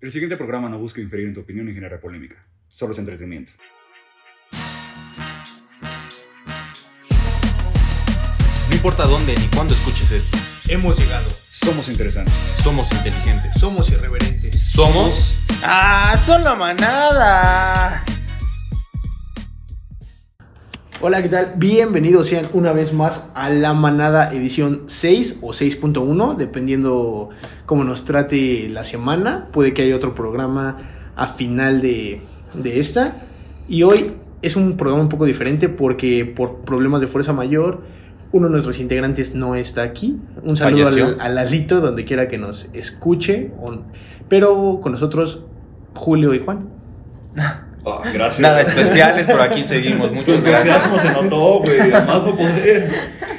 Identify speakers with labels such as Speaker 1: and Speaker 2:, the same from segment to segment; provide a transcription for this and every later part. Speaker 1: El siguiente programa no busca inferir en tu opinión ni generar polémica, solo es entretenimiento.
Speaker 2: No importa dónde ni cuándo escuches esto,
Speaker 3: Hemos llegado.
Speaker 1: Somos interesantes.
Speaker 2: somos inteligentes.
Speaker 3: Somos irreverentes.
Speaker 2: Somos
Speaker 3: ¡Ah! ¡Son la manada! Hola, ¿qué tal? Bienvenidos sean una vez más a La Manada edición 6 o 6.1, dependiendo cómo nos trate la semana. Puede que haya otro programa a final de, de esta. Y hoy es un programa un poco diferente porque por problemas de fuerza mayor, uno de nuestros integrantes no está aquí. Un saludo
Speaker 2: Falleció.
Speaker 3: al, al Alito, donde quiera que nos escuche. o- pero con nosotros, Julio y Juan.
Speaker 1: gracias.
Speaker 2: nada especiales, por aquí seguimos. Muchas gracias.
Speaker 1: se notó, güey. Además no poder.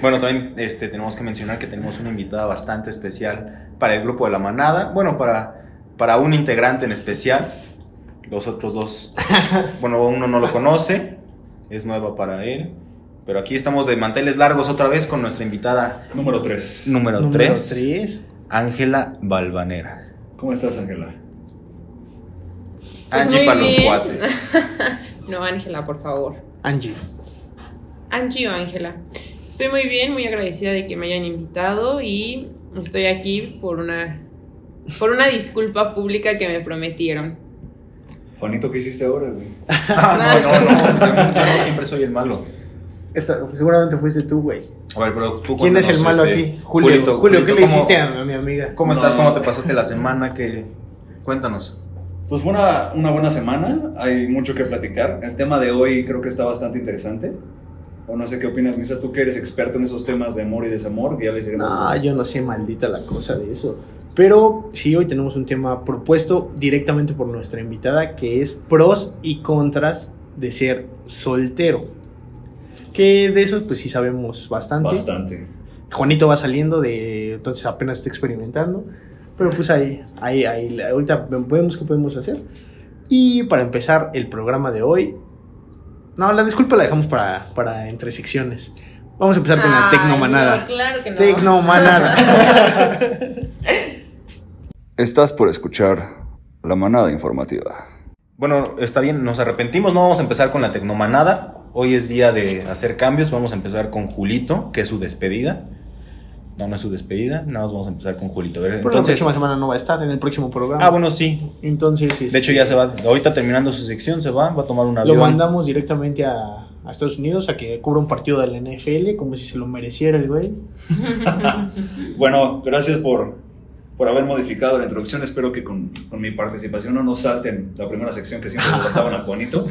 Speaker 2: Bueno, también este, tenemos que mencionar que tenemos una invitada bastante especial para el grupo de la manada. Bueno, para, para un integrante en especial. Los otros dos, bueno, uno no lo conoce, es nueva para él. Pero aquí estamos de manteles largos otra vez con nuestra invitada
Speaker 1: Número 3.
Speaker 2: número
Speaker 3: Número
Speaker 2: 3,
Speaker 3: tres.
Speaker 2: Ángela Balvanera.
Speaker 1: ¿Cómo estás, Ángela?
Speaker 4: Pues
Speaker 2: Angie
Speaker 4: muy
Speaker 2: para los
Speaker 4: bien.
Speaker 2: cuates.
Speaker 4: No, Ángela, por favor.
Speaker 3: Angie.
Speaker 4: Angie o Ángela. Estoy muy bien, muy agradecida de que me hayan invitado y estoy aquí por una por una disculpa pública que me prometieron.
Speaker 1: Juanito, ¿qué hiciste ahora, güey?
Speaker 2: Ah, no, no, no, yo no siempre soy el malo.
Speaker 3: Esta- seguramente fuiste tú, güey.
Speaker 2: A ver, pero tú
Speaker 3: ¿Quién es el
Speaker 2: cuéntanos,
Speaker 3: malo
Speaker 2: este,
Speaker 3: aquí? Julio.
Speaker 2: Julito,
Speaker 3: Julio, ¿qué
Speaker 2: Julito,
Speaker 3: le
Speaker 2: ¿cómo-
Speaker 3: hiciste a, a mi amiga?
Speaker 2: ¿Cómo
Speaker 1: No.
Speaker 2: estás? ¿Cómo te pasaste la semana? que Cuéntanos.
Speaker 1: Pues fue una, una buena semana, hay mucho que platicar. El tema de hoy creo que está bastante interesante. O no sé qué opinas, Misa, tú que eres experto en esos temas de amor y desamor, que ya les iremos...
Speaker 3: No, Ah, yo no sé, maldita la cosa de eso. Pero sí, hoy tenemos un tema propuesto directamente por nuestra invitada, que es pros y contras de ser soltero. Que de eso, pues sí sabemos bastante.
Speaker 1: Bastante.
Speaker 3: Juanito va saliendo de, entonces apenas está experimentando. Pero pues ahí, ahí, ahí, ahorita vemos qué podemos hacer. Y para empezar el programa de hoy, no, la disculpa la dejamos para, para entre secciones. Vamos a empezar con la
Speaker 4: Ay, no,
Speaker 3: tecnomanada.
Speaker 4: claro que no.
Speaker 3: Tecnomanada.
Speaker 1: Estás por escuchar La Manada Informativa.
Speaker 2: Bueno, está bien, nos arrepentimos, no vamos a empezar con la tecnomanada. Hoy es día de hacer cambios, vamos a empezar con Julito, que es su despedida. No, no es su despedida, nada más vamos a empezar con Julito. A ver,
Speaker 3: Por la
Speaker 2: entonces,
Speaker 3: próxima semana no va a estar, en el próximo programa.
Speaker 2: ah, bueno, sí.
Speaker 3: Entonces, este,
Speaker 2: De hecho ya se va, ahorita terminando su sección se va, va a tomar un
Speaker 3: lo
Speaker 2: avión.
Speaker 3: mandamos directamente a, a Estados Unidos a que cubra un partido de la NFL, como si se lo mereciera el güey.
Speaker 1: Bueno, gracias por, por haber modificado la introducción. Espero que con, con mi participación no nos salten la primera sección que siempre nos saltaban a Juanito.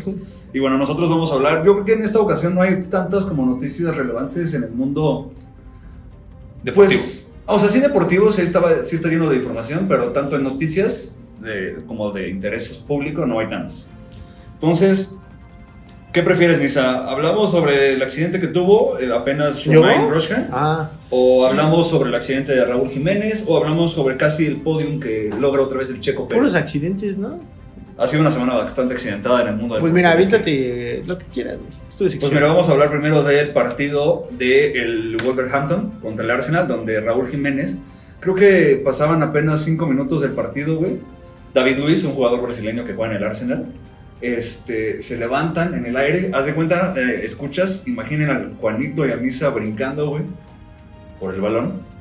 Speaker 1: Y bueno, nosotros vamos a hablar. Yo creo que en esta ocasión no hay tantas como noticias relevantes en el mundo.
Speaker 2: Deportivo.
Speaker 1: Pues, o sea, sí deportivo, sí, estaba, sí está lleno de información, pero tanto en noticias de- como de interés público no hay tantas. Entonces, ¿qué prefieres, Misa? ¿Hablamos sobre el accidente que tuvo eh, apenas
Speaker 3: ¿Yo?
Speaker 1: Romain Grosjean?
Speaker 3: Ah,
Speaker 1: O hablamos sobre el accidente de Raúl Jiménez, o hablamos sobre casi el podium que logra otra vez el Checo
Speaker 3: puros
Speaker 1: Pérez.
Speaker 3: accidentes, ¿no?
Speaker 1: Ha sido una semana bastante accidentada en el mundo del
Speaker 3: Pues mira,
Speaker 1: deporte.
Speaker 3: avístate lo que quieras, güey. Es tu
Speaker 1: Pues
Speaker 3: sección.
Speaker 1: mira, vamos a hablar primero del partido del Wolverhampton contra el Arsenal, donde Raúl Jiménez, creo que pasaban apenas 5 minutos del partido, güey. David Luis, un jugador brasileño que juega en el Arsenal, este, se levantan en el aire, haz de cuenta, eh, escuchas, imaginen al Juanito y a Misa brincando, güey, por el balón.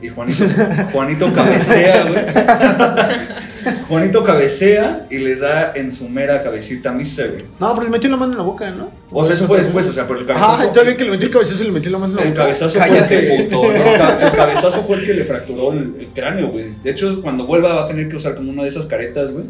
Speaker 1: Y Juanito, Juanito cabecea, güey. Juanito cabecea y le da en su mera cabecita a Misa, güey.
Speaker 3: No, pero le metió la mano en la boca, ¿no?
Speaker 1: O sea, eso fue después, o sea, por el cabezazo.
Speaker 3: Ah, todavía que le metió el cabezazo y le metió la mano en la
Speaker 1: El
Speaker 3: boca.
Speaker 1: cabezazo, fue
Speaker 2: Cállate,
Speaker 1: el, que,
Speaker 2: puto,
Speaker 1: el
Speaker 2: ¿no?
Speaker 1: ca- el cabezazo fue el que le fracturó el, el cráneo, güey. De hecho, cuando vuelva va a tener que usar como una de esas caretas, güey.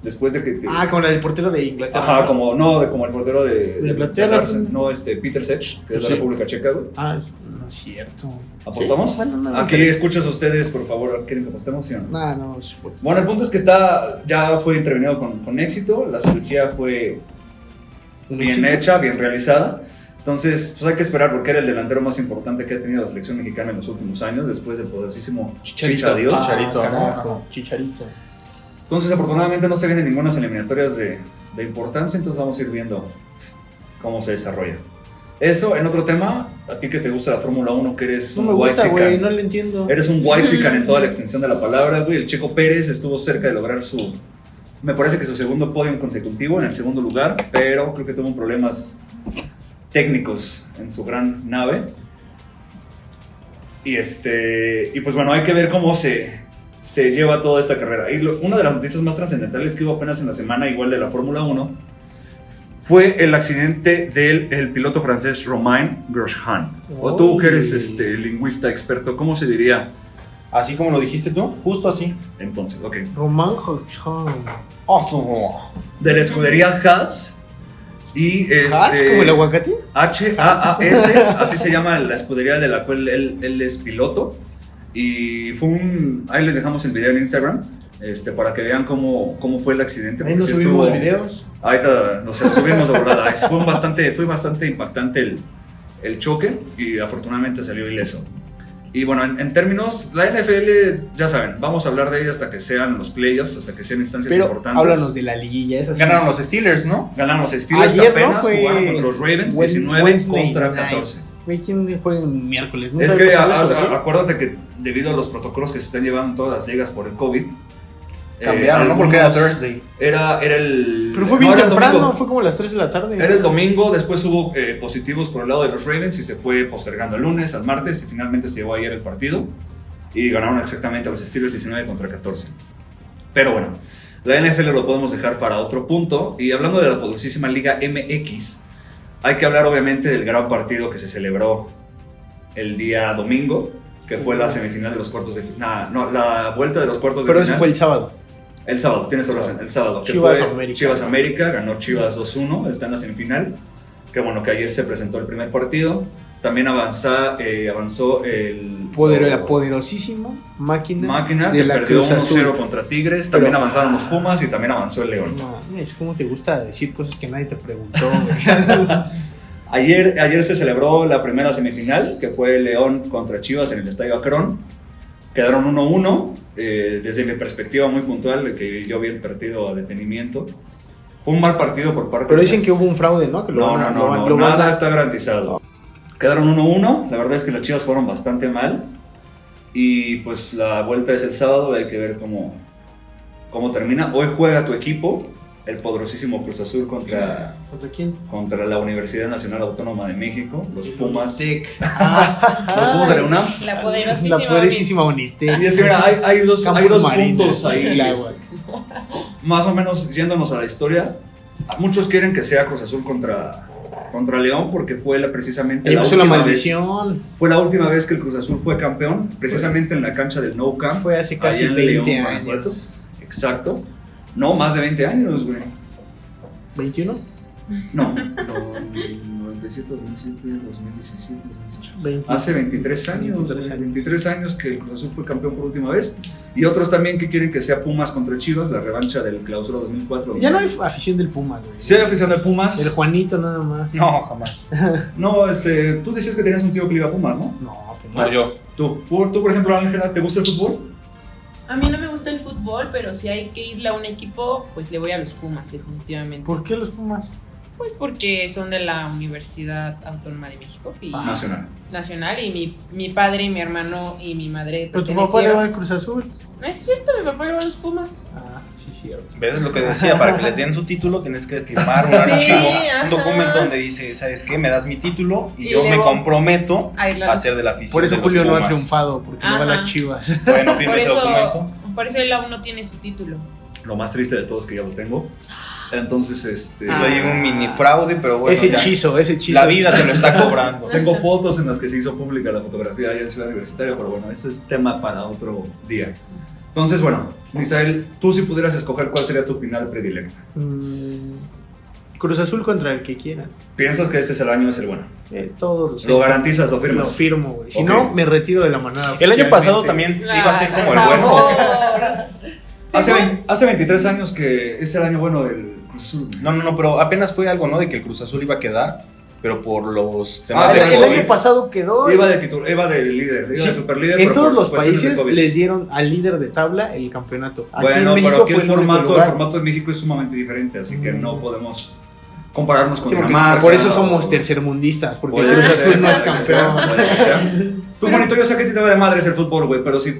Speaker 1: Después de que te...
Speaker 3: Ah, como la del portero de Inglaterra.
Speaker 1: Ajá, como, no, de- como el portero de, de,
Speaker 3: Inglaterra.
Speaker 1: del Arsenal, no, este, Peter Sech, que es de la
Speaker 3: Sí.
Speaker 1: República Checa, güey.
Speaker 3: Ah, no es cierto.
Speaker 1: ¿Apostamos?
Speaker 3: Sí, Bueno, no, no,
Speaker 1: Aquí escuchas ustedes, por favor, ¿quieren que apostemos, sí o no?
Speaker 3: No, no, es- pues,
Speaker 1: Bueno, el punto es que está, ya fue intervenido con, con éxito, la cirugía fue
Speaker 3: un
Speaker 1: bien
Speaker 3: éxito.
Speaker 1: hecha, bien realizada. Entonces, pues hay que esperar porque era el delantero más importante que ha tenido la selección mexicana en los últimos años, después del poderosísimo Chicha Dios.
Speaker 3: Ah,
Speaker 2: Chicharito, ¿no?
Speaker 3: carajo, Chicharito.
Speaker 1: Entonces, afortunadamente no se vienen ninguna eliminatorias de, de importancia, entonces vamos a ir viendo cómo se desarrolla. Eso, en otro tema, a ti que te gusta la Fórmula 1, que eres
Speaker 3: No
Speaker 1: un
Speaker 3: me gusta,
Speaker 1: whitezican.
Speaker 3: güey, no lo entiendo.
Speaker 1: Eres un white en toda la extensión de la palabra, güey. El Checo Pérez estuvo cerca de lograr su Me parece que su segundo podium consecutivo en el segundo lugar, pero creo que tuvo problemas técnicos en su gran nave. Y este y pues bueno, hay que ver cómo se, se lleva toda esta carrera. Y lo- una de las noticias más trascendentales que hubo apenas en la semana, igual de la Fórmula 1, fue el accidente del el piloto francés Romain Grosjean. O tú que eres
Speaker 3: Uy.
Speaker 1: este lingüista experto, ¿cómo se diría?
Speaker 2: Así como lo dijiste tú, justo así.
Speaker 1: Entonces, ok.
Speaker 3: Román Jorjón.
Speaker 2: Oso.
Speaker 1: De la escudería Haas y este,
Speaker 3: ¿Has como el aguacate?
Speaker 1: H-A-A-S, así se llama la escudería de la cual él, él es piloto. Y fue un. Ahí les dejamos el video en Instagram este, para que vean cómo, cómo fue el accidente.
Speaker 3: Ahí
Speaker 1: porque
Speaker 3: nos
Speaker 1: sí
Speaker 3: subimos
Speaker 1: estuvo-
Speaker 3: videos.
Speaker 1: Ahí está, nos subimos de volada. Es- Fue un bastante, fue bastante impactante el, el choque y afortunadamente salió ileso. Y bueno, en, en términos, la NFL, ya saben, vamos a hablar de ella hasta que sean los playoffs, hasta que sean instancias
Speaker 3: Pero
Speaker 1: importantes.
Speaker 3: háblanos de la liguilla. Es así.
Speaker 2: Ganaron los Steelers, ¿no?
Speaker 1: Ganaron los Steelers
Speaker 3: Ayer, ¿no?
Speaker 1: apenas,
Speaker 3: Fue
Speaker 1: jugaron contra los Ravens,
Speaker 3: Wed-
Speaker 1: 19
Speaker 3: Wednesday
Speaker 1: contra
Speaker 3: night.
Speaker 1: 14.
Speaker 3: Güey, ¿quién juega en miércoles? ¿No
Speaker 1: Es
Speaker 3: sabes
Speaker 1: que
Speaker 3: cómo
Speaker 1: a-
Speaker 3: se
Speaker 1: a-
Speaker 3: llama eso,
Speaker 1: acuérdate que debido a los protocolos que se están llevando en todas las ligas por el COVID, eh,
Speaker 2: Cambiaron, ¿no? Porque era
Speaker 1: algunos-
Speaker 2: Thursday.
Speaker 1: Era, era el.
Speaker 3: sí? Pero fue
Speaker 1: no,
Speaker 3: bien
Speaker 1: era el
Speaker 3: temprano,
Speaker 1: domingo.
Speaker 3: fue como a las 3 de la tarde.
Speaker 1: Era el domingo, después hubo eh, positivos por el lado de los Ravens y se fue postergando el lunes, al martes y finalmente se llevó ayer el partido y ganaron exactamente a los Steelers 19 contra 14. Pero bueno, la NFL lo podemos dejar para otro punto y hablando de la poderosísima Liga MX, hay que hablar obviamente del gran partido que se celebró el día domingo, que fue la semifinal de los cuartos de final, no, la vuelta de los cuartos de
Speaker 3: Pero eso
Speaker 1: final.
Speaker 3: fue el sábado.
Speaker 1: El sábado, tienes toda la razón, el sábado. que
Speaker 3: Chivas
Speaker 1: fue
Speaker 3: América.
Speaker 1: Chivas América, ganó Chivas 2-1, está en la semifinal. Que bueno, que ayer se presentó el primer partido. También avanza, eh, avanzó el...
Speaker 3: Poder, la poderosísima máquina,
Speaker 1: Oh. Máquina,
Speaker 3: de
Speaker 1: que
Speaker 3: la
Speaker 1: perdió
Speaker 3: Cruz Azul.
Speaker 1: 1-0 contra Tigres. También
Speaker 3: Pero-
Speaker 1: avanzaron los Pumas y también avanzó el León.
Speaker 3: No, es como te gusta decir cosas que nadie te preguntó. güey.
Speaker 1: Ayer, ayer se celebró la primera semifinal, que fue León contra Chivas en el Estadio Akron. Quedaron 1-1. eh, desde mi perspectiva muy puntual, que yo vi el partido a detenimiento. Fue un mal partido por parte
Speaker 3: Pero
Speaker 1: de
Speaker 3: dicen
Speaker 1: las-
Speaker 3: que hubo un fraude, ¿no? Que lo
Speaker 1: No,
Speaker 3: van a-
Speaker 1: no,
Speaker 3: lo
Speaker 1: no,
Speaker 3: van-
Speaker 1: no,
Speaker 3: lo van a-
Speaker 1: nada está garantizado. Quedaron 1-1, la verdad es que los Chivas fueron bastante mal. Y pues la vuelta es el sábado, hay que ver cómo, cómo termina. Hoy juega tu equipo, el poderosísimo Cruz Azul contra,
Speaker 3: ¿Contra quién?
Speaker 1: contra la Universidad Nacional Autónoma de México, los
Speaker 2: El
Speaker 1: Pumas.
Speaker 2: Unitec.
Speaker 1: Los Pumas de la UNAM.
Speaker 4: La poderosísima.
Speaker 3: La poderosísima Unitec.
Speaker 1: Y es que mira, hay, hay dos, hay
Speaker 3: Campus
Speaker 1: dos
Speaker 3: Marina.
Speaker 1: puntos ahí.
Speaker 3: Claro,
Speaker 1: este,
Speaker 3: güey.
Speaker 1: más o menos yéndonos a la historia, muchos quieren que sea Cruz Azul contra, contra León porque fue la, precisamente
Speaker 3: Ahí
Speaker 1: la
Speaker 3: pasó la
Speaker 1: última vez-
Speaker 3: maldición.
Speaker 1: Fue la última vez que el Cruz Azul fue campeón, precisamente en la cancha del No Camp.
Speaker 3: Fue hace casi
Speaker 1: allá en
Speaker 3: 20
Speaker 1: León, Guanajuato.
Speaker 3: años.
Speaker 1: Exacto. No, más de 20 años, güey.
Speaker 3: ¿21?
Speaker 1: No. no 97, 2007, 2017, 2018.
Speaker 3: 20.
Speaker 1: Hace 23 años,
Speaker 3: 23
Speaker 1: güey,
Speaker 3: años.
Speaker 1: 23 años que el Cruz Azul fue campeón por última vez. Y otros también que quieren que sea Pumas contra Chivas, la revancha del clausura 2004.
Speaker 3: Ya no hay afición del Pumas, güey.
Speaker 1: Sí hay afición de Pumas.
Speaker 3: El Juanito nada más.
Speaker 2: No, jamás.
Speaker 1: No, este, tú decías que tenías un tío que le iba a Pumas, ¿no?
Speaker 3: No, Pumas.
Speaker 2: No, yo.
Speaker 1: Tú, por, tú por ejemplo, Ángela, ¿te gusta el fútbol?
Speaker 4: A mí no me gusta el fútbol, pero si hay que irle a un equipo, pues le voy a los Pumas, definitivamente.
Speaker 3: ¿Por qué los Pumas?
Speaker 4: Pues porque son de la Universidad Autónoma de México y
Speaker 3: Ah,
Speaker 1: Nacional.
Speaker 4: Nacional y mi, mi padre y mi hermano y mi madre
Speaker 3: Pero tu papá le
Speaker 4: pertenecieron.
Speaker 3: va al Cruz Azul.
Speaker 4: No es cierto, mi papá le va a los Pumas.
Speaker 3: Ah, sí, cierto.
Speaker 2: ¿Ves Es lo que decía? Para que les den su título tienes que firmar un
Speaker 4: Sí,
Speaker 2: archivo,
Speaker 4: ajá.
Speaker 2: un documento donde dice, ¿sabes qué? Me das mi título y,
Speaker 4: Y
Speaker 2: yo me
Speaker 4: luego-
Speaker 2: comprometo
Speaker 4: Ay, claro.
Speaker 2: a ser de la afición.
Speaker 3: Por
Speaker 2: de
Speaker 3: eso
Speaker 2: los
Speaker 3: Julio no ha
Speaker 2: Pumas".
Speaker 3: triunfado, porque no va a
Speaker 4: Ajá.
Speaker 3: las chivas.
Speaker 2: Bueno,
Speaker 4: Por
Speaker 2: firme ese
Speaker 4: eso,
Speaker 2: documento.
Speaker 4: por eso él aún no tiene su título.
Speaker 1: Lo más triste de todo es que ya lo tengo. Entonces, este.
Speaker 3: Ah.
Speaker 2: Soy un mini fraude, pero bueno.
Speaker 3: ese
Speaker 2: ya.
Speaker 3: hechizo, ese hechizo.
Speaker 2: La vida se lo está cobrando.
Speaker 1: Tengo fotos en las que se hizo pública la fotografía allá en Ciudad Universitaria, pero bueno, eso es tema para otro día. Entonces, bueno, Misael, tú si pudieras escoger cuál sería tu final predilecta.
Speaker 3: Mm, Cruz Azul contra el que quieran.
Speaker 1: ¿Piensas que este es el año, es el bueno?
Speaker 3: Eh, todos los
Speaker 1: ¿Lo garantizas, lo
Speaker 3: Lo
Speaker 1: firmas?
Speaker 3: firmo, güey. Si
Speaker 1: Ok.
Speaker 3: no, me retiro de la manada.
Speaker 2: El año pasado
Speaker 3: oficialmente.
Speaker 2: también iba a ser como el
Speaker 4: Por
Speaker 2: bueno.
Speaker 4: favor. Sí,
Speaker 1: hace,
Speaker 4: ¿no?
Speaker 1: vein- hace 23 años que es el año bueno del Cruz Azul.
Speaker 2: No, no, no, pero apenas fue algo, ¿no? De que el Cruz Azul iba a quedar, pero por los
Speaker 3: Ah,
Speaker 2: temas
Speaker 1: Ah,
Speaker 3: el,
Speaker 2: de
Speaker 3: el año
Speaker 2: COVID.
Speaker 3: pasado quedó.
Speaker 1: Iba de titular, iba de líder, iba
Speaker 3: Sí,
Speaker 1: de superlíder.
Speaker 3: En
Speaker 1: pero
Speaker 3: todos
Speaker 1: por
Speaker 3: los
Speaker 1: cuestiones de
Speaker 3: países
Speaker 1: COVID.
Speaker 3: les dieron al líder de tabla el campeonato. Aquí
Speaker 1: bueno,
Speaker 3: en México
Speaker 1: pero aquí
Speaker 3: fue
Speaker 1: el
Speaker 3: único
Speaker 1: formato, el
Speaker 3: lugar.
Speaker 1: formato de México es sumamente diferente, así que
Speaker 3: Mm.
Speaker 1: no podemos compararnos con
Speaker 3: Sí, porque
Speaker 1: Dinamarca
Speaker 3: por eso
Speaker 1: o-
Speaker 3: somos tercermundistas, porque
Speaker 1: Puede
Speaker 3: el Cruz
Speaker 1: ser,
Speaker 3: Azul no es
Speaker 1: puede ser,
Speaker 3: campeón.
Speaker 1: puede ser. Tú, Juanito, yo sé que a ti te va de madre el fútbol, güey, pero si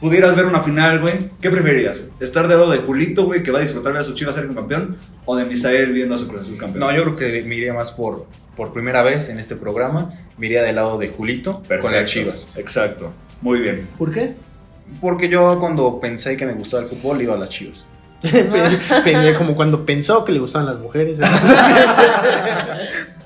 Speaker 1: pudieras ver una final, güey, ¿qué preferirías? ¿Estar de lado de Julito, güey, que va a disfrutar de a su Chivas ser campeón? ¿O de Misael viendo a su Cruz Azul campeón?
Speaker 2: No, yo creo que me iría más por, por primera vez en este programa. Me iría del lado de Julito con las Chivas.
Speaker 1: Exacto. Muy bien.
Speaker 5: ¿Por qué?
Speaker 2: Porque yo cuando pensé que me gustaba el fútbol iba a las Chivas.
Speaker 5: Pensé como cuando pensó que le gustaban las mujeres. ¿eh?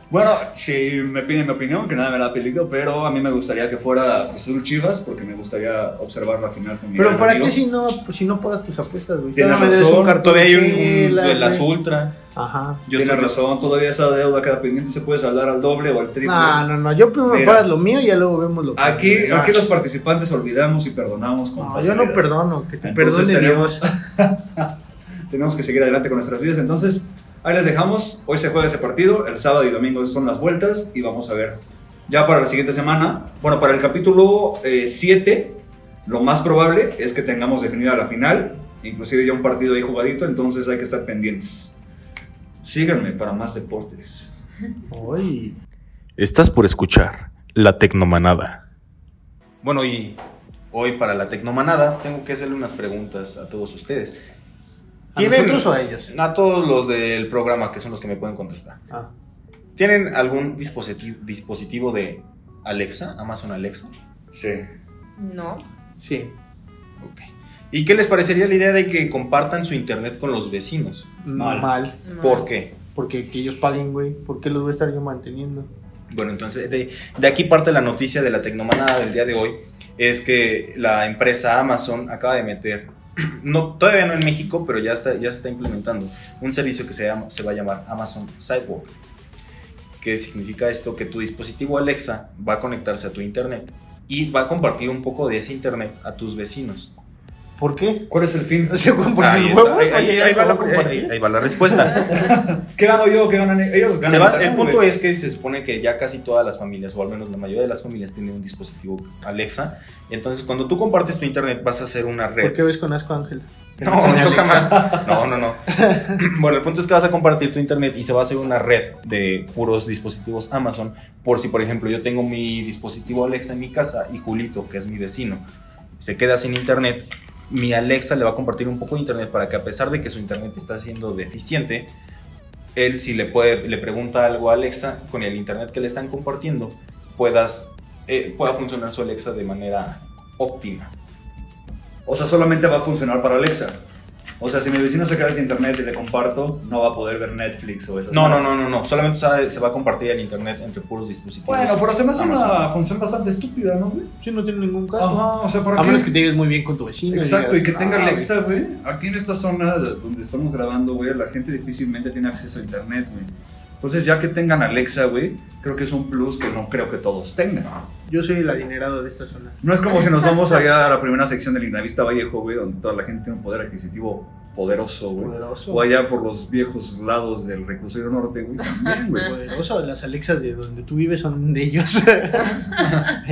Speaker 1: Bueno, si me piden mi opinión, que nada me la peligro, pero a mí me gustaría que fuera Cruz Azul Chivas porque me gustaría observar la final con mi
Speaker 5: Pero
Speaker 1: gran
Speaker 5: ¿para
Speaker 1: amigo.
Speaker 5: qué si no, pues, si no pagas tus apuestas, güey?
Speaker 1: Tienes
Speaker 5: Todavía me debes
Speaker 1: razón,
Speaker 5: cartón
Speaker 2: Todavía hay un,
Speaker 5: de
Speaker 2: un-
Speaker 5: chelas,
Speaker 2: de las
Speaker 5: güey.
Speaker 2: Ultra.
Speaker 5: Ajá.
Speaker 2: Yo
Speaker 1: Tienes
Speaker 2: estoy-
Speaker 1: razón, todavía esa deuda cada pendiente se puede saldar al doble o al triple.
Speaker 5: No, no, no. Yo primero me
Speaker 1: Mira.
Speaker 5: pagas lo mío y ya luego vemos lo que.
Speaker 1: Aquí,
Speaker 5: Ah,
Speaker 1: aquí los participantes olvidamos y perdonamos con
Speaker 5: No, yo
Speaker 1: facilidad.
Speaker 5: no perdono. Que te
Speaker 1: Entonces
Speaker 5: perdone
Speaker 1: tenemos-
Speaker 5: Dios.
Speaker 1: Tenemos que seguir adelante con nuestras vidas. Entonces, ahí les dejamos. Hoy se juega ese partido. El sábado y domingo son las vueltas. Y vamos a ver. Ya para la siguiente semana. Bueno, para el capítulo 7, lo más probable es que tengamos definida la final. Inclusive ya un partido ahí jugadito. Entonces hay que estar pendientes. Síganme para más deportes.
Speaker 5: Uy.
Speaker 6: Estás por escuchar La Tecnomanada.
Speaker 2: Bueno, y hoy para la Tecnomanada tengo que hacerle unas preguntas a todos ustedes.
Speaker 5: ¿A nosotros o a ellos?
Speaker 2: A todos los del programa, que son los que me pueden contestar.
Speaker 5: Ah.
Speaker 2: ¿Tienen algún dispositivo, dispositivo de Alexa, Amazon Alexa?
Speaker 1: Sí.
Speaker 4: No.
Speaker 5: Sí.
Speaker 2: Ok. ¿Y qué les parecería la idea de que compartan su internet con los vecinos?
Speaker 1: Mal.
Speaker 5: Mal.
Speaker 4: no.
Speaker 2: ¿Por qué?
Speaker 5: Porque que ellos paguen, güey. ¿Por qué los voy a estar yo manteniendo?
Speaker 2: Bueno, entonces de, de aquí parte la noticia de la tecnomanada del día de hoy. Es que la empresa Amazon acaba de meter, no, todavía no en México, pero ya está, ya se está implementando un servicio que se, llama, se va a llamar Amazon Sidewalk. ¿Qué significa esto? Que tu dispositivo Alexa va a conectarse a tu internet y va a compartir un poco de ese internet a tus vecinos.
Speaker 5: ¿Por qué?
Speaker 1: ¿Cuál es el fin?
Speaker 5: O sea, güey, por
Speaker 2: ahí,
Speaker 5: sus
Speaker 2: está,
Speaker 5: huevos.
Speaker 2: ahí-
Speaker 5: oye,
Speaker 2: ahí-
Speaker 5: ya
Speaker 2: ahí
Speaker 5: lo
Speaker 2: va la-
Speaker 5: voy a compartir.
Speaker 2: ahí- ahí va la respuesta.
Speaker 1: ¿Qué gano yo? ¿Qué ganan ellos? Ganan
Speaker 2: Se va-
Speaker 1: acá,
Speaker 2: el punto
Speaker 1: güey.
Speaker 2: es que se supone que ya casi todas las familias, o al menos la mayoría de las familias, tienen un dispositivo Alexa. Entonces, cuando tú compartes tu internet, vas a hacer una
Speaker 5: ¿Por
Speaker 2: red.
Speaker 5: qué ves con asco, Ángel?
Speaker 2: No,
Speaker 5: Ni
Speaker 2: no
Speaker 5: Alexa.
Speaker 2: jamás. No, no, no. bueno, el punto es que vas a compartir tu internet y se va a hacer una red de puros dispositivos Amazon. Por si, por ejemplo, yo tengo mi dispositivo Alexa en mi casa y Julito, que es mi vecino, se queda sin internet. Mi Alexa le va a compartir un poco de internet para que a pesar de que su internet está siendo deficiente, él si le puede le pregunta algo a Alexa con el internet que le están compartiendo, puedas eh, pueda funcionar su Alexa de manera óptima.
Speaker 1: O sea, solamente va a funcionar para Alexa. O sea, si mi vecino se queda sin internet y le comparto, no va a poder ver Netflix o esas
Speaker 2: No, no,
Speaker 1: madres.
Speaker 2: no, no, no. Solamente sabe- se va a compartir el internet entre puros dispositivos.
Speaker 1: Bueno, pero se me hace una
Speaker 2: Amazon.
Speaker 1: función bastante estúpida, ¿no, güey?
Speaker 5: Yo no tiene ningún caso.
Speaker 1: Ajá, o sea, ¿para
Speaker 5: A
Speaker 1: qué?
Speaker 5: menos que te lleves muy bien con tu vecino.
Speaker 1: Exacto, y que
Speaker 5: digas,
Speaker 1: tenga
Speaker 5: "Ah,
Speaker 1: Alexa, güey. Aquí en esta zona donde estamos grabando, güey, la gente difícilmente tiene acceso a internet, güey. Entonces, ya que tengan Alexa, güey, creo que es un plus que no creo que todos tengan.
Speaker 5: güey, Yo soy el adinerado de esta zona.
Speaker 1: No es como si nos vamos allá a la primera sección del Inavista Vallejo, güey, donde toda la gente tiene un poder adquisitivo poderoso, güey.
Speaker 5: Poderoso.
Speaker 1: O allá por los viejos lados del reclusorio norte, güey, también, güey.
Speaker 5: Poderoso. Las Alexas de donde tú vives son de ellos.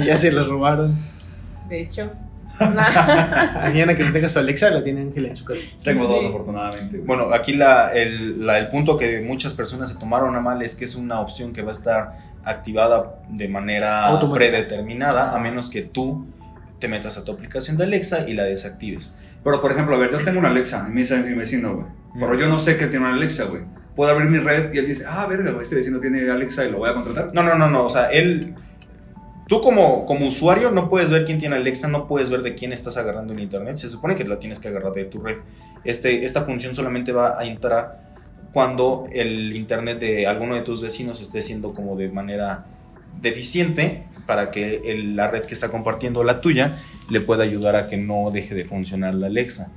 Speaker 5: ya se los robaron.
Speaker 4: De hecho. Nah.
Speaker 5: Mañana que no tengas tu Alexa, la tiene Ángela en su casa.
Speaker 1: Tengo
Speaker 4: Sí.
Speaker 1: dos, afortunadamente, güey.
Speaker 2: Bueno, aquí la- el, la- el punto que muchas personas se tomaron a mal es que es una opción que va a estar activada de manera
Speaker 5: Automática.
Speaker 2: predeterminada, a menos que tú te metas a tu aplicación de Alexa y la desactives.
Speaker 1: Pero, por ejemplo, a ver, yo tengo una Alexa, en misa de mi vecino, güey. Pero yo no sé que tiene una Alexa, güey. Puedo abrir mi red y él dice, ah, verga, güey, este vecino tiene Alexa y lo voy a contratar.
Speaker 2: No, no, no, no. O sea, él. Tú como, como usuario no puedes ver quién tiene Alexa, no puedes ver de quién estás agarrando el internet. Se supone que la tienes que agarrar de tu red. Este, esta función solamente va a entrar cuando el internet de alguno de tus vecinos esté siendo como de manera deficiente para que el- la red que está compartiendo la tuya le pueda ayudar a que no deje de funcionar la Alexa.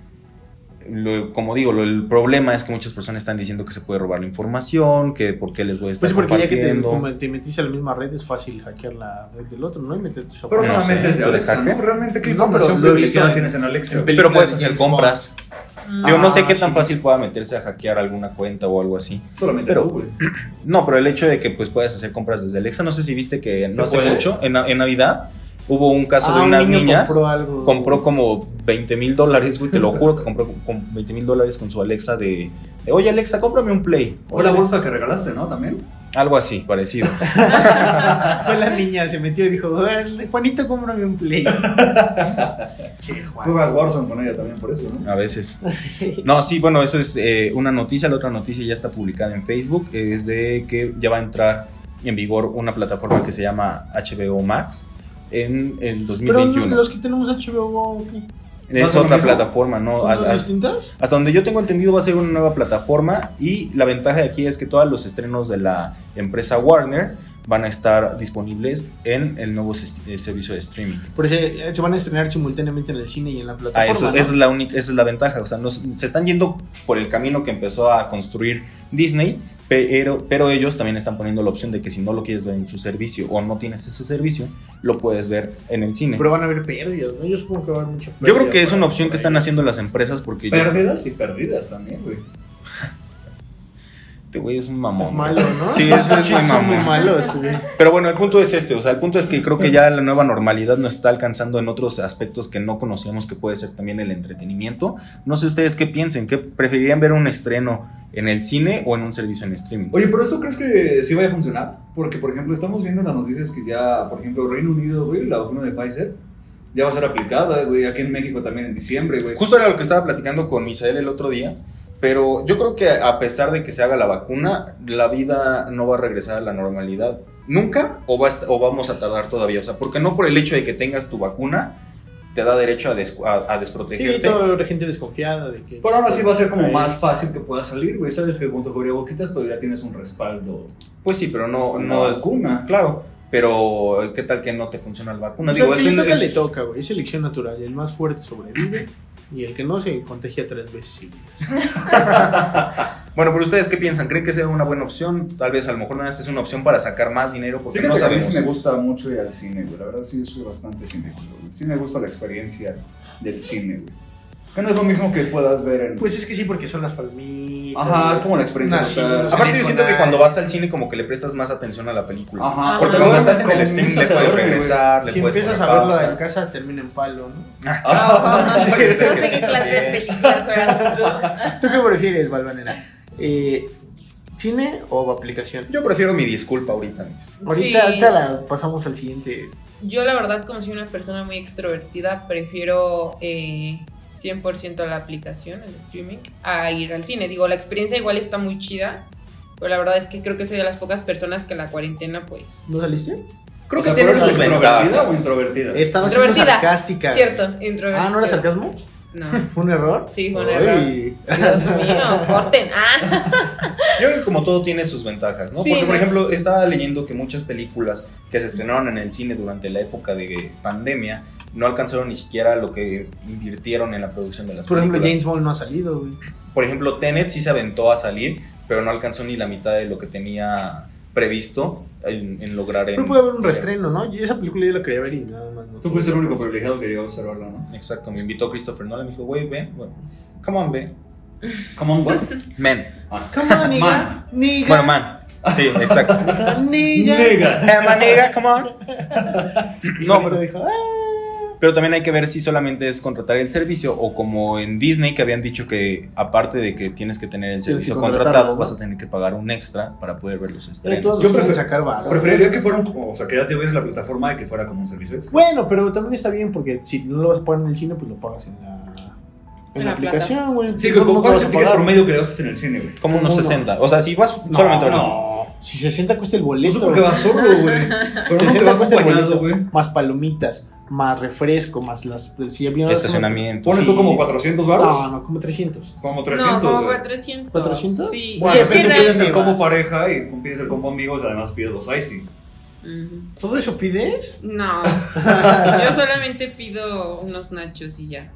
Speaker 2: Lo- como digo, lo- el problema es que muchas personas están diciendo que se puede robar la información, que por qué les voy a estar
Speaker 5: Pues porque ya que te,
Speaker 2: compartiendo.
Speaker 5: como te metiste a la misma red, es fácil hackear la red del otro, ¿no? Y meterte tus
Speaker 1: Pero
Speaker 2: No
Speaker 5: aplicaciones.
Speaker 1: solamente
Speaker 2: sé,
Speaker 1: es de
Speaker 2: ¿tú eres
Speaker 1: Alexa, ¿no?
Speaker 2: hacker?
Speaker 1: Realmente, ¿qué
Speaker 5: No,
Speaker 1: información
Speaker 5: pero lo he
Speaker 1: privilegiada
Speaker 5: visto
Speaker 1: tienes en Alexa?
Speaker 5: en
Speaker 1: güey?
Speaker 2: Pero
Speaker 5: películas
Speaker 2: puedes
Speaker 5: de
Speaker 2: hacer
Speaker 5: James Bond.
Speaker 2: compras.
Speaker 4: Mm.
Speaker 2: Yo no sé
Speaker 5: Ah,
Speaker 2: qué tan
Speaker 5: sí.
Speaker 2: fácil pueda meterse a hackear alguna cuenta o algo así.
Speaker 1: Solamente
Speaker 2: pero-
Speaker 1: tú, güey.
Speaker 2: No, pero el hecho de que pues puedas hacer compras desde Alexa, no sé si viste que
Speaker 1: Se
Speaker 2: no hace
Speaker 1: puede.
Speaker 2: mucho, en, en Navidad, hubo un caso
Speaker 5: Ah,
Speaker 2: de
Speaker 5: un
Speaker 2: unas
Speaker 5: niño
Speaker 2: niñas.
Speaker 5: compró algo.
Speaker 2: Compró como 20 mil dólares, güey, te lo juro que compró con 20 mil dólares con su Alexa de, de, Oye Alexa, cómprame un Play.
Speaker 1: O la bolsa que regalaste, ¿no? También.
Speaker 2: Algo así, parecido.
Speaker 3: Fue la niña, se metió y dijo, "Órale, Juanito, cómprame un play. che, Juan.
Speaker 1: Juegas Warzone con ella también por eso, ¿no?
Speaker 2: A veces. No, sí, bueno, eso es eh, una noticia. La otra noticia ya está publicada en Facebook. Es de que ya va a entrar en vigor una plataforma que se llama HBO Max en el
Speaker 3: Pero no,
Speaker 2: 2021.
Speaker 3: los que tenemos HBO, ¿qué?
Speaker 1: ¿no
Speaker 2: es
Speaker 1: son lo
Speaker 2: otra
Speaker 1: mismo?
Speaker 2: plataforma, ¿no?
Speaker 3: ¿Son
Speaker 2: Hasta,
Speaker 3: dos distintas?
Speaker 2: hasta donde yo tengo entendido va a ser una nueva plataforma y la ventaja de aquí es que todos los estrenos de la empresa Warner van a estar disponibles en el nuevo ses- eh, servicio de streaming.
Speaker 3: Por eso eh, se van a estrenar simultáneamente en el cine y en la
Speaker 2: Ah,
Speaker 3: plataforma.
Speaker 2: eso,
Speaker 3: ¿no?
Speaker 2: esa, es la única, esa es la ventaja. O sea, nos- se están yendo por el camino que empezó a construir Disney, pero, pero ellos también están poniendo la opción de que si no lo quieres ver en su servicio o no tienes ese servicio, lo puedes ver en el cine.
Speaker 3: Pero van a haber pérdidas, ¿no? Yo supongo que va a haber mucha
Speaker 2: yo creo
Speaker 3: pérdida
Speaker 2: que es
Speaker 3: para-
Speaker 2: una opción que
Speaker 3: para
Speaker 2: están
Speaker 3: ellos.
Speaker 2: haciendo las empresas porque yo,
Speaker 1: Pérdidas y perdidas también, güey.
Speaker 2: este güey es un mamón.
Speaker 3: Es malo, ¿no?
Speaker 2: Sí, eso es muy
Speaker 3: Son muy
Speaker 2: mamón.
Speaker 3: malos, güey.
Speaker 2: Pero bueno, el punto es este, o sea, el punto es que creo que ya la nueva normalidad nos está alcanzando en otros aspectos que no conocíamos que puede ser también el entretenimiento. No sé ustedes qué piensen, ¿qué preferirían ver un estreno en el cine o en un servicio en streaming?
Speaker 1: Oye, pero ¿esto crees que sí vaya a funcionar? Porque, por ejemplo, estamos viendo en las noticias que ya, por ejemplo, Reino Unido, güey, la vacuna de Pfizer ya va a ser aplicada, güey, aquí en México también en diciembre, güey.
Speaker 2: Justo era lo que estaba platicando con Misael el otro día, pero yo creo que a pesar de que se haga la vacuna, la vida no va a regresar a la normalidad. ¿Nunca? ¿O, va a est- o vamos a tardar todavía? O sea, porque no por el hecho de que tengas tu vacuna te da derecho a, descu- a- a
Speaker 3: Sí,
Speaker 2: desprotegerte.
Speaker 3: toda la gente desconfiada de que...
Speaker 1: Por ahora sí va a ser como
Speaker 3: Ahí.
Speaker 1: más fácil que puedas salir, güey. Sabes que con tu boquitas, pero ya tienes un respaldo.
Speaker 2: Pues sí, pero no,
Speaker 1: Una
Speaker 2: no es
Speaker 1: vacuna.
Speaker 2: Claro, pero ¿qué tal que no te funciona la vacuna?
Speaker 3: O sea,
Speaker 2: Digo,
Speaker 3: al
Speaker 2: es
Speaker 3: que le
Speaker 2: un-
Speaker 3: toca,
Speaker 2: es-
Speaker 3: le toca, güey. Es elección natural. El más fuerte sobrevive y el que no se contagia tres veces seguidas.
Speaker 2: Bueno, pero ustedes qué piensan? ¿Creen que sea una buena opción? Tal vez a lo mejor nada más es una opción para sacar más dinero porque
Speaker 1: Fíjate
Speaker 2: no
Speaker 1: que a mí
Speaker 2: sabemos.
Speaker 1: sí me gusta mucho ir al cine, güey. La verdad sí soy bastante cinéfilo, güey. Sí me gusta la experiencia del cine, güey. Que no es lo mismo que puedas ver en...
Speaker 3: Pues es que sí, porque son las palmitas.
Speaker 1: Ajá, es como la experiencia total.
Speaker 3: Una no sé,
Speaker 2: Aparte
Speaker 3: con
Speaker 2: yo siento que
Speaker 3: nadie.
Speaker 2: cuando vas al cine como que le prestas más atención a la película.
Speaker 1: Ajá.
Speaker 2: Porque
Speaker 4: Ah,
Speaker 2: cuando
Speaker 4: no,
Speaker 2: estás en
Speaker 1: con
Speaker 2: el stream
Speaker 1: misa
Speaker 2: le
Speaker 1: se
Speaker 2: puedes
Speaker 1: duerme, güey.
Speaker 2: regresar, le
Speaker 3: Si
Speaker 2: puedes
Speaker 3: empiezas a
Speaker 2: poner
Speaker 3: verlo
Speaker 2: pausa.
Speaker 3: en casa, termina en palo, ¿no?
Speaker 2: Puede
Speaker 4: no
Speaker 2: ser que
Speaker 4: sé
Speaker 2: sí,
Speaker 4: qué clase de
Speaker 2: también.
Speaker 4: películas juegas tú.
Speaker 3: ¿Tú qué prefieres, Valvanera? Eh, ¿Cine o aplicación?
Speaker 2: Yo prefiero mi disculpa ahorita mismo.
Speaker 3: Ahorita,
Speaker 4: Sí.
Speaker 3: ahorita la pasamos al siguiente.
Speaker 4: Yo, la verdad, como soy una persona muy extrovertida, prefiero eh, 100% la aplicación, el streaming, a ir al cine. Digo, la experiencia igual está muy chida, pero la verdad es que creo que soy de las pocas personas que en la cuarentena, pues.
Speaker 3: ¿No saliste?
Speaker 2: Creo
Speaker 1: O
Speaker 2: que
Speaker 1: sea,
Speaker 2: tiene
Speaker 1: ¿pero eres
Speaker 2: sus
Speaker 1: extrovertida o
Speaker 2: ventajas.
Speaker 1: introvertida?
Speaker 3: Estaba siendo
Speaker 4: Introvertida.
Speaker 3: sarcástica.
Speaker 4: Cierto, introvertida.
Speaker 3: Ah, ¿no era sarcasmo?
Speaker 4: No.
Speaker 3: ¿Fue un error?
Speaker 4: Sí, fue un
Speaker 3: Ay.
Speaker 4: error. Dios mío, corten. Ah.
Speaker 2: Yo creo que como todo tiene sus ventajas, ¿no?
Speaker 4: Sí,
Speaker 2: Porque, por
Speaker 4: ¿no?
Speaker 2: ejemplo, estaba leyendo que muchas películas que se estrenaron en el cine durante la época de pandemia no alcanzaron ni siquiera lo que invirtieron en la producción de las
Speaker 3: Por ejemplo,
Speaker 2: películas.
Speaker 3: James Bond no ha salido, güey.
Speaker 2: Por ejemplo, Tenet sí se aventó a salir, pero no alcanzó ni la mitad de lo que tenía previsto en, en lograr en...
Speaker 3: Pero puede haber un restreno, ¿no? Yo esa película yo la quería ver y nada más. No
Speaker 1: Tú fuiste el único privilegiado que llegó a observarla, ¿no?
Speaker 2: Exacto, me invitó Christopher Nolan, me dijo, güey, ven, bueno, come on, ven.
Speaker 1: Come on, what?
Speaker 2: Men.
Speaker 3: Come on, nigga.
Speaker 1: Man.
Speaker 3: Nigga.
Speaker 2: Bueno, man. Sí, exacto.
Speaker 3: Nigga.
Speaker 1: Nega.
Speaker 2: Hey, man, nigga, come on.
Speaker 3: No,
Speaker 2: No,
Speaker 3: pero
Speaker 2: pero-
Speaker 3: dijo, ah.
Speaker 2: Pero también hay que ver si solamente es contratar el servicio o como en Disney que habían dicho que aparte de que tienes que tener el
Speaker 3: Tienes
Speaker 2: servicio
Speaker 3: que contratarlo,
Speaker 2: contratado,
Speaker 3: ¿no?
Speaker 2: vas a tener que pagar un extra para poder ver los
Speaker 3: Pero
Speaker 2: estrenos.
Speaker 3: todos
Speaker 1: Yo
Speaker 3: nos quieren
Speaker 1: prefer-
Speaker 3: sacar varo.
Speaker 1: Preferiría que fueran como... O sea, que ya te ves la plataforma y que fuera como un servicio extra.
Speaker 3: Bueno, pero también está bien porque si no lo vas a pagar en el cine, pues lo pagas en la, en
Speaker 4: En
Speaker 3: la
Speaker 4: la plata.
Speaker 3: aplicación, güey.
Speaker 1: Sí,
Speaker 3: No, no
Speaker 1: ¿cu-
Speaker 3: lo
Speaker 1: ¿cuál es
Speaker 3: vas
Speaker 1: el
Speaker 3: a
Speaker 1: ticket
Speaker 3: pagar.
Speaker 1: promedio que gastas en el cine, güey?
Speaker 2: Como unos
Speaker 3: Uno.
Speaker 2: 60. O sea, si vas solamente a ver-
Speaker 1: No,
Speaker 3: Si 60 cuesta el
Speaker 1: no.
Speaker 3: boleto.
Speaker 1: sé por qué vas solo, güey. Pero no te
Speaker 3: 60
Speaker 1: va
Speaker 3: cuesta el
Speaker 1: acompañado,
Speaker 3: boleto,
Speaker 1: güey.
Speaker 3: Más palomitas, más refresco, más las. Si ya vieron-
Speaker 2: estacionamiento.
Speaker 1: Ponle tú
Speaker 3: Sí.
Speaker 1: como 400 baros.
Speaker 3: No, no, como 300.
Speaker 1: Como
Speaker 4: No,
Speaker 1: 300.
Speaker 4: como
Speaker 1: güey.
Speaker 4: 400.
Speaker 3: 400?
Speaker 4: Sí.
Speaker 3: Bueno,
Speaker 4: Y es que
Speaker 1: Tú
Speaker 3: depende
Speaker 1: pides
Speaker 4: realmente.
Speaker 1: el
Speaker 3: realmente
Speaker 1: combo
Speaker 3: vas.
Speaker 1: pareja y tú pides el combo amigos, además pides los icy.
Speaker 4: Ujú.
Speaker 3: ¿Todo eso pides?
Speaker 4: No. Yo solamente pido unos nachos y ya.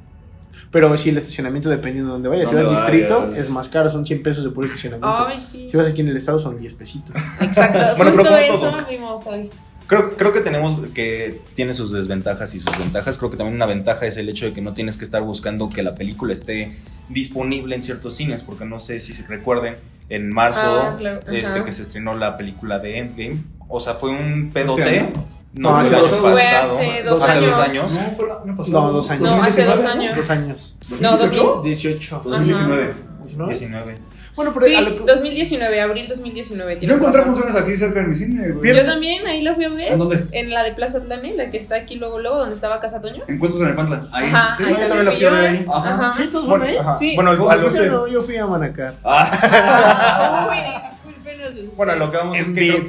Speaker 3: Pero sí, el estacionamiento dependiendo de dónde vayas. Si vas
Speaker 1: Dónde
Speaker 3: distrito,
Speaker 1: vayas.
Speaker 3: es más caro, son 100 pesos de puro estacionamiento.
Speaker 4: Ay, sí.
Speaker 3: Si vas aquí en el estado, son 10 pesitos.
Speaker 4: Exacto.
Speaker 2: Bueno, pero
Speaker 4: Justo
Speaker 2: como
Speaker 4: eso
Speaker 2: todo.
Speaker 4: vimos hoy.
Speaker 2: Creo, creo que tenemos que tiene sus desventajas y sus ventajas. Creo que también una ventaja es el hecho de que no tienes que estar buscando que la película esté disponible en ciertos cines, porque no sé si se recuerden en marzo
Speaker 4: Ah, claro,
Speaker 2: este
Speaker 4: ajá.
Speaker 2: que se estrenó la película de Endgame. O sea, fue un pedote.
Speaker 1: Este año.
Speaker 2: No,
Speaker 3: No,
Speaker 2: fue el
Speaker 3: hace
Speaker 2: año
Speaker 3: dos-
Speaker 4: Fue
Speaker 2: pasado.
Speaker 4: hace dos
Speaker 2: Hace
Speaker 4: años.
Speaker 1: No, fue el año pasado.
Speaker 3: No, dos años.
Speaker 4: No, hace dos
Speaker 1: 2019,
Speaker 4: años.
Speaker 3: Dos años.
Speaker 4: No, dos mil.
Speaker 1: ¿2018?
Speaker 3: 18.
Speaker 1: 2019.
Speaker 3: ¿no?
Speaker 2: 19.
Speaker 3: Bueno, pero
Speaker 4: sí,
Speaker 3: a lo que-
Speaker 4: 2019, abril 2019.
Speaker 1: Yo
Speaker 4: tienes
Speaker 1: encontré
Speaker 4: razón.
Speaker 1: funciones aquí cerca de mi cine, güey.
Speaker 4: Yo también, ahí lo fui a ver.
Speaker 1: ¿En dónde?
Speaker 4: En la de Plaza Atlane, la que está aquí luego, luego, donde estaba Casa Toño.
Speaker 1: Encuentros en el Pantla. Ahí.
Speaker 4: Ajá,
Speaker 1: sí.
Speaker 4: ahí
Speaker 2: yo
Speaker 4: también
Speaker 2: también lo
Speaker 4: fui
Speaker 2: fui a
Speaker 4: yo.
Speaker 2: ver ahí.
Speaker 4: Ajá.
Speaker 3: Sí, todos
Speaker 1: Bueno,
Speaker 3: van ahí.
Speaker 1: ajá.
Speaker 4: Sí.
Speaker 2: Bueno,
Speaker 1: ¿Cómo
Speaker 2: a lo
Speaker 1: fuiste?
Speaker 2: que,
Speaker 3: Yo no, yo fui a Manacar.
Speaker 4: Ah, uy, discúlpenos ustedes.
Speaker 2: bueno, a lo que vamos es que
Speaker 3: Envidia.
Speaker 2: creo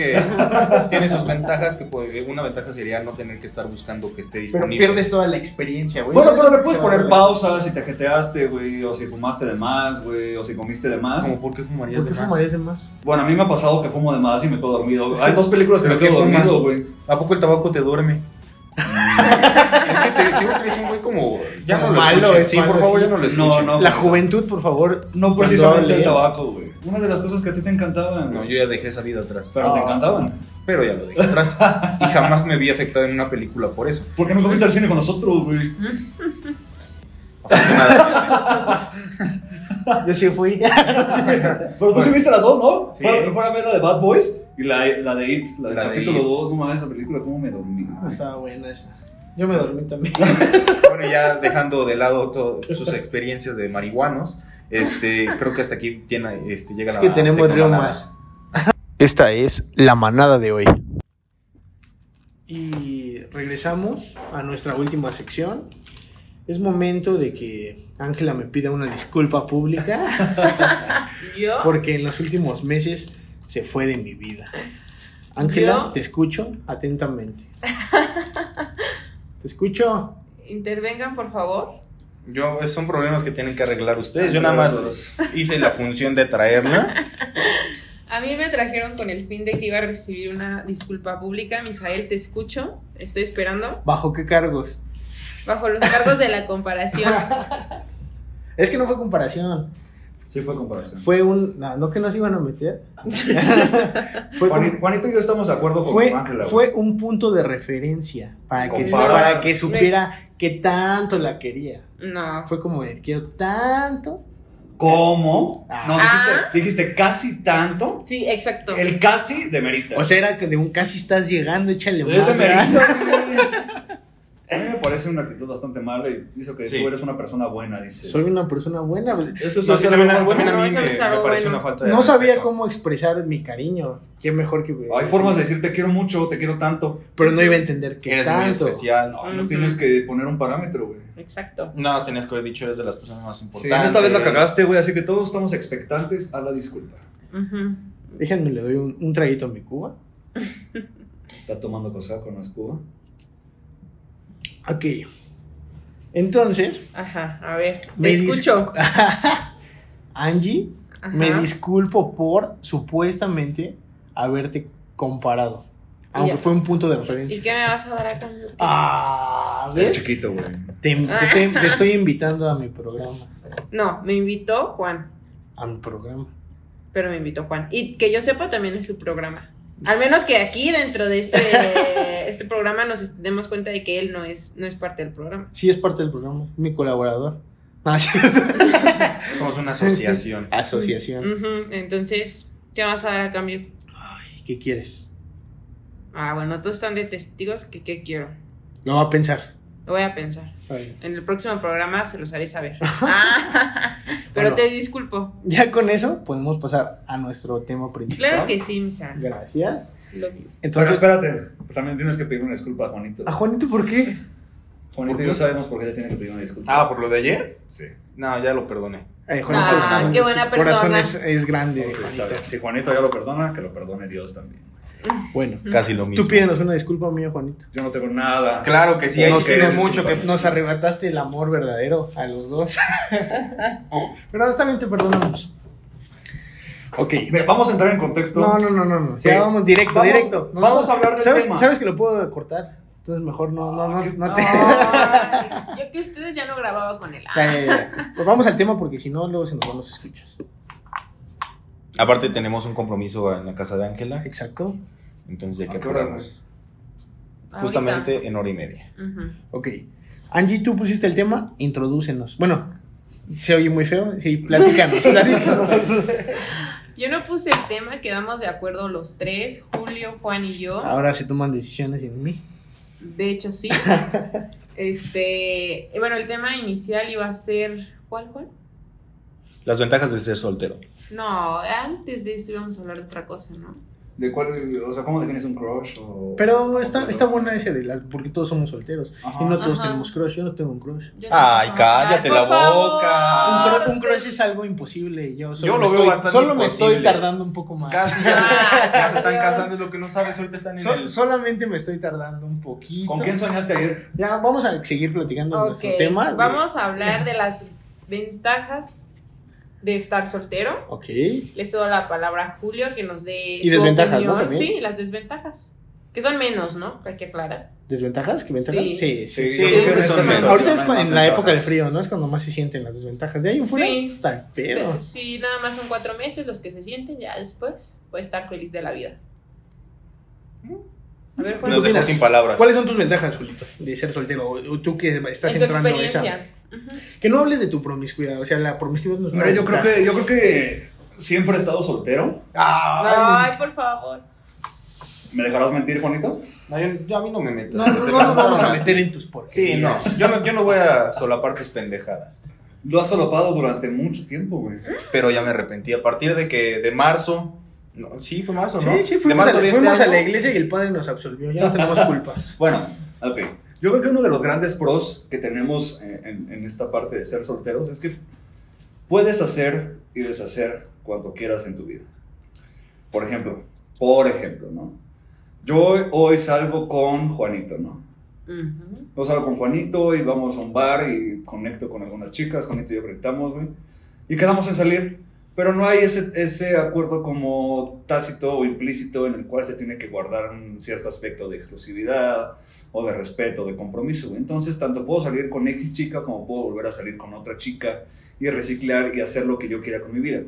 Speaker 2: que tiene sus ventajas. que puede- Una ventaja sería no tener que estar buscando que esté
Speaker 7: Pero
Speaker 2: disponible.
Speaker 7: pierdes toda la experiencia, güey.
Speaker 1: Bueno,
Speaker 7: No
Speaker 1: pero
Speaker 7: sé
Speaker 1: le puedes
Speaker 7: qué se va a
Speaker 1: poner
Speaker 7: ver.
Speaker 1: pausa si te jeteaste, güey, o si fumaste de más, güey, o si comiste de más.
Speaker 2: Como, ¿por qué fumarías
Speaker 3: ¿Por qué
Speaker 2: de más?
Speaker 3: fumarías de más?
Speaker 1: Bueno, a mí me ha pasado que fumo de más y me quedo dormido. Hay dos películas que me
Speaker 2: ¿Pero qué
Speaker 1: quedo dormido,
Speaker 2: fumas?
Speaker 1: güey.
Speaker 2: ¿A poco el tabaco te duerme? Mm. es que te te digo que eres un güey como. Ya no
Speaker 3: Como
Speaker 2: lo
Speaker 3: malo,
Speaker 2: escuchen.
Speaker 3: es
Speaker 2: Sí,
Speaker 3: malo,
Speaker 2: por favor,
Speaker 3: sí.
Speaker 2: ya no lo
Speaker 1: No,
Speaker 2: escuchen.
Speaker 1: no.
Speaker 3: La juventud, por favor.
Speaker 1: No
Speaker 3: Cuando
Speaker 1: precisamente el
Speaker 3: hable.
Speaker 1: tabaco, güey. Una de las cosas que a ti te encantaban,
Speaker 2: No,
Speaker 1: güey.
Speaker 2: yo Ah. ya dejé esa vida atrás.
Speaker 1: Pero te encantaban.
Speaker 2: Pero ya lo dejé atrás. Y jamás me vi afectado en una película por eso.
Speaker 1: ¿Por qué no fuiste al cine con nosotros, güey?
Speaker 4: ¿Mm?
Speaker 3: Yo sí fui.
Speaker 1: Pero tú sí viste las dos, ¿no?
Speaker 2: Sí.
Speaker 1: Fuera Fuera a ver la de Bad Boys y la, la de It, la del
Speaker 2: La de
Speaker 1: capítulo
Speaker 2: It.
Speaker 1: 2. No mames, esa película, ¿cómo me dormí? güey?
Speaker 7: Ah, Estaba buena esa. Yo me dormí también.
Speaker 2: Bueno, ya dejando de lado todo- sus experiencias de marihuanos, este, creo que hasta aquí tiene, este, llega
Speaker 3: Es
Speaker 2: la
Speaker 3: que tenemos
Speaker 2: tecnomanada.
Speaker 3: reumas. Esta es la manada de hoy. Y regresamos a nuestra última sección. Es momento de que Ángela me pida una disculpa pública
Speaker 4: Yo,
Speaker 3: porque en los últimos meses se fue de mi vida. Ángela,
Speaker 4: Yo-
Speaker 3: te escucho atentamente. Te escucho.
Speaker 4: intervengan, por favor.
Speaker 2: Yo, son problemas que tienen que arreglar ustedes. Yo nada más hice la función de traerla.
Speaker 4: A mí me trajeron con el fin de que iba a recibir una disculpa pública. Misael, te escucho. Estoy esperando.
Speaker 3: ¿Bajo qué cargos?
Speaker 4: Bajo los cargos de la comparación.
Speaker 3: Es que no fue comparación.
Speaker 1: Sí, fue comparación.
Speaker 3: Fue un. No, no que nos iban a meter. fue como-
Speaker 1: Juanito, Juanito y yo estamos de acuerdo con
Speaker 3: fue,
Speaker 1: Ángela. güey.
Speaker 3: fue un punto de referencia para que,
Speaker 1: Comparar.
Speaker 3: para que supiera que tanto la quería.
Speaker 4: No.
Speaker 3: Fue como de quiero tanto.
Speaker 1: ¿Cómo? No, dijiste,
Speaker 4: Ah.
Speaker 1: dijiste casi tanto.
Speaker 4: Sí, exacto.
Speaker 1: El casi de Merita.
Speaker 3: O sea, era que de un casi estás llegando, échale más.
Speaker 1: Ese
Speaker 3: ¿verdad?
Speaker 1: Merita, güey. A mí me parece una actitud bastante mala y dice que
Speaker 2: Sí.
Speaker 1: tú eres una persona buena, dice.
Speaker 3: Soy una persona buena.
Speaker 1: Eso
Speaker 2: No, sí,
Speaker 1: hacer
Speaker 2: también,
Speaker 1: algo
Speaker 2: también
Speaker 1: bueno.
Speaker 2: a mí
Speaker 4: Eso
Speaker 2: me,
Speaker 4: es algo
Speaker 2: me pareció
Speaker 4: bueno.
Speaker 2: una falta de
Speaker 3: No sabía
Speaker 2: respeto.
Speaker 3: cómo expresar mi cariño. Qué mejor que.
Speaker 1: Hay formas de decir te quiero mucho, te quiero tanto.
Speaker 3: Pero no iba a entender que
Speaker 2: Eres muy
Speaker 3: tanto.
Speaker 2: especial.
Speaker 1: No,
Speaker 2: No,
Speaker 1: no
Speaker 4: Ujú.
Speaker 1: tienes que poner un parámetro, güey.
Speaker 4: Exacto.
Speaker 2: Nada más tenías que haber dicho, eres de las personas más
Speaker 1: Sí,
Speaker 2: importantes.
Speaker 1: esta vez la cagaste, güey, así que todos estamos expectantes a la disculpa.
Speaker 4: Ujú.
Speaker 3: Déjenme le doy un, un traguito a mi cuba.
Speaker 1: Está tomando cosa con la escuba.
Speaker 3: Ok. Entonces,
Speaker 4: Ajá, a ver. Te
Speaker 3: Me dis-
Speaker 4: escucho.
Speaker 3: Angie,
Speaker 4: Ajá.
Speaker 3: me disculpo por supuestamente haberte comparado. Aunque
Speaker 4: Ya.
Speaker 3: fue un punto de
Speaker 4: ¿Y
Speaker 3: referencia.
Speaker 4: qué me vas a dar a cambio?
Speaker 3: Ah, ¿ves?
Speaker 1: chiquito, güey.
Speaker 3: Te,
Speaker 4: Ah.
Speaker 3: te estoy, te estoy invitando a mi programa.
Speaker 4: No, me invitó Juan.
Speaker 3: A mi programa.
Speaker 4: Pero me invitó Juan. Y que yo sepa también es su programa. Al menos que aquí dentro de este, este programa nos demos cuenta de que él no es, no es parte del programa.
Speaker 3: Sí, es parte del programa. Mi colaborador. Ah, No, es cierto.
Speaker 2: Somos una asociación.
Speaker 3: Asociación.
Speaker 4: Ujú, Entonces, ¿qué vas a dar a cambio?
Speaker 3: Ay, ¿qué quieres?
Speaker 4: Ah, bueno, todos están de testigos que qué quiero.
Speaker 3: Lo va a pensar.
Speaker 4: Lo voy a pensar.
Speaker 3: Ay.
Speaker 4: En el próximo programa se los haré saber. Ah, pero
Speaker 3: Bueno.
Speaker 4: te disculpo.
Speaker 3: Ya con eso podemos pasar a nuestro tema principal.
Speaker 4: Claro que sí, Misa.
Speaker 3: Gracias.
Speaker 4: Lo-
Speaker 1: Entonces,
Speaker 3: Entonces,
Speaker 1: espérate. También tienes que pedir una disculpa a Juanito.
Speaker 3: ¿a Juanito por qué?
Speaker 1: Juanito y yo sabemos por qué le tiene que pedir una disculpa.
Speaker 2: Ah, ¿por lo de ayer?
Speaker 1: sí.
Speaker 2: No, ya lo perdoné.
Speaker 3: Ay,
Speaker 4: Ah, qué buena
Speaker 3: su corazón
Speaker 4: persona.
Speaker 3: es, es grande.
Speaker 1: Ok, está
Speaker 3: Juanito.
Speaker 1: bien. Si Juanito ya lo perdona, que lo perdone Dios también.
Speaker 3: Bueno,
Speaker 2: Casi lo mismo.
Speaker 3: tú pídenos una disculpa mía, Juanito.
Speaker 1: Yo no tengo nada.
Speaker 2: Claro que sí, ahí
Speaker 1: No
Speaker 2: sí
Speaker 1: sé,
Speaker 2: tienes
Speaker 1: disculpa.
Speaker 2: mucho que...
Speaker 3: Nos arrebataste el amor verdadero a los dos.
Speaker 1: Oh.
Speaker 3: Pero ahora también te perdonamos. Ok.
Speaker 1: Mira, Vamos a entrar en contexto.
Speaker 3: No, no, no, no. no.
Speaker 1: Sí.
Speaker 3: Ya vamos directo,
Speaker 1: Vamos-
Speaker 3: directo. No,
Speaker 1: vamos
Speaker 3: no.
Speaker 1: a hablar del
Speaker 3: ¿Sabes,
Speaker 1: tema.
Speaker 3: Sabes que lo puedo cortar. Entonces mejor no, no, no,
Speaker 1: Ah, qué-
Speaker 3: no te.
Speaker 4: Ay, yo que ustedes ya no grababa con él.
Speaker 3: Ya,
Speaker 4: Ah,
Speaker 3: ya, ya. Pues vamos al tema porque si no, luego se nos van los escuchas.
Speaker 2: Aparte tenemos un compromiso en la casa de Ángela,
Speaker 3: Exacto.
Speaker 2: entonces ya
Speaker 1: ¿A
Speaker 2: que
Speaker 1: qué hora,
Speaker 2: apurarnos.
Speaker 4: ahorita.
Speaker 2: Justamente en hora y media.
Speaker 4: Ujú.
Speaker 3: Ok. Angie, tú pusiste el tema, introdúcenos. Bueno, se oye muy feo. Sí, platícanos, platícanos.
Speaker 4: Yo no puse el tema, quedamos de acuerdo los tres, Julio, Juan y yo.
Speaker 2: Ah.
Speaker 3: Ahora se toman decisiones en mí.
Speaker 4: De hecho, sí. Este, bueno, el tema inicial iba a ser. ¿Cuál, Juan?
Speaker 2: Las ventajas de ser soltero.
Speaker 4: No, antes de eso íbamos a hablar de otra cosa, ¿no?
Speaker 1: ¿De cuál, o sea, cómo defines un crush? O...
Speaker 3: Pero está, está buena ese de la, porque todos somos solteros.
Speaker 1: Ajá.
Speaker 3: Y no todos
Speaker 4: Ajá.
Speaker 3: tenemos crush, yo no tengo un crush.
Speaker 4: Yo
Speaker 2: Ay,
Speaker 4: no.
Speaker 2: cállate
Speaker 4: Ay,
Speaker 2: la
Speaker 4: por favor.
Speaker 2: boca.
Speaker 3: Un, cru- un crush es algo imposible. Yo, solo
Speaker 2: Ah, Yo lo
Speaker 3: me
Speaker 2: veo
Speaker 3: estoy-
Speaker 2: bastante
Speaker 3: Solo me estoy
Speaker 2: imposible.
Speaker 3: tardando un poco más.
Speaker 2: Casi ya se, ya se están
Speaker 4: Dios.
Speaker 2: casando, es lo que no sabes. Ahorita están en
Speaker 3: Sol-
Speaker 2: el.
Speaker 3: solamente me estoy tardando un poquito.
Speaker 1: ¿Con quién soñaste ayer?
Speaker 3: Ya, vamos a seguir platicando de
Speaker 4: Ok,
Speaker 3: nuestro tema. de-
Speaker 4: Vamos a hablar de las ventajas de estar soltero.
Speaker 3: Ok.
Speaker 4: Les doy la palabra a Julio que nos dé
Speaker 3: Y desventajas, ¿no? También.
Speaker 4: Sí, las desventajas. Que son menos, ¿no? Hay que aclarar.
Speaker 3: ¿Desventajas? ¿Qué ventajas?
Speaker 4: Sí.
Speaker 3: Sí, sí.
Speaker 1: Sí,
Speaker 4: yo creo que
Speaker 3: Ahorita
Speaker 4: son
Speaker 3: es
Speaker 4: menos.
Speaker 3: Ahorita es
Speaker 1: Hay
Speaker 3: cuando-
Speaker 1: más
Speaker 3: en la época del
Speaker 1: ventajas.
Speaker 3: frío, ¿no? Es cuando más se sienten las desventajas. De ahí en fuera,
Speaker 4: Sí.
Speaker 3: tal pedo.
Speaker 4: Sí, nada más son cuatro meses los que se sienten, ya después puede estar feliz de la vida. A ver, Juan,
Speaker 2: Nos dejó
Speaker 3: opinas?
Speaker 2: sin palabras.
Speaker 3: ¿Cuáles son tus ventajas, Julito, de ser soltero? O- o tú que estás
Speaker 4: en tu
Speaker 3: entrando a esa.
Speaker 4: experiencia. Ujú.
Speaker 3: Que no hables de tu promiscuidad, o sea, la promiscuidad no es una
Speaker 1: Mira, yo creo
Speaker 3: ventaja.
Speaker 1: que, yo creo que siempre he estado soltero.
Speaker 3: Ah,
Speaker 4: Ay, por favor.
Speaker 1: ¿Me dejarás mentir, Juanito?
Speaker 2: No, yo, yo a mí no me meto.
Speaker 3: no, no, no nos vamos a meter en tus
Speaker 2: Sí, no.
Speaker 3: porquerías.
Speaker 2: Yo, no. yo no voy a solapar tus pendejadas.
Speaker 1: Lo has solapado durante mucho tiempo, güey.
Speaker 2: Pero ya me arrepentí. A partir de que de marzo. no, sí, fue marzo, ¿no?
Speaker 3: Sí, sí,
Speaker 2: de
Speaker 3: fuimos,
Speaker 2: marzo
Speaker 3: a,
Speaker 2: de este
Speaker 3: fuimos a
Speaker 2: año.
Speaker 3: la iglesia y el padre nos absolvió, ya no tenemos culpas.
Speaker 1: Bueno, ok. Yo creo que uno de los grandes pros que tenemos en, en- en esta parte de ser solteros es que puedes hacer y deshacer cuanto quieras en tu vida. Por ejemplo, por ejemplo, ¿no? Yo hoy salgo con Juanito, ¿no?
Speaker 4: Ujú.
Speaker 1: Yo salgo con Juanito y vamos a un bar y conecto con algunas chicas, Juanito y yo conectamos, güey. Y quedamos en salir, pero no hay ese, ese acuerdo como tácito o implícito en el cual se tiene que guardar un cierto aspecto de exclusividad o de respeto, de compromiso, güey. Entonces, tanto puedo salir con X chica como puedo volver a salir con otra chica y reciclar y hacer lo que yo quiera con mi vida.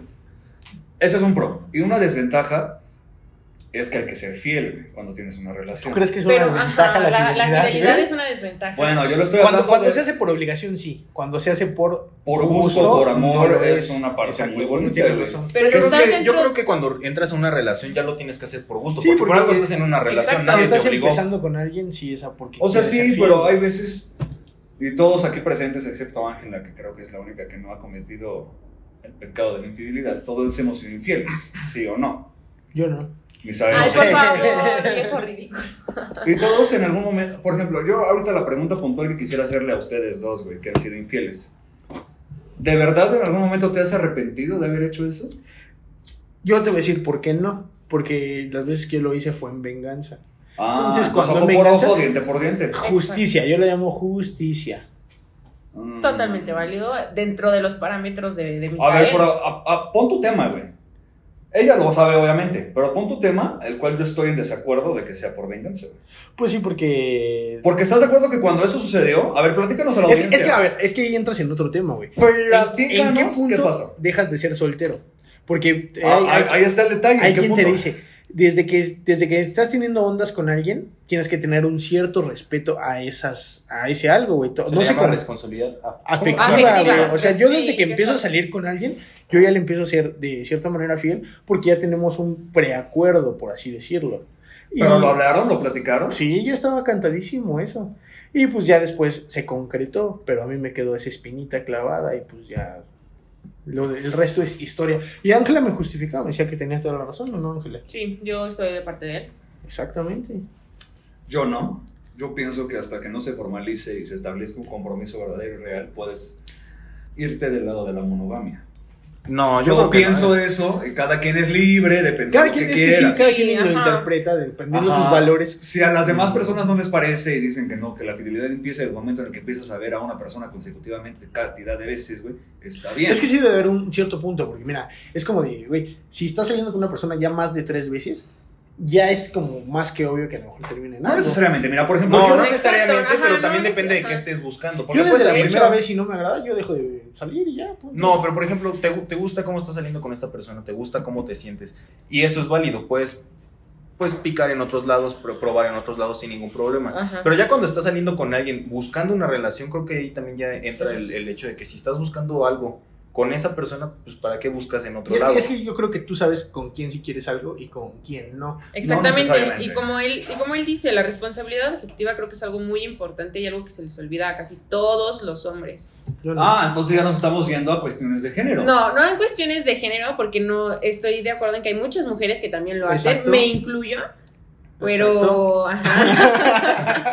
Speaker 1: Ese es un pro. Y una desventaja es que hay que ser fiel güey, cuando tienes una
Speaker 3: ¿Tú
Speaker 1: relación.
Speaker 3: crees que es una
Speaker 4: Pero
Speaker 3: ventaja
Speaker 4: ajá, la, la
Speaker 3: la ¿eh?
Speaker 4: fidelidad
Speaker 3: fidelidad?
Speaker 4: es una desventaja.
Speaker 1: Bueno, yo lo estoy hablando
Speaker 3: Cuando, cuando
Speaker 1: de-
Speaker 3: se hace por obligación, sí. Cuando se hace por,
Speaker 1: Por gusto, por amor,
Speaker 3: no lo
Speaker 1: es una parte muy bonita,
Speaker 3: Tienes
Speaker 1: güey.
Speaker 3: razón.
Speaker 4: pero
Speaker 2: Yo
Speaker 4: si
Speaker 2: creo,
Speaker 4: estás
Speaker 2: que, yo
Speaker 4: dentro-
Speaker 2: creo que cuando entras a una relación ya lo tienes que hacer por gusto.
Speaker 3: Sí,
Speaker 2: porque, por
Speaker 3: porque-
Speaker 2: algo estás en una relación,
Speaker 4: Exacto.
Speaker 3: Si
Speaker 2: nadie te
Speaker 3: estás
Speaker 2: obligó.
Speaker 3: empezando con alguien, sí, esa porque.
Speaker 1: O sea,
Speaker 3: quieres ser
Speaker 1: sí,
Speaker 3: fiel.
Speaker 1: pero hay veces, y todos aquí presentes, excepto Ángela, que creo que es la única que no ha cometido el pecado de la infidelidad, todos hemos sido infieles, sí o no.
Speaker 3: Yo no.
Speaker 1: Y,
Speaker 4: Ay,
Speaker 1: sabemos
Speaker 4: por
Speaker 1: que-
Speaker 4: favor, viejo ridículo.
Speaker 1: y todos en algún momento, por ejemplo, yo ahorita la pregunta puntual que quisiera hacerle a ustedes dos, güey, que han sido infieles. ¿De verdad en algún momento te has arrepentido de haber hecho eso?
Speaker 3: Yo te voy a decir por qué no. Porque las veces que yo lo hice fue en venganza.
Speaker 1: Ah,
Speaker 3: Entonces,
Speaker 1: entonces,
Speaker 3: cuando
Speaker 1: ojo
Speaker 3: me
Speaker 1: por
Speaker 3: engancha-
Speaker 1: ojo, diente por diente.
Speaker 3: Justicia, yo la llamo justicia.
Speaker 1: Mm.
Speaker 4: Totalmente válido dentro de los parámetros de, de
Speaker 1: A
Speaker 4: Misael.
Speaker 1: ver, pero a- a- pon tu tema, güey. Ella lo sabe, obviamente, pero pon tu tema, el cual yo estoy en desacuerdo de que sea por venganza. güey.
Speaker 3: Pues sí, porque.
Speaker 1: Porque estás de acuerdo que cuando eso sucedió, a ver, platícanos a la
Speaker 3: Es,
Speaker 1: audiencia.
Speaker 3: es que, a ver, es que ahí entras en otro tema, güey.
Speaker 1: platícanos
Speaker 3: ¿En
Speaker 1: qué,
Speaker 3: qué punto
Speaker 1: pasó.
Speaker 3: dejas de ser soltero? Porque eh,
Speaker 1: Ah,
Speaker 3: hay- hay-
Speaker 1: ahí- ahí está el detalle.
Speaker 3: Hay
Speaker 1: ¿en qué
Speaker 3: quien te
Speaker 1: punto?
Speaker 3: dice, desde que, desde que estás teniendo ondas con alguien, tienes que tener un cierto respeto a esas, a ese algo, güey. To-
Speaker 2: Se
Speaker 3: No
Speaker 2: le
Speaker 3: sé
Speaker 2: llama
Speaker 3: cómo.
Speaker 2: responsabilidad.
Speaker 3: Afectiva,
Speaker 4: Afectiva,
Speaker 3: güey. O sea, yo
Speaker 4: sí,
Speaker 3: desde que
Speaker 4: que
Speaker 3: empiezo a
Speaker 4: son-
Speaker 3: salir con alguien, yo ya le empiezo a ser de cierta manera fiel, porque ya tenemos un preacuerdo, por así decirlo. Y-
Speaker 1: Pero lo hablaron, lo platicaron.
Speaker 3: Sí, ya estaba cantadísimo eso. Y pues ya después se concretó, pero a mí me quedó esa espinita clavada y pues ya lo de- el resto es historia. Y Ángela me justificaba, me decía que tenía toda la razón, ¿o no, Ángela?
Speaker 4: Sí, yo estoy de parte de él.
Speaker 3: Exactamente.
Speaker 1: Yo no. Yo pienso que hasta que no se formalice y se establezca un compromiso verdadero y real, puedes irte del lado de la monogamia.
Speaker 2: No,
Speaker 1: Yo,
Speaker 2: creo que no,
Speaker 1: pienso
Speaker 2: ¿eh?
Speaker 1: eso, y cada quien es libre de pensar
Speaker 3: Cada
Speaker 1: lo
Speaker 3: quien,
Speaker 1: que
Speaker 3: es que sí,
Speaker 1: quiera.
Speaker 3: cada
Speaker 4: Sí,
Speaker 3: quien lo
Speaker 4: ajá.
Speaker 3: interpreta dependiendo de sus
Speaker 1: Ajá.
Speaker 3: valores. Mm.
Speaker 1: Si a las demás personas no les parece y dicen que no, que la fidelidad empieza el momento en el que empiezas a ver a una persona consecutivamente cantidad de veces, güey, está bien.
Speaker 3: Es que sí debe haber un cierto punto, porque mira, es como de, güey, si estás saliendo con una persona ya más de tres veces, ya es como más que obvio que a lo mejor termine en
Speaker 1: no
Speaker 3: algo.
Speaker 1: necesariamente, mira, por ejemplo,
Speaker 2: No,
Speaker 1: yo
Speaker 2: no
Speaker 4: Exacto,
Speaker 2: necesariamente,
Speaker 4: ajá,
Speaker 2: pero
Speaker 4: no,
Speaker 2: también
Speaker 4: no
Speaker 2: depende
Speaker 4: sé,
Speaker 2: de
Speaker 4: ajá.
Speaker 2: qué estés buscando. Porque
Speaker 3: Yo desde
Speaker 2: puedes
Speaker 3: la
Speaker 2: haber
Speaker 3: primera
Speaker 2: hecho-
Speaker 3: vez, si no me agrada, yo dejo de salir y ya. punto.
Speaker 2: No, pero por ejemplo, te, gu- te gusta cómo estás saliendo con esta persona, te gusta cómo te sientes. Y eso es válido, puedes, puedes picar en otros lados, pro- probar en otros lados sin ningún problema.
Speaker 4: Ajá.
Speaker 2: Pero ya cuando estás saliendo con alguien buscando una relación, creo que ahí también ya entra el, el hecho de que si estás buscando algo con esa persona, pues ¿para qué buscas en otro
Speaker 3: Y es,
Speaker 2: lado?
Speaker 3: que, es que yo creo que tú sabes con quién sí quieres algo y con quién no.
Speaker 4: Exactamente,
Speaker 1: necesariamente.
Speaker 4: y como él y como él dice, la responsabilidad afectiva creo que es algo muy importante y algo que se les olvida a casi todos los hombres.
Speaker 3: Yo no.
Speaker 1: Ah, entonces ya nos estamos yendo a cuestiones de género.
Speaker 4: No, no en cuestiones de género, porque no estoy de acuerdo en que hay muchas mujeres que también lo hacen,
Speaker 3: Exacto.
Speaker 4: me incluyo,
Speaker 3: Exacto.
Speaker 4: pero ajá.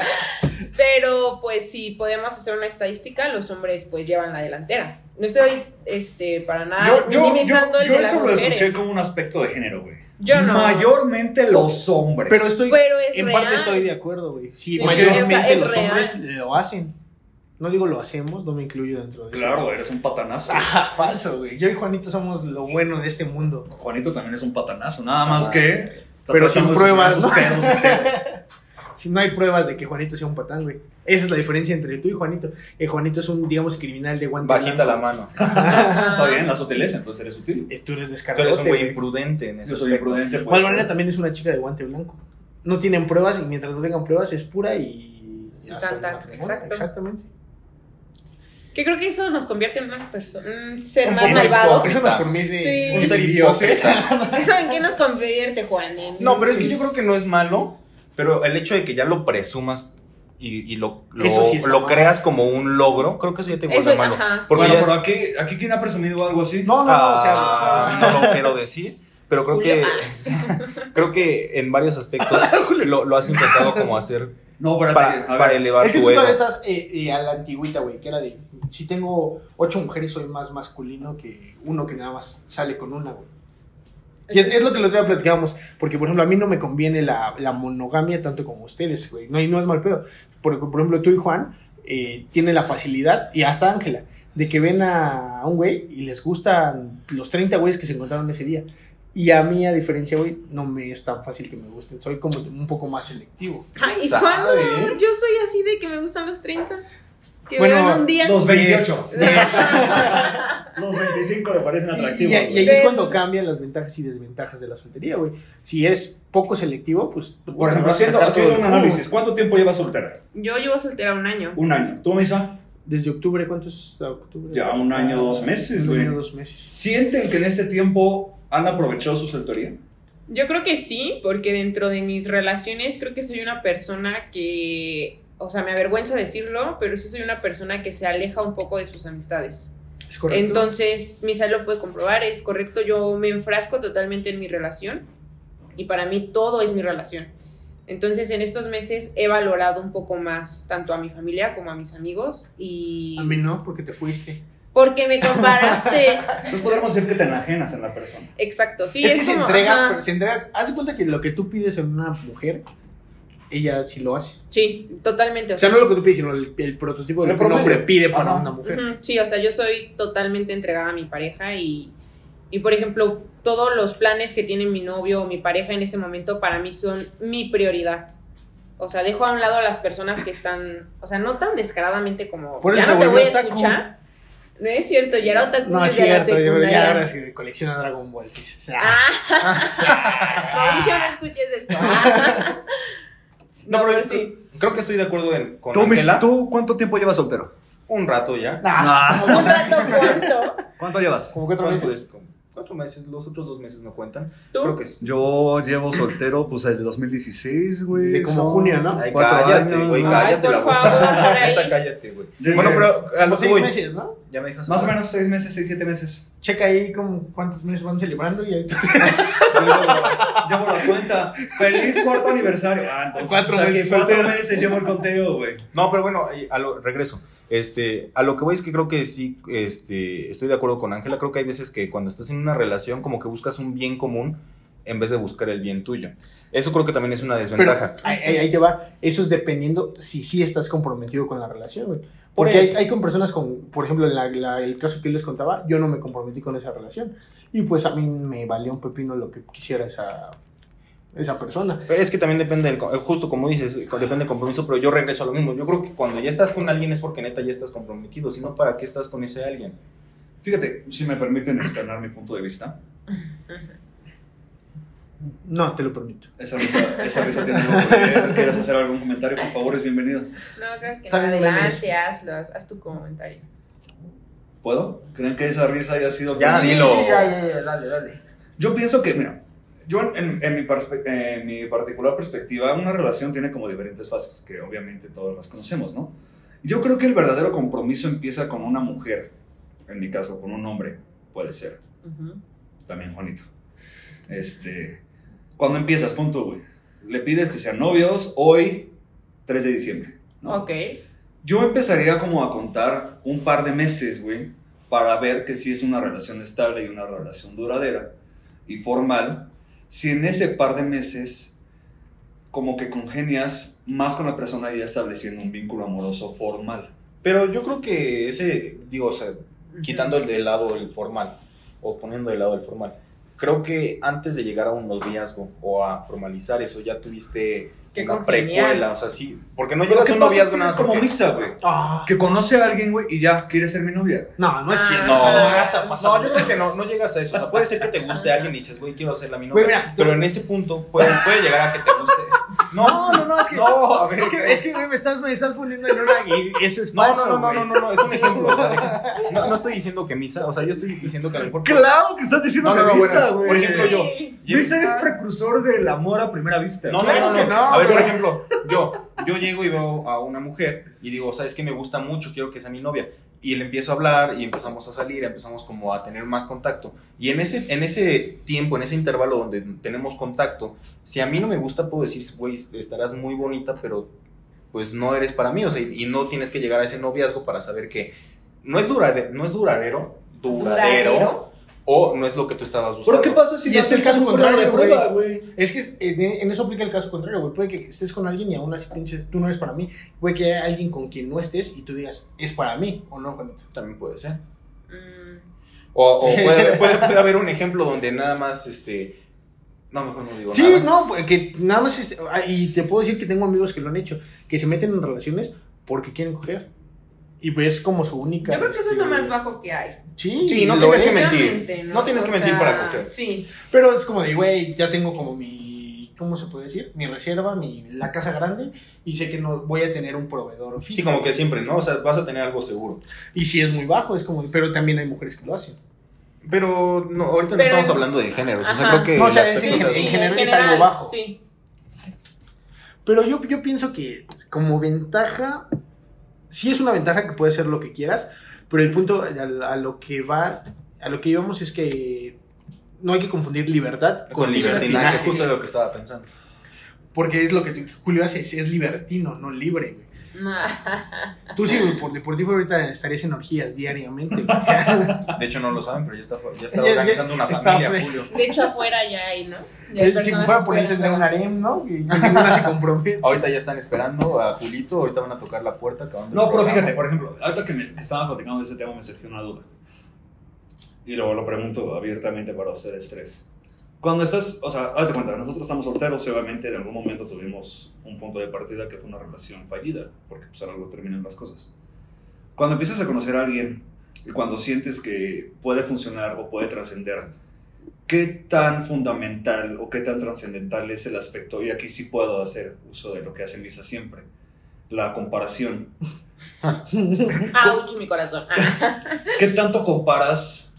Speaker 4: pero pues si podemos hacer una estadística, los hombres pues llevan la delantera. No estoy este para nada
Speaker 1: Yo, yo, yo,
Speaker 4: minimizando el
Speaker 1: yo
Speaker 4: de las
Speaker 1: eso lo escuché
Speaker 4: mujeres.
Speaker 1: como un aspecto de género, güey.
Speaker 4: Yo no.
Speaker 1: Mayormente los hombres.
Speaker 3: Pero estoy.
Speaker 4: pero pues, es
Speaker 3: en
Speaker 4: real.
Speaker 3: parte estoy de acuerdo, güey. Sí,
Speaker 4: Sí,
Speaker 3: mayormente
Speaker 4: o sea, es
Speaker 3: los
Speaker 4: real.
Speaker 3: hombres lo hacen. No digo lo hacemos, no me incluyo dentro de eso.
Speaker 1: Claro, eres un patanazo.
Speaker 3: Ajá, falso, güey. Yo y Juanito somos lo bueno de este mundo.
Speaker 1: Juanito también es un patanazo, nada más
Speaker 3: Ah,
Speaker 1: que.
Speaker 3: sí.
Speaker 1: está
Speaker 3: Pero
Speaker 1: tratando
Speaker 3: sin
Speaker 1: de
Speaker 3: pruebas,
Speaker 1: solucionar sus pedos que tiene.
Speaker 3: Si no hay pruebas de que Juanito sea un patán, güey. Esa es la diferencia entre tú y Juanito. Eh, Juanito es un, digamos, criminal de guante
Speaker 2: Bajita la
Speaker 3: blanco.
Speaker 2: mano.
Speaker 4: Ajá.
Speaker 1: Está bien, la sutileza, entonces eres sutil.
Speaker 3: Eh,
Speaker 2: Tú
Speaker 3: Tú eres
Speaker 2: eres un
Speaker 3: descargado.
Speaker 2: güey imprudente en ese
Speaker 1: Yo soy
Speaker 2: aspecto.
Speaker 1: imprudente. pues.
Speaker 3: Igual manera también es una chica de guante blanco. No tienen pruebas y mientras no tengan pruebas es pura y...
Speaker 4: Y
Speaker 3: hasta el
Speaker 4: santa,
Speaker 3: matrimonio,
Speaker 4: exacto.
Speaker 3: Exactamente.
Speaker 4: Que creo que eso nos convierte en una persona, un ser
Speaker 2: Un
Speaker 4: más
Speaker 2: poco
Speaker 4: malvado.
Speaker 2: hipócrita.
Speaker 3: Eso me por mí de-
Speaker 4: Sí.
Speaker 3: un
Speaker 2: Un ser
Speaker 3: idiota.
Speaker 2: hipócrita.
Speaker 4: ¿Eso en qué nos convierte, Juan? En-
Speaker 2: No, pero es que yo creo que no es malo, pero el hecho de que ya lo presumas y, y lo, lo,
Speaker 3: Eso sí está
Speaker 2: lo
Speaker 3: mal.
Speaker 2: creas como un logro, creo que eso ya te
Speaker 4: Eso-
Speaker 2: vuelve malo.
Speaker 4: ajá,
Speaker 2: Porque
Speaker 1: bueno,
Speaker 2: ya
Speaker 1: pero aquí, aquí quién ha presumido algo así.
Speaker 3: No, no, no, o sea,
Speaker 2: Ah, no lo quiero decir, pero creo
Speaker 4: Julio,
Speaker 2: que creo que en varios aspectos lo, lo has intentado como hacer
Speaker 1: No, espérate,
Speaker 2: para,
Speaker 1: a
Speaker 2: para
Speaker 1: ver.
Speaker 2: elevar
Speaker 3: ah, Es que tú
Speaker 2: tu ego.
Speaker 3: todavía estás eh, eh, a la antigüita, güey, que era de... Si tengo ocho mujeres, soy más masculino que uno que nada más sale con una, güey. Y es, es lo que los día platicábamos, porque por ejemplo a mí no me conviene la, la monogamia tanto como ustedes, güey. No, y no es mal pedo. Porque por ejemplo tú y Juan eh, tienen la facilidad, y hasta Ángela, de que ven a un güey y les gustan los 30 güeyes que se encontraron ese día. Y a mí, a diferencia, güey, no me es tan fácil que me gusten. Soy como un poco más selectivo.
Speaker 4: Ay,
Speaker 2: Sabe.
Speaker 4: ¿cuándo? Yo soy así de que me gustan los 30. Que
Speaker 3: Bueno,
Speaker 4: vean un día.
Speaker 1: Los 28.
Speaker 4: Ajá.
Speaker 1: Los 25 le parecen
Speaker 3: Y,
Speaker 1: atractivos.
Speaker 3: y ahí
Speaker 1: güey.
Speaker 3: es cuando cambian las ventajas y desventajas de la soltería, güey. Si eres poco selectivo, pues... tú
Speaker 1: Por ejemplo,
Speaker 3: vas a
Speaker 1: haciendo,
Speaker 3: sacar
Speaker 1: haciendo
Speaker 3: todo
Speaker 1: un
Speaker 3: el jugo.
Speaker 1: análisis, ¿cuánto tiempo llevas soltera?
Speaker 4: Yo llevo soltera un año.
Speaker 1: Un año. ¿Tú, Misa?
Speaker 3: Desde octubre, ¿cuánto es hasta octubre?
Speaker 1: Ya, un año, dos meses,
Speaker 3: Un
Speaker 1: güey.
Speaker 3: año, dos meses.
Speaker 1: ¿Sienten que en este tiempo han aprovechado su soltería?
Speaker 4: Yo creo que sí, porque dentro de mis relaciones creo que soy una persona que, o sea, me avergüenza decirlo, pero sí soy una persona que se aleja un poco de sus amistades.
Speaker 3: ¿Es correcto?
Speaker 4: Entonces, Misa lo puede comprobar, es correcto, yo me enfrasco totalmente en mi relación y para mí todo es mi relación. Entonces, en estos meses he valorado un poco más tanto a mi familia como a mis amigos y...
Speaker 3: A mí no, porque te fuiste.
Speaker 4: Porque me comparaste...
Speaker 1: Entonces podríamos decir que te enajenas en la persona.
Speaker 4: Exacto, sí,
Speaker 3: es,
Speaker 4: es,
Speaker 3: que se
Speaker 4: como,
Speaker 3: entrega,
Speaker 4: ajá,
Speaker 3: pero se entrega. Haz de cuenta que lo que tú pides en una mujer, ella sí lo hace.
Speaker 4: Sí, totalmente.
Speaker 3: O sea, no lo que tú pides, sino el, el prototipo de
Speaker 1: El
Speaker 3: lo que un hombre
Speaker 1: promedio.
Speaker 3: pide para
Speaker 1: Ajá.
Speaker 3: una mujer.
Speaker 4: Ujú, Sí, o sea, yo soy totalmente entregada a mi pareja y, y, por ejemplo, todos los planes que tiene mi novio o mi pareja en ese momento para mí son mi prioridad. O sea, dejo a un lado a las personas que están, o sea, no tan descaradamente como,
Speaker 3: Por
Speaker 4: ya
Speaker 3: eso
Speaker 4: no te voy a
Speaker 3: volvió otaku".
Speaker 4: escuchar. No es cierto, ya era otaku
Speaker 3: No, es
Speaker 4: desde la
Speaker 3: cierto. Yo
Speaker 4: secundaria.
Speaker 3: ya ahora sí colecciona Dragon Ball. dices, ah.
Speaker 4: Ah, Mauricio, no escuches esto. Ah.
Speaker 2: No,
Speaker 4: No,
Speaker 2: pero
Speaker 4: pero
Speaker 2: yo
Speaker 4: sí.
Speaker 2: Creo que estoy de acuerdo en, con
Speaker 1: Tú, Misa,
Speaker 2: Ángela.
Speaker 1: ¿tú cuánto tiempo llevas soltero?
Speaker 2: Un rato ya.
Speaker 3: Ah,
Speaker 4: Un rato, ¿cuánto?
Speaker 1: ¿Cuánto llevas?
Speaker 3: Como que otra
Speaker 2: ¿Cuánto
Speaker 1: pues,
Speaker 3: vez.
Speaker 2: es? Como Cuatro meses, los otros dos meses no cuentan.
Speaker 4: ¿Tú?
Speaker 2: Creo que sí.
Speaker 1: Yo llevo soltero, pues, el 2016, güey.
Speaker 3: Desde como
Speaker 1: son
Speaker 3: junio, ¿no?
Speaker 2: Ay,
Speaker 1: cuatro
Speaker 2: cállate,
Speaker 1: años.
Speaker 2: güey,
Speaker 4: Ay,
Speaker 2: cállate
Speaker 4: por
Speaker 2: la boca.
Speaker 4: favor, por ahí. Pues
Speaker 2: Neta, cállate, güey.
Speaker 1: Desde-
Speaker 2: Bueno, pero a
Speaker 3: Como
Speaker 2: los
Speaker 3: seis meses, ¿no?
Speaker 2: Ya me dejas
Speaker 1: Más o
Speaker 2: hablar.
Speaker 1: menos seis meses, seis, siete meses.
Speaker 3: Checa ahí como cuántos meses van celebrando y ahí tú.
Speaker 1: Llevo, llevo la cuenta. Feliz cuarto aniversario. Ah, entonces,
Speaker 3: Cuatro
Speaker 1: o sea, que
Speaker 3: meses
Speaker 1: cuatro
Speaker 3: soltero.
Speaker 1: meses llevo el conteo, güey.
Speaker 2: No, pero bueno, ahí, a lo, regreso. Este, a lo que voy es que creo que sí, este, estoy de acuerdo con Ángela. Creo que hay veces que cuando estás en una relación, como que buscas un bien común en vez de buscar el bien tuyo. Eso creo que también es una
Speaker 3: Pero
Speaker 2: desventaja.
Speaker 3: ahí, ahí- ahí te va. Eso es dependiendo si sí estás comprometido con la relación, güey.
Speaker 2: Por
Speaker 3: Porque hay,
Speaker 2: eso.
Speaker 3: hay con personas con, por ejemplo, en la- la- el caso que yo les contaba, yo no me comprometí con esa relación. Y pues a mí me valía un pepino lo que quisiera esa, esa persona.
Speaker 2: Pero es que también depende del, co- eh, justo como dices, eh, depende del compromiso, pero yo regreso a lo mismo. Yo creo que cuando ya estás con alguien es porque neta ya estás comprometido, si no, ¿para qué estás con ese alguien?
Speaker 1: Fíjate, si me permiten externar mi punto de vista.
Speaker 3: No, te lo permito.
Speaker 1: Esa risa, esa risa tiene algo que ver. ¿Quieres hacer algún comentario? Por favor, es bienvenido.
Speaker 4: No, creo que no.
Speaker 3: Está bien,
Speaker 4: Adelante, hazlos, haz tu comentario.
Speaker 1: ¿Puedo? ¿Creen que esa risa haya sido
Speaker 2: Ya,
Speaker 1: ofensiva?
Speaker 2: dilo.
Speaker 3: Sí, ya, ya, ya, dale, dale.
Speaker 1: Yo pienso que, mira, yo en, en mi perspe- en mi particular perspectiva, una relación tiene como diferentes fases, que obviamente todas las conocemos, ¿no? Yo creo que el verdadero compromiso empieza con una mujer, en mi caso, con un hombre, puede ser,
Speaker 4: Ujú.
Speaker 1: también Juanito. Este, cuando empiezas, punto, güey. Le pides que sean novios hoy, 3 de diciembre, ¿no?
Speaker 4: Ok.
Speaker 1: Yo empezaría como a contar un par de meses, güey, para ver que si es una relación estable y una relación duradera y formal, si en ese par de meses como que congenias más con la persona y ya estableciendo un vínculo amoroso formal.
Speaker 2: Pero yo creo que ese, digo, o sea, quitando el de lado el formal o poniendo de lado el formal. Creo que antes de llegar a un noviazgo o a formalizar eso ya tuviste
Speaker 4: Qué
Speaker 2: una
Speaker 4: congenial.
Speaker 2: precuela, o sea, sí, porque no
Speaker 1: Pero
Speaker 2: llegas
Speaker 1: ¿qué
Speaker 2: a un
Speaker 1: pasa
Speaker 2: noviazgo
Speaker 1: si
Speaker 2: nada
Speaker 1: es como
Speaker 2: porque-
Speaker 1: misa, güey.
Speaker 8: Ah,
Speaker 1: Que conoce a alguien, güey, y ya quiere ser mi novia.
Speaker 9: No, no es cierto.
Speaker 3: No,
Speaker 2: No, yo creo que no, no llegas a eso. O sea, puede ser que te guste alguien y dices, güey, quiero hacer la mi
Speaker 9: Güey,
Speaker 2: novia".
Speaker 9: mira, tú-
Speaker 2: pero en ese punto puede, puede llegar a que te guste. No, no, no, es que. No, a ver,
Speaker 9: Es que, es que güey, me, estás, me estás poniendo en una y eso es
Speaker 2: No,
Speaker 9: falso,
Speaker 2: no, no,
Speaker 9: güey.
Speaker 2: no, no, no, no, es un ejemplo. o sea, no, no estoy diciendo que misa, o sea, yo estoy diciendo que a lo mejor.
Speaker 1: Claro que estás diciendo
Speaker 2: No, no,
Speaker 1: que
Speaker 2: no,
Speaker 1: misa,
Speaker 2: bueno,
Speaker 1: güey.
Speaker 2: por ejemplo, yo. yo-
Speaker 1: Misa es precursor del amor a primera vista.
Speaker 2: No,
Speaker 1: güey.
Speaker 2: no, no,
Speaker 9: que
Speaker 2: no.
Speaker 9: no,
Speaker 2: A ver, por
Speaker 9: güey.
Speaker 2: ejemplo, yo, yo llego y veo a una mujer y digo, sabes que me gusta mucho, quiero que sea mi novia. Y le empiezo a hablar y empezamos a salir, empezamos como a tener más contacto. Y en ese, en ese tiempo, en ese intervalo donde tenemos contacto, si a mí no me gusta, puedo decir, güey, estarás muy bonita, pero pues no eres para mí. O sea, y, y no tienes que llegar a ese noviazgo para saber que no es, durade- no es duradero, duradero,
Speaker 4: Duradero.
Speaker 2: o no es lo que tú estabas
Speaker 1: Pero
Speaker 2: buscando.
Speaker 1: ¿qué pasa si
Speaker 3: Y
Speaker 1: no
Speaker 3: es el
Speaker 1: aceptas
Speaker 3: caso
Speaker 1: un programa
Speaker 3: contrario,
Speaker 1: de
Speaker 3: güey.
Speaker 1: prueba, güey?
Speaker 3: Es que en, en eso aplica el caso contrario, güey. Puede que estés con alguien y aún así pienses, tú no eres para mí. Puede que haya alguien con quien no estés y tú digas, es para mí o no, Juanito.
Speaker 2: También puede ser.
Speaker 4: Mm,
Speaker 2: O, o puede, puede- puede haber un ejemplo donde nada más, este... No, mejor no digo
Speaker 3: Sí,
Speaker 2: nada.
Speaker 3: no, pues, que nada más. este, ah, y te puedo decir que tengo amigos que lo han hecho, que se meten en relaciones porque quieren coger. Y pues es como su única.
Speaker 4: Yo creo que eso es
Speaker 3: este,
Speaker 4: lo más bajo que hay.
Speaker 3: Sí,
Speaker 2: Sí, no
Speaker 3: lo
Speaker 2: tienes que
Speaker 3: es.
Speaker 2: mentir.
Speaker 4: Sinceramente,
Speaker 2: No tienes que mentir para coger.
Speaker 4: Sí.
Speaker 3: Pero es como de, güey, ya tengo como mi. ¿Cómo se puede decir? Mi reserva, mi, la casa grande. Y sé que no voy a tener un proveedor fijo.
Speaker 2: Sí, como que siempre, ¿no? O sea, vas a tener algo seguro.
Speaker 3: Y si es muy bajo, es como. Pero también hay mujeres que lo hacen.
Speaker 2: Pero no, ahorita
Speaker 4: Pero-
Speaker 2: no estamos hablando de géneros. O sea, creo
Speaker 4: Ajá.
Speaker 2: que
Speaker 3: No, o sea,
Speaker 2: las
Speaker 3: es-
Speaker 4: Sí,
Speaker 2: personas...
Speaker 3: en
Speaker 4: sí,
Speaker 3: general es algo bajo.
Speaker 4: Sí.
Speaker 3: Pero yo, yo pienso que como ventaja, sí es una ventaja que puede ser lo que quieras, pero el punto a, a lo que va, a lo que íbamos es que no hay que confundir libertad
Speaker 2: Con libertinaje,
Speaker 3: libertinaje,
Speaker 2: justo lo que estaba pensando.
Speaker 3: Porque es lo que tú- Julio hace, es, es libertino, no libre. güey.
Speaker 4: Nah.
Speaker 3: Tú sí, güey, por, por ti fuera ahorita estarías en orgías diariamente. güey.
Speaker 2: De hecho, no lo saben, pero ya está, ya está
Speaker 3: Ya- ya-
Speaker 2: organizando una
Speaker 3: está-
Speaker 2: familia, Julio.
Speaker 4: De hecho, afuera ya hay, ¿no? Ya
Speaker 3: Él,
Speaker 4: hay
Speaker 3: si
Speaker 4: personas
Speaker 3: fuera por él tendría
Speaker 4: esperando.
Speaker 3: un harem, ¿no? Que ninguna se compromete.
Speaker 2: Ahorita ya están esperando a Julito, ahorita van a tocar la puerta acabando el
Speaker 1: No, pero
Speaker 2: programa.
Speaker 1: fíjate, por ejemplo, ahorita que, me, que estábamos platicando de ese tema me surgió una duda. Y luego lo pregunto abiertamente para ustedes tres. Cuando estás, o sea, haz de cuenta, nosotros estamos solteros y obviamente en algún momento tuvimos un punto de partida que fue una relación fallida, porque pues ahora algo terminan las cosas. Cuando empiezas a conocer a alguien y cuando sientes que puede funcionar o puede trascender, ¿qué tan fundamental o qué tan trascendental es el aspecto? Y aquí sí puedo hacer uso de lo que hace Misa siempre, la comparación.
Speaker 4: Ouch, mi corazón. Ah.
Speaker 1: ¿Qué tanto comparas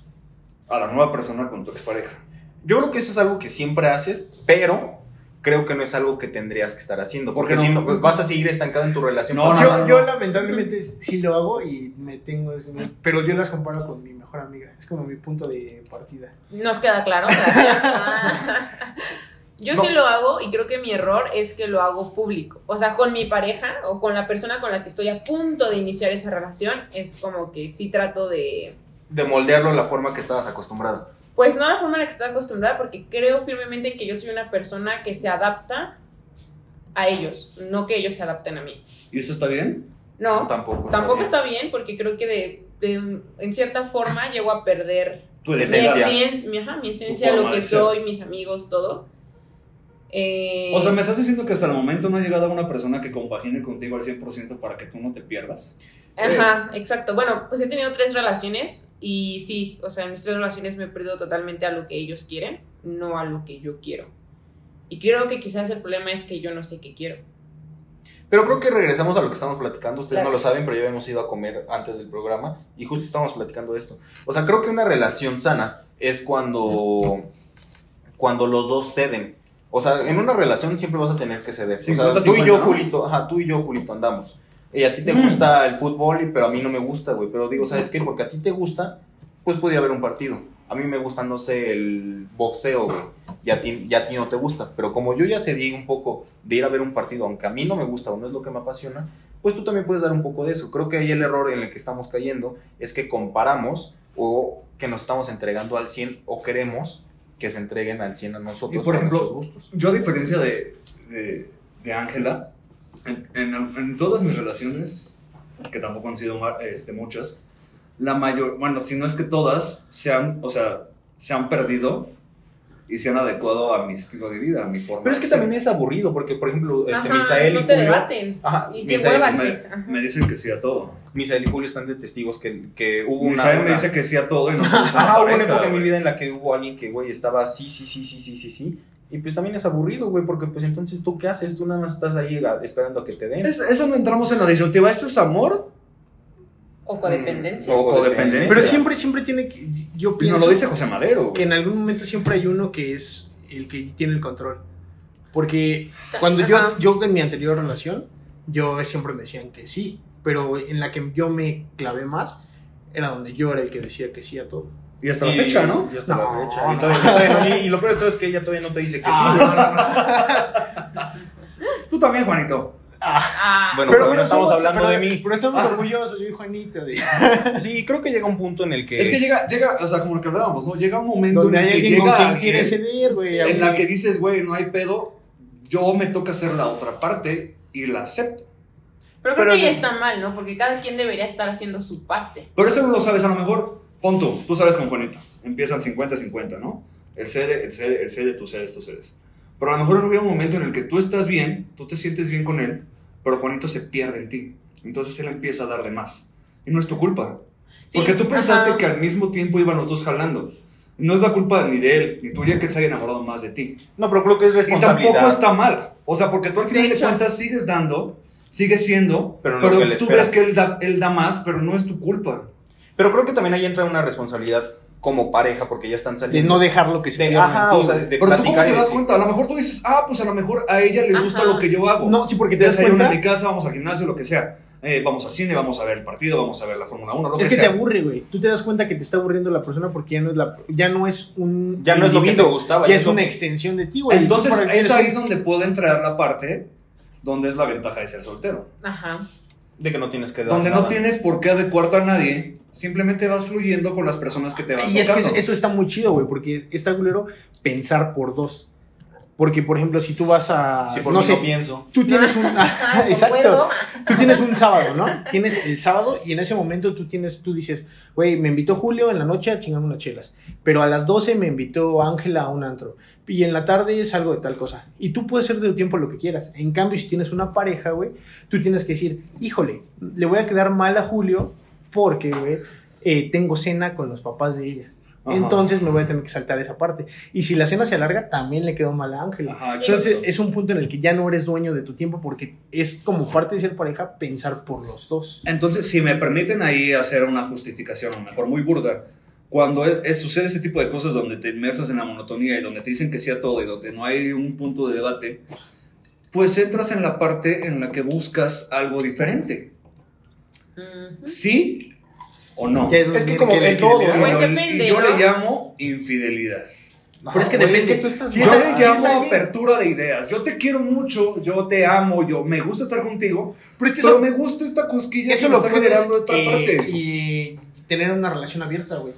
Speaker 1: a la nueva persona con tu expareja?
Speaker 2: Yo creo que eso es algo que siempre haces, pero creo que no es algo que tendrías que estar haciendo.
Speaker 1: ¿Por
Speaker 2: Porque
Speaker 1: qué
Speaker 2: si
Speaker 1: no?
Speaker 2: no, pues, vas a seguir estancado en tu relación.
Speaker 1: No,
Speaker 2: pasada.
Speaker 3: yo,
Speaker 1: no,
Speaker 3: yo
Speaker 1: no.
Speaker 3: lamentablemente sí lo hago y me tengo ese- pero yo las comparo con mi mejor amiga es como mi punto de partida
Speaker 4: Nos queda claro, gracias. Ah. Yo sí lo hago y creo que mi error es que lo hago público. O sea, con mi pareja o con la persona con la que estoy a punto de iniciar esa relación, es como que sí trato de...
Speaker 2: de moldearlo a la forma que estabas acostumbrado.
Speaker 4: Pues no la forma en la que estoy acostumbrada, porque creo firmemente en que yo soy una persona que se adapta a ellos, no que ellos se adapten a mí.
Speaker 1: ¿Y eso está bien?
Speaker 4: No,
Speaker 2: tampoco.
Speaker 4: tampoco está bien porque creo que de, de- en cierta forma llego a perder
Speaker 1: Tú
Speaker 4: mi
Speaker 2: eres
Speaker 1: esencia.
Speaker 2: Esencia.
Speaker 4: esencia, mi, ajá, mi esencia
Speaker 1: forma
Speaker 4: lo que
Speaker 1: de ser.
Speaker 4: soy, mis amigos, todo. Eh,
Speaker 1: O sea, ¿me estás diciendo que hasta el momento no ha llegado una persona que compagine contigo al 100% para que tú no te pierdas?
Speaker 4: Ajá, exacto. Bueno, pues he tenido tres relaciones y sí, o sea, en mis tres relaciones me he perdido totalmente a lo que ellos quieren, no a lo que yo quiero. Y creo que quizás el problema es que yo no sé qué quiero.
Speaker 2: Pero creo que regresamos a lo que estamos platicando. Ustedes
Speaker 4: Claro.
Speaker 2: no lo saben, pero ya habíamos ido a comer antes del programa y justo estábamos platicando de esto. O sea, creo que una relación sana es cuando, cuando los dos ceden. O sea, en una relación siempre vas a tener que ceder. O sea,
Speaker 1: 50-50,
Speaker 2: tú y yo,
Speaker 1: ¿no?
Speaker 2: Julito, ajá, tú y yo, Julito, andamos. Y a ti
Speaker 4: Mm.
Speaker 2: te gusta el fútbol, y- pero a mí no me gusta, güey. Pero digo, ¿sabes qué? Porque a ti te gusta, pues podría haber un partido. A mí me gusta, no sé, el boxeo, güey. Y a, ti, y a ti no te gusta. Pero como yo ya cedí un poco de ir a ver un partido, aunque a mí no me gusta o no es lo que me apasiona, pues tú también puedes dar un poco de eso. Creo que ahí el error en el que estamos cayendo es que comparamos o que nos estamos entregando al 100 o queremos que se entreguen al 100 a nosotros.
Speaker 1: Y, por
Speaker 2: a
Speaker 1: ejemplo,
Speaker 2: nuestros gustos.
Speaker 1: Yo, a diferencia de de- de Ángela, en, en- en todas mis relaciones, que tampoco han sido ma- este, muchas, la mayor, bueno, si no es que todas, se han, o sea, se han perdido y se han adecuado a mi estilo de vida, a mi forma.
Speaker 2: Pero es que
Speaker 1: de ser.
Speaker 2: también es aburrido porque, por ejemplo, este,
Speaker 4: Ajá,
Speaker 2: Misael y
Speaker 4: no te
Speaker 2: Julio-
Speaker 4: debaten.
Speaker 2: Ajá,
Speaker 4: y que
Speaker 2: Misael, Mm,
Speaker 4: vuelvan.
Speaker 1: me,
Speaker 4: pues, ajá.
Speaker 1: me dicen que sí a todo.
Speaker 2: Misael y Julio están de testigos que, que hubo una...
Speaker 1: Misael me
Speaker 2: una-
Speaker 1: dice que sí a todo y no somos una
Speaker 2: Ajá, hubo una
Speaker 1: pareja,
Speaker 2: época en mi
Speaker 1: güey.
Speaker 2: vida en la que hubo alguien que, güey, estaba sí, sí, sí, sí, sí, sí, sí. Y pues también es aburrido, güey, porque pues entonces tú qué haces, tú nada más estás ahí a- esperando a que te den.
Speaker 10: Es, es donde entramos en la disyuntiva. ¿Eso es amor?
Speaker 4: O
Speaker 2: Mm,
Speaker 4: codependencia.
Speaker 1: O codependencia.
Speaker 3: Pero siempre, siempre tiene que. Yo
Speaker 1: Y
Speaker 3: pienso
Speaker 1: nos lo dice José Madero. güey.
Speaker 3: que en algún momento siempre hay uno que es el que tiene el control. Porque cuando
Speaker 4: Ajá.
Speaker 3: yo, yo en mi anterior relación, yo siempre me decían que sí. Pero en la que yo me clavé más, era donde yo era el que decía que sí a todo.
Speaker 1: Y hasta la fecha, ¿no?
Speaker 2: Y hasta
Speaker 3: No,
Speaker 2: la fecha. Y,
Speaker 3: no.
Speaker 2: todavía- todavía no- y- y lo peor de todo es que ella todavía no te dice que sí. güey.
Speaker 1: Tú también, Juanito.
Speaker 4: Ah,
Speaker 2: Bueno, pero, no estamos hablando de mí.
Speaker 3: Pero estamos orgullosos, yo y Juanito. De...
Speaker 2: Sí, creo que llega un punto en el que...
Speaker 10: Es que llega, llega, o sea, como lo que hablábamos, ¿no? Llega un momento en
Speaker 3: Donde
Speaker 10: el
Speaker 3: hay
Speaker 10: que
Speaker 3: alguien con
Speaker 10: llega
Speaker 3: quien
Speaker 10: alguien
Speaker 3: quieres ceder,
Speaker 10: en
Speaker 3: güey.
Speaker 10: la
Speaker 3: alguien-
Speaker 10: que dices, güey, no hay pedo, yo me toca hacer la otra parte y la acepto.
Speaker 4: pero creo
Speaker 11: pero-
Speaker 4: que ya está mal, ¿no? Porque cada quien debería estar haciendo su parte.
Speaker 1: Pero eso no lo sabes, a lo mejor, pon tú, tú sabes con Juanito, empiezan 50-50, ¿no? El cede, el cede, el cede, tú cedes, tú cedes. Pero a lo mejor hubiera un momento en el que tú estás bien, tú te sientes bien con él, pero Juanito se pierde en ti. Entonces él empieza a dar de más. Y no es tu culpa.
Speaker 4: Sí,
Speaker 1: Porque tú pensaste
Speaker 4: ajá.
Speaker 1: que al mismo tiempo iban los dos jalando. No es la culpa ni de él, ni tuya que él se haya enamorado más de ti.
Speaker 2: No, pero creo que es
Speaker 1: Y tampoco
Speaker 2: responsabilidad.
Speaker 1: está mal. O sea, porque tú al
Speaker 4: De
Speaker 1: final de,
Speaker 4: hecho.
Speaker 1: cuentas sigues dando, sigues siendo,
Speaker 2: Pero
Speaker 1: pero,
Speaker 2: no lo que él
Speaker 1: tú
Speaker 2: espera.
Speaker 1: ves que él da, él da más, pero no es tu culpa.
Speaker 2: Pero creo que también ahí entra una responsabilidad como pareja, porque ya están
Speaker 3: de
Speaker 2: saliendo.
Speaker 3: no dejarlo que se
Speaker 2: De-
Speaker 3: pierda en
Speaker 2: ajá,
Speaker 3: ti,
Speaker 2: o sea,
Speaker 3: güey.
Speaker 2: de, de
Speaker 10: Pero tú cómo
Speaker 2: platicar y
Speaker 10: te das
Speaker 2: decir-
Speaker 10: cuenta, a lo mejor tú dices, ah, pues a lo mejor a ella le gusta
Speaker 4: Ajá.
Speaker 10: lo que yo hago.
Speaker 3: No, sí, porque te das
Speaker 1: Desayuno
Speaker 3: cuenta.
Speaker 1: en mi casa, vamos al gimnasio, lo que sea. Eh, vamos al cine, vamos a ver el partido, vamos a ver la Fórmula 1, lo que,
Speaker 3: Es que te
Speaker 1: sea.
Speaker 3: aburre, güey. Tú te das cuenta que te está aburriendo la persona porque ya no es la ya no es un
Speaker 2: Ya no es lo que
Speaker 3: individuo,
Speaker 2: te gustaba,
Speaker 3: ya
Speaker 2: ya
Speaker 3: es
Speaker 2: es lo
Speaker 3: una
Speaker 2: que-
Speaker 3: extensión de ti, güey.
Speaker 1: Entonces,
Speaker 3: Tú para-
Speaker 1: es
Speaker 3: eres
Speaker 1: ahí
Speaker 3: un-
Speaker 1: donde puede entrar la parte donde es la ventaja de ser soltero.
Speaker 4: Ajá.
Speaker 2: De que no tienes que dar.
Speaker 1: Donde no
Speaker 2: nada.
Speaker 1: tienes por qué adecuarte a nadie, simplemente vas fluyendo con las personas que te van
Speaker 3: y es que
Speaker 1: tocando.
Speaker 3: eso- eso está muy chido, güey, porque está culero pensar por dos. Porque por ejemplo, si tú vas a
Speaker 2: Si por
Speaker 3: no
Speaker 2: mí
Speaker 3: sé,
Speaker 2: no pienso.
Speaker 3: tú tienes un
Speaker 4: Ah,
Speaker 3: exacto.
Speaker 4: puedo.
Speaker 3: Tú tienes un sábado, ¿no? Tienes el sábado y en ese momento tú tienes tú dices, güey, me invitó Julio en la noche a chingar unas chelas, pero a las 12 me invitó Ángela a un antro y en la tarde es algo de tal cosa. Y tú puedes hacer de tu tiempo lo que quieras. En cambio, si tienes una pareja, güey, tú tienes que decir, "Híjole, le voy a quedar mal a Julio porque, güey, eh, tengo cena con los papás de ella."
Speaker 1: Ajá.
Speaker 3: Entonces me voy a tener que saltar esa parte. Y si la cena se alarga, también le quedó mal a Ángela.
Speaker 1: Ajá,
Speaker 3: Entonces
Speaker 1: exacto.
Speaker 3: es un punto en el que ya no eres dueño de tu tiempo porque es como parte de ser pareja pensar por los dos.
Speaker 1: Entonces, si me permiten ahí hacer una justificación, a lo mejor muy burda, cuando es- es- sucede ese tipo de cosas donde te inmersas en la monotonía y donde te dicen que sí a todo y donde no hay un punto de debate, pues entras en la parte en la que buscas algo diferente.
Speaker 4: Ujú.
Speaker 1: ¿Sí o no?
Speaker 3: Ya
Speaker 2: Es que
Speaker 3: donde
Speaker 2: como
Speaker 3: viene
Speaker 2: en
Speaker 3: la
Speaker 2: todo,
Speaker 3: infidelidad.
Speaker 1: Bueno,
Speaker 4: Pues
Speaker 1: y
Speaker 4: depende,
Speaker 1: yo
Speaker 4: ¿no?
Speaker 1: le llamo infidelidad.
Speaker 2: Pero es que
Speaker 3: güey,
Speaker 2: depende.
Speaker 3: es que tú estás-
Speaker 2: Sí,
Speaker 3: es
Speaker 1: yo
Speaker 3: alguien-
Speaker 1: le
Speaker 3: si es
Speaker 1: llamo
Speaker 3: alguien-
Speaker 1: apertura de ideas. Yo te quiero mucho, yo te amo, yo me gusta estar contigo,
Speaker 3: Pero Pues es que
Speaker 1: pero
Speaker 3: eso,
Speaker 1: me gusta esta cosquilla
Speaker 3: eso
Speaker 1: que me
Speaker 3: lo
Speaker 1: está
Speaker 3: puedes
Speaker 1: generando esta
Speaker 3: eh,
Speaker 1: parte.
Speaker 3: y tener una relación abierta, güey.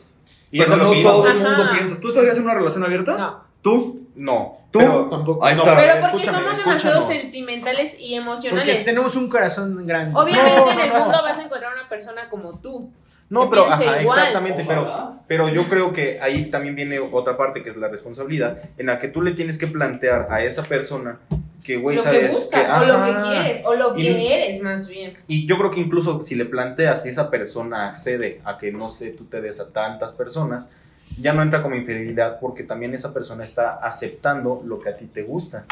Speaker 2: Y
Speaker 1: pero
Speaker 2: eso es lo
Speaker 1: no
Speaker 2: que iba.
Speaker 1: todo el
Speaker 4: Ajá.
Speaker 1: mundo piensa. ¿Tú estarías en una relación abierta?
Speaker 4: No.
Speaker 1: ¿Tú?
Speaker 2: No.
Speaker 1: ¿Tú?
Speaker 2: Pero-
Speaker 3: Tampoco.
Speaker 1: Ahí
Speaker 2: No,
Speaker 1: está.
Speaker 2: pero-
Speaker 4: Pero porque
Speaker 2: escúchame,
Speaker 4: somos demasiado
Speaker 2: escúchanos.
Speaker 4: sentimentales y
Speaker 3: Porque
Speaker 4: emocionales.
Speaker 3: tenemos un corazón grande.
Speaker 4: Obviamente
Speaker 2: No,
Speaker 4: en el
Speaker 2: no, no.
Speaker 4: mundo vas a encontrar una persona como tú.
Speaker 2: No,
Speaker 4: que
Speaker 2: pero
Speaker 4: piense
Speaker 2: ajá,
Speaker 4: e igual.
Speaker 2: exactamente, pero, pero yo creo que ahí también viene otra parte que es la responsabilidad, en la que tú le tienes que plantear a esa persona que, güey,
Speaker 4: lo
Speaker 2: sabes
Speaker 4: que buscas, o lo que
Speaker 2: ajá.
Speaker 4: quieres, o lo que
Speaker 2: Y-
Speaker 4: eres más bien.
Speaker 2: Y yo creo que incluso si le planteas si esa persona accede a que, no sé, tú te des a tantas personas, ya no entra como infidelidad porque también esa persona está aceptando lo que a ti te gusta.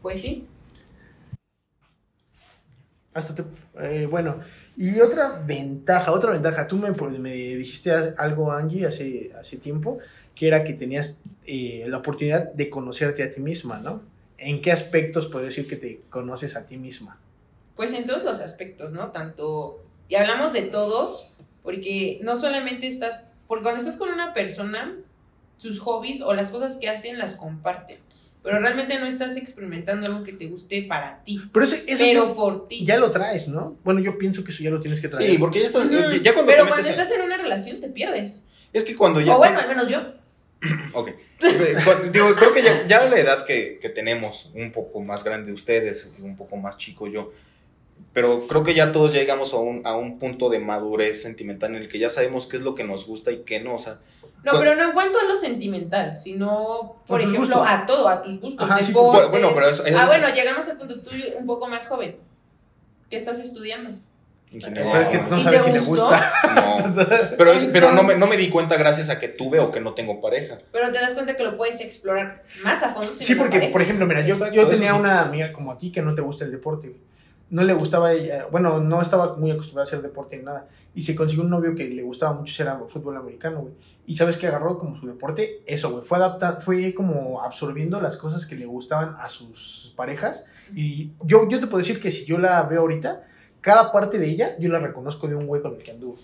Speaker 4: Pues sí.
Speaker 3: Hasta te- eh, bueno, y otra ventaja, otra ventaja, tú me, pues, me dijiste algo, Angie, hace, hace tiempo, que era que tenías eh, la oportunidad de conocerte a ti misma, ¿no? ¿En qué aspectos puedo decir que te conoces a ti misma?
Speaker 4: pues en todos los aspectos, ¿no? Tanto, y hablamos de todos, porque no solamente estás, porque cuando estás con una persona, sus hobbies o las cosas que hacen las comparten, pero realmente no estás experimentando algo que te guste para ti,
Speaker 3: Pero eso, eso
Speaker 4: pero
Speaker 3: ya-
Speaker 4: por ti.
Speaker 3: ya lo traes, ¿no? Bueno, yo pienso que eso ya lo tienes que traer.
Speaker 2: Sí, porque ya estás.
Speaker 4: Ujú.
Speaker 2: ya- ya cuando
Speaker 4: pero
Speaker 2: te
Speaker 4: cuando
Speaker 2: metes en-
Speaker 4: estás en una relación te pierdes.
Speaker 2: Es que cuando ya.
Speaker 4: o bueno, al menos yo.
Speaker 2: Ok. Cuando- Digo, creo que ya, ya la edad que, que tenemos, un poco más grande ustedes, un poco más chico yo, pero creo que ya todos ya llegamos a un, a un punto de madurez sentimental en el que ya sabemos qué es lo que nos gusta y qué no. O sea,
Speaker 4: No,
Speaker 2: Cu-
Speaker 4: pero no en cuanto a lo sentimental, sino, por
Speaker 3: tus
Speaker 4: ejemplo,
Speaker 3: gustos.
Speaker 4: a todo, a tus gustos,
Speaker 3: Ajá, sí,
Speaker 4: deportes.
Speaker 2: bu- bueno, pero eso- eso
Speaker 4: ah,
Speaker 2: es-
Speaker 4: bueno, llegamos al punto tuyo un poco más joven. ¿Qué estás estudiando?
Speaker 2: ingeniería,
Speaker 3: Pero es que
Speaker 2: no,
Speaker 3: no
Speaker 4: ¿Y
Speaker 3: sabes
Speaker 4: te
Speaker 3: si le
Speaker 4: gustó?
Speaker 3: gusta.
Speaker 2: no. Pero, es- pero no, me, no me di cuenta gracias a que tuve o que no tengo pareja.
Speaker 4: Pero te das cuenta que lo puedes explorar más a fondo. sin
Speaker 3: Sí,
Speaker 4: una
Speaker 3: porque,
Speaker 4: pareja.
Speaker 3: por ejemplo, mira, yo,
Speaker 2: Exacto,
Speaker 3: yo
Speaker 2: eso
Speaker 3: tenía
Speaker 2: sí.
Speaker 3: una amiga como a ti que no te gusta el deporte, güey. No le gustaba ella, bueno, no estaba muy acostumbrada a hacer deporte ni nada. Y se consiguió un novio que le gustaba mucho, era fútbol americano, güey. Y sabes que agarró como su deporte, eso, güey. Fue adapta, fue como absorbiendo las cosas que le gustaban a sus parejas. Y yo, yo te puedo decir que si yo la veo ahorita, cada parte de ella yo la reconozco de un güey con el que anduvo.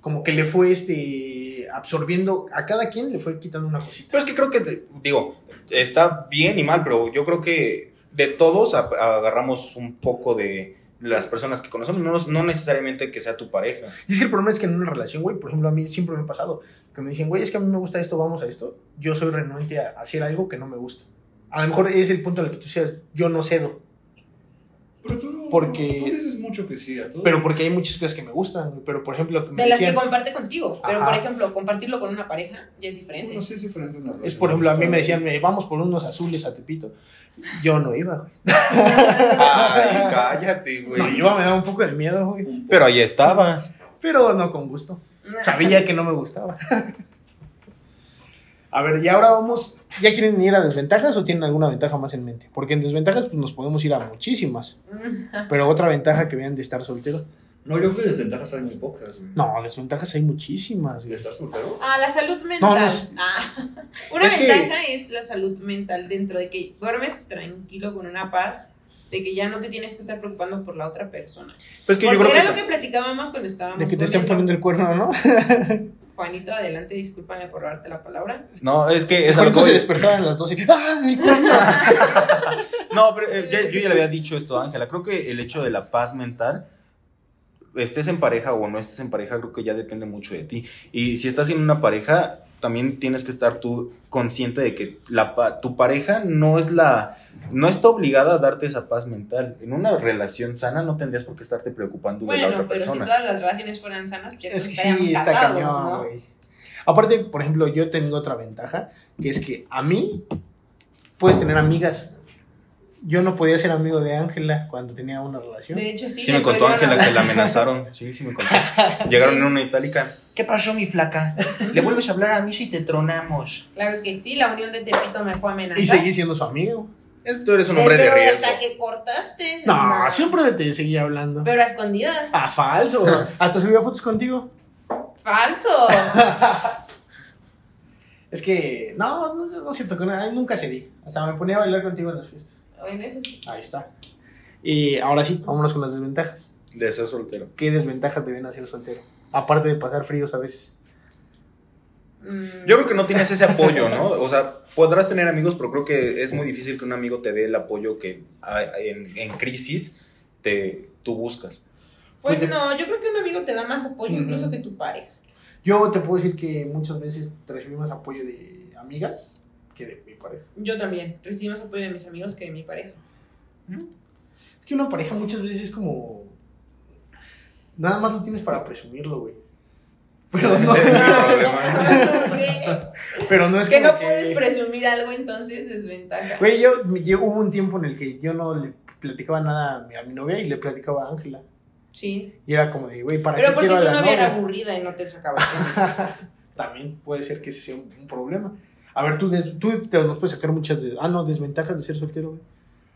Speaker 3: Como que le fue este absorbiendo, a cada quien le fue quitando una cosita.
Speaker 2: Pero es que creo que, de- digo, está bien y mal, pero yo creo que de todos ap- agarramos un poco de las personas que conocemos, no, no necesariamente que sea tu pareja.
Speaker 3: Y es que el problema es que en una relación, güey, por ejemplo, a mí siempre me ha pasado que me dicen, güey, es que a mí me gusta esto, vamos a esto. Yo soy renuente a hacer algo que no me gusta. A lo mejor es el punto en el que tú seas, yo no cedo,
Speaker 1: Pero tú, no-
Speaker 3: Porque-
Speaker 1: tú dices mucho que sí a todo.
Speaker 3: pero porque hay muchas cosas que me gustan, güey, pero por ejemplo, que me
Speaker 4: De las que
Speaker 3: decían-
Speaker 4: comparte contigo. Pero,
Speaker 3: Ajá.
Speaker 4: por ejemplo, compartirlo con una pareja ya es diferente.
Speaker 1: Bueno, sí es diferente una
Speaker 3: es
Speaker 1: relación
Speaker 3: por ejemplo, a mí me
Speaker 1: amistad.
Speaker 3: decían, me, vamos por unos azules a Tepito. Yo no iba, güey.
Speaker 2: Ay, cállate, güey.
Speaker 3: No iba, me daba un poco de miedo, güey.
Speaker 2: Pero ahí estabas.
Speaker 3: Pero no con gusto.
Speaker 4: Nah.
Speaker 3: Sabía que no me gustaba. A ver, y ahora vamos. ¿Ya quieren ir a desventajas o tienen alguna ventaja más en mente? Porque en desventajas pues, nos podemos ir a muchísimas. Pero otra ventaja que vean de estar soltero.
Speaker 1: No, yo creo que desventajas hay muy pocas, güey.
Speaker 3: No, desventajas hay muchísimas.
Speaker 1: ¿De
Speaker 3: güey.
Speaker 1: estar soltero?
Speaker 4: Ah, la salud mental.
Speaker 3: No, no es-
Speaker 4: Ah. Una
Speaker 2: Es que-
Speaker 4: ventaja es la salud mental dentro de que duermes tranquilo con una paz de que ya no te tienes que estar preocupando por la otra persona.
Speaker 2: Pues que yo
Speaker 4: Porque
Speaker 2: creo
Speaker 4: era
Speaker 2: que,
Speaker 4: lo que platicábamos cuando estábamos
Speaker 3: De que te estén
Speaker 4: comiendo.
Speaker 3: poniendo el cuerno, ¿no?
Speaker 4: Juanito, adelante, discúlpame por robarte la palabra.
Speaker 2: No, es que es a lo que
Speaker 3: Juanito se
Speaker 2: voy.
Speaker 3: despertaba a las 12. ¡Ah, el cuerno!
Speaker 2: No, pero eh, ya- yo ya le había dicho esto a Ángela. Creo que el hecho de la paz mental, estés en pareja o no estés en pareja, creo que ya depende mucho de ti. Y si estás en una pareja, también tienes que estar tú consciente de que la, pa- tu pareja no es la. No está obligada a darte esa paz mental. En una relación sana no tendrías por qué estarte preocupando de la
Speaker 4: Bueno,
Speaker 2: otra
Speaker 4: pero si
Speaker 2: persona.
Speaker 4: todas las relaciones fueran sanas, pues ya
Speaker 3: Es que
Speaker 4: estaríamos
Speaker 3: sí, está
Speaker 4: casados,
Speaker 3: cañón,
Speaker 4: ¿no?
Speaker 3: güey. Aparte, por ejemplo, yo tengo otra ventaja, que es que a mí puedes tener amigas. Yo no podía ser amigo de Ángela cuando tenía una relación.
Speaker 4: De hecho, sí.
Speaker 2: Sí,
Speaker 4: le
Speaker 2: me contó
Speaker 4: prohibieron
Speaker 2: Ángela
Speaker 4: hablar.
Speaker 2: que la amenazaron. Sí, sí me contó. Llegaron en una itálica. ¿Qué pasó, mi flaca? Le vuelves a hablar a mí si te tronamos.
Speaker 4: Claro que sí, la unión de Tepito me fue amenazada.
Speaker 3: Y seguí siendo su amigo.
Speaker 2: Tú eres un hombre de
Speaker 4: Pero
Speaker 2: riesgo.
Speaker 4: Hasta que cortaste.
Speaker 3: No,
Speaker 4: Nah.
Speaker 3: siempre te seguía hablando.
Speaker 4: Pero a escondidas.
Speaker 3: Ah, falso. Hasta subía fotos contigo.
Speaker 4: Falso.
Speaker 3: Es que, no, no, no siento que nada, nunca cedí. Hasta me ponía a bailar contigo en las fiestas.
Speaker 4: en eso sí.
Speaker 3: Ahí está. Y ahora sí, vámonos con las desventajas.
Speaker 2: De ser soltero.
Speaker 3: ¿Qué desventajas deben hacer soltero? Aparte de pasar fríos a veces.
Speaker 4: Mm,
Speaker 2: Yo creo que no tienes ese apoyo, ¿no? O sea, podrás tener amigos, pero creo que es muy difícil que un amigo te dé el apoyo que a- en, en crisis te, tú buscas.
Speaker 4: Pues
Speaker 3: Pues,
Speaker 4: no, yo creo que un amigo te da más apoyo
Speaker 3: Ujú.
Speaker 4: incluso que tu pareja.
Speaker 3: Yo te puedo decir que muchas veces recibí más apoyo de amigas que de mi pareja.
Speaker 4: Yo también recibí más apoyo de mis amigos que de mi pareja.
Speaker 3: Es que una pareja muchas veces es como. Nada más lo tienes para presumirlo, güey. Pero no,
Speaker 4: Ah,
Speaker 3: pero no es
Speaker 4: que
Speaker 3: como
Speaker 4: no puedes presumir algo entonces desventaja.
Speaker 3: Güey, yo, yo- hubo un tiempo en el que yo no le platicaba nada a mi, a mi novia y le platicaba a Ángela.
Speaker 4: Sí.
Speaker 3: Y era como de, güey, ¿para
Speaker 4: Pero
Speaker 3: qué
Speaker 4: porque tu
Speaker 3: quiero a la
Speaker 4: novia era
Speaker 3: novia?
Speaker 4: aburrida y no te sacaba el tema.
Speaker 3: También puede ser que ese sea un, un problema. A ver, tú, des- tú te, nos puedes sacar muchas. de- ah, no, desventajas de ser soltero, güey.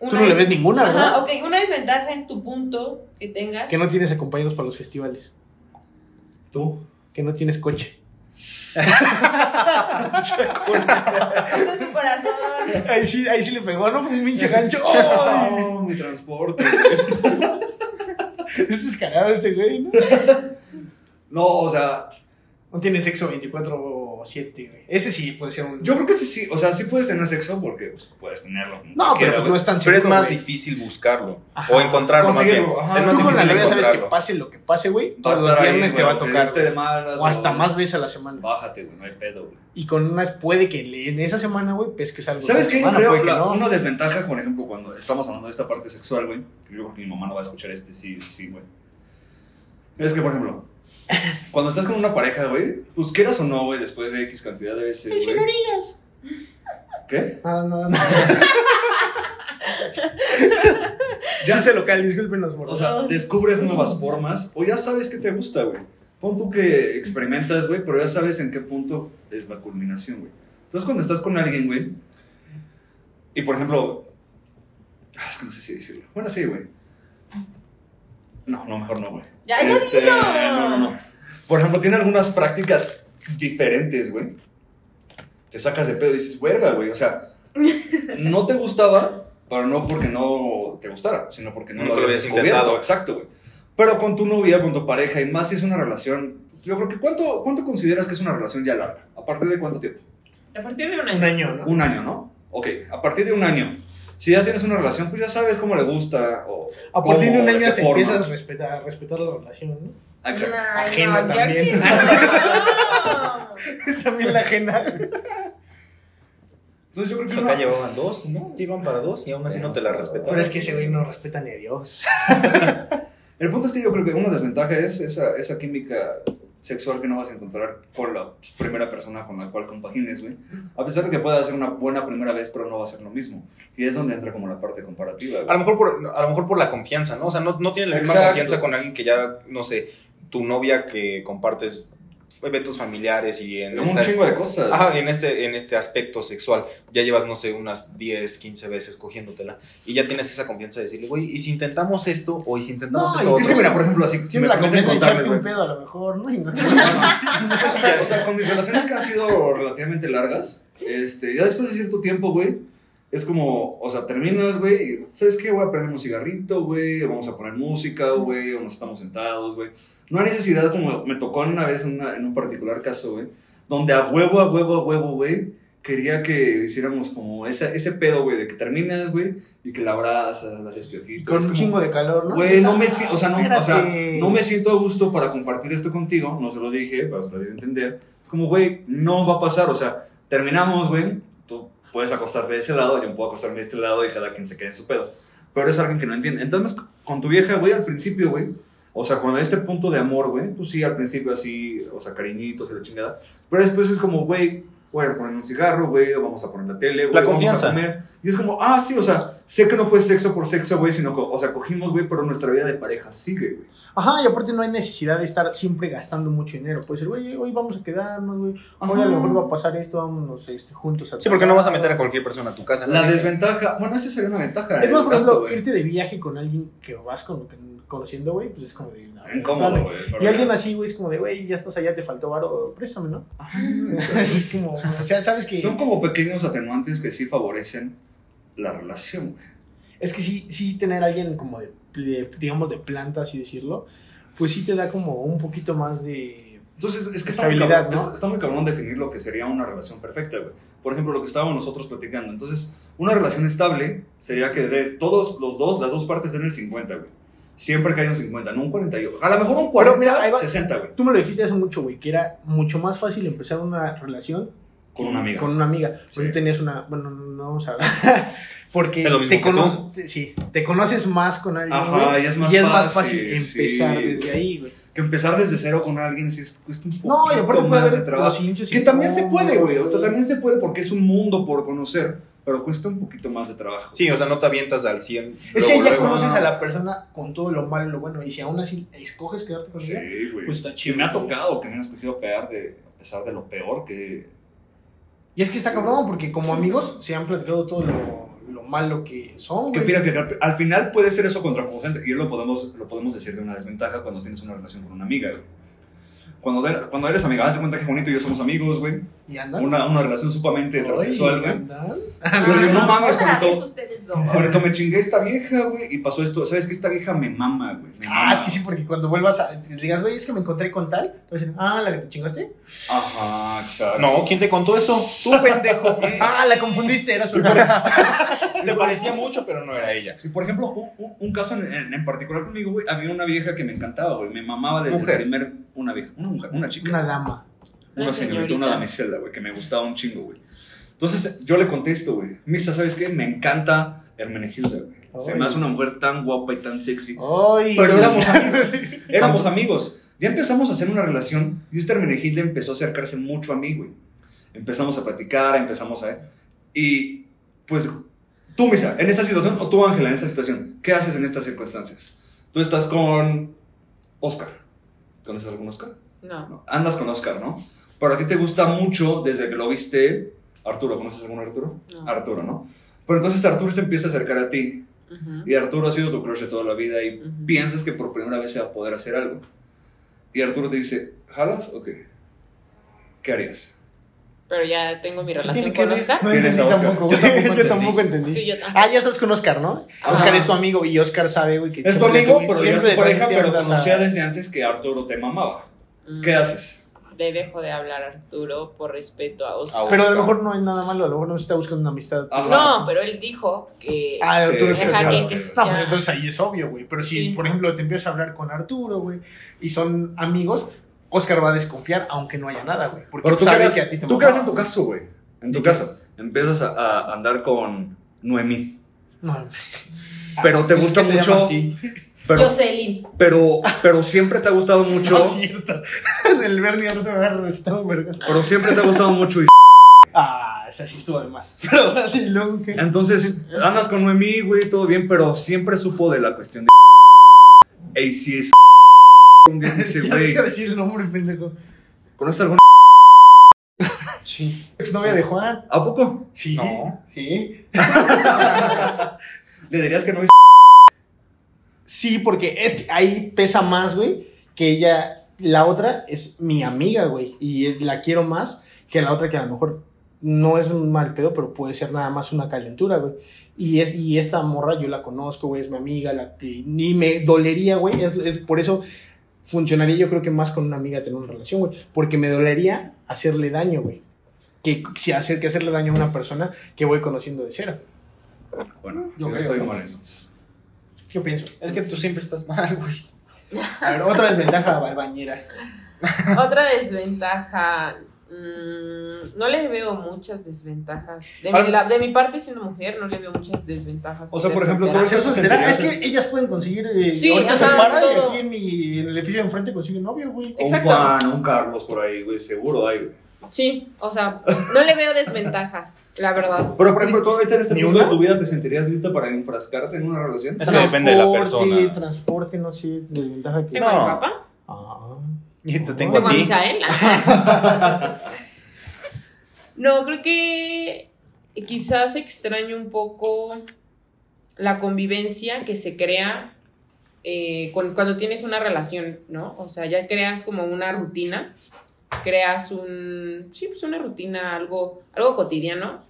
Speaker 4: una
Speaker 3: Tú no le
Speaker 4: des-
Speaker 3: ves ninguna,
Speaker 4: Ajá,
Speaker 3: ¿verdad?
Speaker 4: ok, una desventaja en tu punto que tengas.
Speaker 3: Que no tienes acompañados para los festivales.
Speaker 1: Tú.
Speaker 3: Que no tienes coche.
Speaker 4: Hasta su corazón.
Speaker 3: Ahí sí, ahí sí le pegó, ¿no? Fue un pinche gancho. ¡Ay!
Speaker 1: Oh, mi transporte.
Speaker 3: Es descarado este güey, ¿no?
Speaker 1: No, o sea,
Speaker 3: No tiene sexo 24-7, güey. Ese sí puede ser un.
Speaker 1: yo creo que sí, sí. O sea, sí puedes tener sexo porque pues, puedes tenerlo. como
Speaker 3: No, pero
Speaker 1: quiera,
Speaker 3: pues
Speaker 1: güey.
Speaker 3: no es tan
Speaker 2: Pero es
Speaker 3: seguro,
Speaker 2: más
Speaker 3: güey.
Speaker 2: difícil buscarlo.
Speaker 3: Ajá.
Speaker 2: O encontrarlo más bien.
Speaker 1: Conseguirlo, ajá.
Speaker 2: Es
Speaker 3: Tú
Speaker 2: más
Speaker 3: con la
Speaker 2: difícil
Speaker 3: novia sabes que
Speaker 2: encontrarlo.
Speaker 3: pase lo que pase, güey.
Speaker 1: Va a
Speaker 3: Todos los
Speaker 1: estar ahí,
Speaker 3: viernes te va
Speaker 1: güey,
Speaker 3: a
Speaker 1: que
Speaker 3: tocar.
Speaker 1: esté de malas,
Speaker 3: O hasta más veces a la semana.
Speaker 1: Bájate, güey, no hay pedo, güey.
Speaker 3: Y con unas puede que le- en esa semana, güey, pesques algo.
Speaker 1: ¿Sabes
Speaker 3: Esa
Speaker 1: qué? Yo
Speaker 3: semana
Speaker 1: creo
Speaker 3: puede que
Speaker 1: la-
Speaker 3: no.
Speaker 1: una desventaja, por ejemplo, cuando estamos hablando de esta parte sexual, güey. que Yo creo que mi mamá no va a escuchar este, sí, sí, güey. Es que, por ejemplo, cuando estás con una pareja, güey, pues quieras o no, güey, después de X cantidad de veces, güey. ¿Qué?
Speaker 3: Nada, nada, nada. ya se local, discúlpenos, por
Speaker 1: O sea, descubres nuevas formas o ya sabes qué te gusta, güey. Pon tú que experimentas, güey, pero ya sabes en qué punto es la culminación, güey. Entonces, cuando estás con alguien, güey, y por ejemplo, ah, es que no sé si decirlo. Bueno, sí, güey. No, no, mejor no, güey.
Speaker 4: Ya, ya
Speaker 1: Este,
Speaker 4: dilo.
Speaker 1: No, no, no. Por ejemplo, tiene algunas prácticas diferentes, güey. Te sacas de pedo y dices, verga, güey. O sea, no te gustaba, pero no porque no te gustara, sino porque no
Speaker 2: Nunca lo habías
Speaker 1: descubierto.
Speaker 2: intentado.
Speaker 1: Exacto, güey. Pero con tu novia, con tu pareja, y más si es una relación. Yo creo que, ¿cuánto, ¿cuánto consideras que es una relación ya larga? ¿A partir de cuánto tiempo?
Speaker 4: A partir de
Speaker 3: un
Speaker 4: un año.
Speaker 3: año, ¿no?
Speaker 1: Un año, ¿no? Ok, a partir de un año. Si ya tienes una relación, pues ya sabes cómo le gusta. O
Speaker 3: A partir de
Speaker 1: cómo,
Speaker 3: un año
Speaker 1: qué
Speaker 3: hasta
Speaker 1: forma. Ah,
Speaker 3: empiezas a respetar, a respetar la relación, ¿no?
Speaker 1: Exacto.
Speaker 4: Ay,
Speaker 3: Ajena
Speaker 4: no,
Speaker 3: también.
Speaker 4: Jordi, no.
Speaker 3: También la ajena.
Speaker 1: Entonces yo creo que
Speaker 2: Pues
Speaker 1: una-
Speaker 2: Acá llevaban dos, ¿no? Iban para dos y aún así no te la respetaban.
Speaker 3: Pero es que ese güey no respeta ni a Dios.
Speaker 1: El punto es que yo creo que una desventaja es esa, esa química sexual que no vas a encontrar con la primera persona con la cual compagines, güey. A pesar de que pueda ser una buena primera vez, pero no va a ser lo mismo. Y es donde entra como la parte comparativa,
Speaker 2: A lo
Speaker 1: güey.
Speaker 2: mejor por, a lo mejor por la confianza, ¿no? O sea, no, no tiene la misma
Speaker 1: Exacto.
Speaker 2: confianza con alguien que ya, no sé, tu novia que compartes eventos familiares y en
Speaker 1: Un
Speaker 2: esta-
Speaker 1: chingo de cosas.
Speaker 2: Ajá, en este, en este aspecto sexual. Ya llevas, no sé, unas 10, 15 veces cogiéndotela. Y ya tienes esa confianza de decirle, güey, ¿y si intentamos esto o y si intentamos esto
Speaker 3: No, y
Speaker 1: Es que
Speaker 2: otro?"
Speaker 1: mira, por ejemplo, así, si me
Speaker 3: Siempre la
Speaker 1: permiten
Speaker 3: conviene
Speaker 1: contarles,
Speaker 3: echarte
Speaker 1: güey.
Speaker 3: un pedo a lo mejor, ¿no? Y no te-
Speaker 1: Sí, ya, o sea, con mis relaciones que han sido relativamente largas, este, ya después de cierto tiempo, güey, es como, o sea, terminas, güey, y, ¿sabes qué? Voy a prender un cigarrito, güey, vamos a poner música, güey, o nos estamos sentados, güey. No hay necesidad, como me tocó una vez en, una- en un particular caso, güey, donde a huevo, a huevo, a huevo, güey, quería que hiciéramos como esa, ese pedo, güey, de que terminas, güey, y que la abrazas, las espejitos.
Speaker 3: Con un chingo de calor, ¿no?
Speaker 1: Güey, no me, si- o sea, no, o sea,
Speaker 3: Espérate.
Speaker 1: no me siento a gusto para compartir esto contigo, no se lo dije, para que lo di a entender. Es como, güey, no va a pasar, o sea, terminamos, güey, tú puedes acostarte de ese lado, yo puedo acostarme de este lado y cada quien se quede en su pedo. Pero es alguien que no entiende. Entonces, con tu vieja, güey, al principio, güey, o sea, cuando hay este punto de amor, güey, tú sí, al principio así, o sea, cariñitos y la chingada, pero después es como, güey, voy a poner un cigarro, güey, o vamos a poner la tele, güey,
Speaker 2: La
Speaker 1: vamos a
Speaker 2: confianza.
Speaker 1: comer. Y es como, ah, sí, o sea, sé que no fue sexo por sexo, güey, sino, co- o sea, cogimos, güey, pero nuestra vida de pareja sigue, güey.
Speaker 3: Ajá, y aparte no hay necesidad de estar siempre gastando mucho dinero. Puede ser, güey, hoy vamos a quedarnos, güey. Hoy
Speaker 1: Ajá.
Speaker 3: a lo mejor va a pasar esto, vámonos este, juntos. A
Speaker 2: Sí, porque no vas a meter a cualquier persona a tu casa. ¿no?
Speaker 1: La
Speaker 2: Sí.
Speaker 1: desventaja, bueno, esa sería una ventaja.
Speaker 3: Es
Speaker 1: el
Speaker 3: más, por
Speaker 1: gasto,
Speaker 3: ejemplo,
Speaker 1: güey.
Speaker 3: irte de viaje con alguien que vas con, con- conociendo, güey, pues es como de... no,
Speaker 1: Ah, Incómodo,
Speaker 3: dame.
Speaker 1: güey. pero-
Speaker 3: Y alguien así, güey, es como de, güey, ya estás allá, te faltó varo, préstame, ¿no?
Speaker 1: Ajá,
Speaker 3: es como, o sea, sabes que...
Speaker 1: Son como pequeños atenuantes que sí favorecen la relación, güey.
Speaker 3: Es que sí, sí tener a alguien como de, de, digamos, de planta, así decirlo, pues sí te da como un poquito más de...
Speaker 1: Entonces, es que está muy,
Speaker 3: Estabilidad,
Speaker 1: cabrón,
Speaker 3: ¿no?
Speaker 1: es- está muy cabrón definir lo que sería una relación perfecta, güey. Por ejemplo, lo que estábamos nosotros platicando. Entonces, una relación estable sería que de todos los dos, las dos partes den el 50, güey. Siempre que haya un 50, no un 48. A lo mejor un 40,
Speaker 3: mira, ahí va-
Speaker 1: 60, güey.
Speaker 3: Tú me lo dijiste hace mucho, güey, que era mucho más fácil empezar una relación
Speaker 1: Con una amiga.
Speaker 3: Con una amiga. Pues
Speaker 1: Sí.
Speaker 3: tú tenías una. Bueno, no vamos a hablar. Porque
Speaker 2: Es lo mismo
Speaker 3: te,
Speaker 2: que
Speaker 3: cono- te- sí, te conoces más con alguien.
Speaker 1: Ajá,
Speaker 3: güey,
Speaker 1: y es más fácil,
Speaker 3: empezar
Speaker 1: sí.
Speaker 3: desde ahí, güey.
Speaker 1: Que empezar desde cero con alguien sí es, cuesta un poquito
Speaker 3: No, y aparte puede
Speaker 1: más
Speaker 3: haber
Speaker 1: de trabajo.
Speaker 3: los hinchos
Speaker 1: Que
Speaker 3: y-
Speaker 1: también se puede, güey.
Speaker 3: no,
Speaker 1: O sea, también se puede porque es un mundo por conocer, pero cuesta un poquito más de trabajo.
Speaker 2: Sí, o sea, no te avientas al 100.
Speaker 3: Es
Speaker 2: luego,
Speaker 3: que ahí ya
Speaker 2: luego.
Speaker 3: conoces a la persona con todo lo malo y lo bueno. Y si aún así escoges quedarte con
Speaker 1: Sí,
Speaker 3: ella,
Speaker 1: güey.
Speaker 3: pues está
Speaker 1: Y
Speaker 3: chido.
Speaker 1: me ha
Speaker 3: güey.
Speaker 1: tocado que me han escogido pegar de, a pesar de lo peor que...
Speaker 3: Y es que está cabrón, porque como amigos se han platicado todo lo, lo malo que son.
Speaker 1: Que
Speaker 3: güey.
Speaker 1: fíjate, al, al final puede ser eso contraproducente y lo podemos, lo podemos decir de una desventaja cuando tienes una relación con una amiga, güey. Cuando, de- cuando eres amiga, haz de cuenta que Juanito y yo somos amigos, güey.
Speaker 3: Y andan.
Speaker 1: Una, una relación sumamente
Speaker 3: Ay,
Speaker 1: heterosexual, güey.
Speaker 3: andan.
Speaker 1: Yo digo, no mames,
Speaker 4: Otra vez
Speaker 1: Juanito.
Speaker 4: ustedes dos.
Speaker 1: Juanito, me chingué esta vieja, güey, y pasó esto. ¿Sabes que Esta vieja me mama, güey. me
Speaker 3: Ah, es
Speaker 1: mama.
Speaker 3: que sí, porque cuando vuelvas a. Le digas, güey, es que me encontré con tal. Te vas a decir, ah, la que te chingaste.
Speaker 1: Ajá, exacto.
Speaker 2: No, ¿quién te contó eso? Tú, pendejo.
Speaker 3: Ah, la confundiste, era su
Speaker 2: Se parecía mucho, pero no era ella.
Speaker 1: Y por ejemplo, un, un- un caso en, en- en particular conmigo, güey, había una vieja que me encantaba, güey. Me mamaba desde
Speaker 2: Mujer.
Speaker 1: el primer. Una vieja, una mujer, una chica.
Speaker 3: Una dama.
Speaker 1: Una
Speaker 4: Una
Speaker 1: señorita,
Speaker 4: señorita.
Speaker 1: una damisela, güey, que me gustaba un chingo, güey. Entonces yo le contesto, güey. Misa, ¿sabes qué? Me encanta Hermenegilda, güey. Se me
Speaker 3: Ay.
Speaker 1: hace una mujer tan guapa y tan sexy.
Speaker 3: Ay.
Speaker 1: Pero éramos amigos. Éramos amigos. Ya empezamos a hacer una relación y esta Hermenegilda empezó a acercarse mucho a mí, güey. Empezamos a platicar, empezamos a... Y pues tú, Misa, en esta situación, o tú, Ángela, en esta situación, ¿qué haces en estas circunstancias? Tú estás con Oscar. ¿Conoces algún Oscar?
Speaker 4: No.
Speaker 1: No. Andas con Oscar, ¿no? Pero a ti te gusta mucho desde que lo viste Arturo. ¿Conoces algún Arturo?
Speaker 4: No.
Speaker 1: Arturo, ¿no? Pero entonces Arturo se empieza a acercar a ti
Speaker 4: Ujú.
Speaker 1: y Arturo ha sido tu crush de toda la vida y
Speaker 4: Ujú.
Speaker 1: piensas que por primera vez se va a poder hacer algo. Y Arturo te dice, ¿jalas o qué? ¿Qué harías?
Speaker 4: Pero ya tengo mi
Speaker 3: tiene
Speaker 4: relación
Speaker 3: que
Speaker 4: con
Speaker 3: ver?
Speaker 4: Oscar.
Speaker 3: No
Speaker 1: Tienes
Speaker 3: entendí
Speaker 1: a Oscar.
Speaker 3: tampoco.
Speaker 1: Yo tampoco
Speaker 3: Yo
Speaker 1: entendí.
Speaker 3: tampoco entendí.
Speaker 4: Sí, Ah. yo tampoco.
Speaker 3: Ah, ya estás con Oscar, ¿no?
Speaker 1: Ah,
Speaker 4: Ajá.
Speaker 3: Oscar es tu amigo y Oscar sabe, güey, que
Speaker 1: Es tu
Speaker 3: siempre
Speaker 1: amigo,
Speaker 3: te-
Speaker 1: pero ya es
Speaker 3: siempre
Speaker 1: tu
Speaker 3: le
Speaker 1: pareja,
Speaker 3: traes
Speaker 1: pero
Speaker 3: tiendas a-
Speaker 1: conocía desde antes que Arturo te mamaba.
Speaker 4: Mm.
Speaker 1: ¿Qué haces?
Speaker 4: Le dejo de hablar a Arturo por respeto a Oscar.
Speaker 2: A
Speaker 3: Pero a
Speaker 2: Oscar.
Speaker 3: lo mejor no hay nada malo, a lo mejor no está buscando una amistad.
Speaker 1: Ajá.
Speaker 4: No, pero él dijo que.
Speaker 3: Ah,
Speaker 1: Sí,
Speaker 3: Arturo
Speaker 1: sí,
Speaker 3: empieza
Speaker 4: Ajá,
Speaker 3: a
Speaker 1: claro,
Speaker 4: que,
Speaker 3: hablar.
Speaker 4: que
Speaker 1: güey.
Speaker 3: No,
Speaker 4: ya-
Speaker 3: pues entonces ahí es obvio, güey. Pero si,
Speaker 4: Sí.
Speaker 3: por ejemplo, te empiezas a hablar con Arturo, güey, y son amigos, Oscar va a desconfiar aunque no haya nada, güey. Porque
Speaker 1: Pero tú
Speaker 3: sabe
Speaker 1: quedas,
Speaker 3: que a ti
Speaker 1: tú
Speaker 3: te mamaba.
Speaker 1: quedas en tu caso, güey. En tu caso. Empiezas a, a andar con Noemí.
Speaker 3: No,
Speaker 1: Pero te
Speaker 3: es
Speaker 1: gusta
Speaker 3: que se
Speaker 1: mucho.
Speaker 3: llama así.
Speaker 1: Pero,
Speaker 4: Jocelyn.
Speaker 1: pero, pero siempre te ha gustado mucho.
Speaker 3: No es cierto. El Bernie Arturo agarra, está un verga.
Speaker 1: Pero siempre te ha gustado mucho. y-
Speaker 3: Ah, esa sí estuvo de más. Pero dale, luego, ¿qué?
Speaker 1: Entonces, andas con Noemí, güey, todo bien, pero siempre supo de la cuestión de. Ey, si es. Un día dice,
Speaker 3: Ya
Speaker 1: güey,
Speaker 3: deja de decir el nombre, pendejo.
Speaker 1: ¿conoces alguna?
Speaker 3: Sí. ¿Ex novia de Juan?
Speaker 1: ¿A poco?
Speaker 3: Sí.
Speaker 2: No.
Speaker 3: Sí.
Speaker 1: ¿Le dirías que no es?
Speaker 3: Sí, porque es que ahí pesa más, güey, que ella, la otra es mi amiga, güey, y es- la quiero más que la otra que a lo mejor no es un mal pedo, pero puede ser nada más una calentura, güey. Y, es, y esta morra yo la conozco, güey, es mi amiga, la que ni me dolería, güey, es, es por eso funcionaría yo creo que más con una amiga tener una relación, güey, porque me dolería hacerle daño, güey. Que si hacer que hacerle daño a una persona que voy conociendo de cero.
Speaker 1: Bueno, yo,
Speaker 3: Yo creo.
Speaker 1: estoy mal entonces.
Speaker 3: Yo pienso.
Speaker 2: Es que tú siempre estás mal, güey.
Speaker 3: A ver, otra desventaja, balbañera.
Speaker 4: Otra desventaja. mm, no le veo muchas desventajas. De mi,
Speaker 1: Al-
Speaker 4: la- de mi parte, siendo mujer, no le veo muchas desventajas.
Speaker 1: O sea,
Speaker 4: ser
Speaker 1: por ejemplo, tú
Speaker 4: soltera.
Speaker 1: eres-
Speaker 3: Pero
Speaker 1: Entonces,
Speaker 3: será- es
Speaker 1: entonces-
Speaker 3: que ellas pueden conseguir. eh,
Speaker 4: Sí,
Speaker 3: ahorita
Speaker 4: ajá,
Speaker 3: se para
Speaker 4: todo.
Speaker 3: y aquí en, mi, en el edificio de enfrente consigue novio, güey.
Speaker 4: Exacto.
Speaker 1: Un Juan, un Carlos por ahí, güey, seguro hay, güey.
Speaker 4: Sí, o sea, no le veo desventaja, la verdad.
Speaker 1: Pero, por ejemplo, tú ahorita en este
Speaker 3: ¿Ni
Speaker 1: punto
Speaker 3: una?
Speaker 1: de tu vida te sentirías lista para enfrascarte en una relación.
Speaker 2: Es que depende de la persona.
Speaker 3: Transporte, no sé, desventaja que.
Speaker 4: Tengo a mi
Speaker 2: No.
Speaker 4: papá,
Speaker 3: Ah.
Speaker 2: Y te tengo
Speaker 4: tengo
Speaker 2: a
Speaker 4: a
Speaker 2: ti.
Speaker 4: Misael. No, creo que quizás extraño un poco la convivencia que se crea eh, con- cuando tienes una relación, ¿no? O sea, ya creas como una rutina, creas un, sí, pues una rutina, algo, algo cotidiano,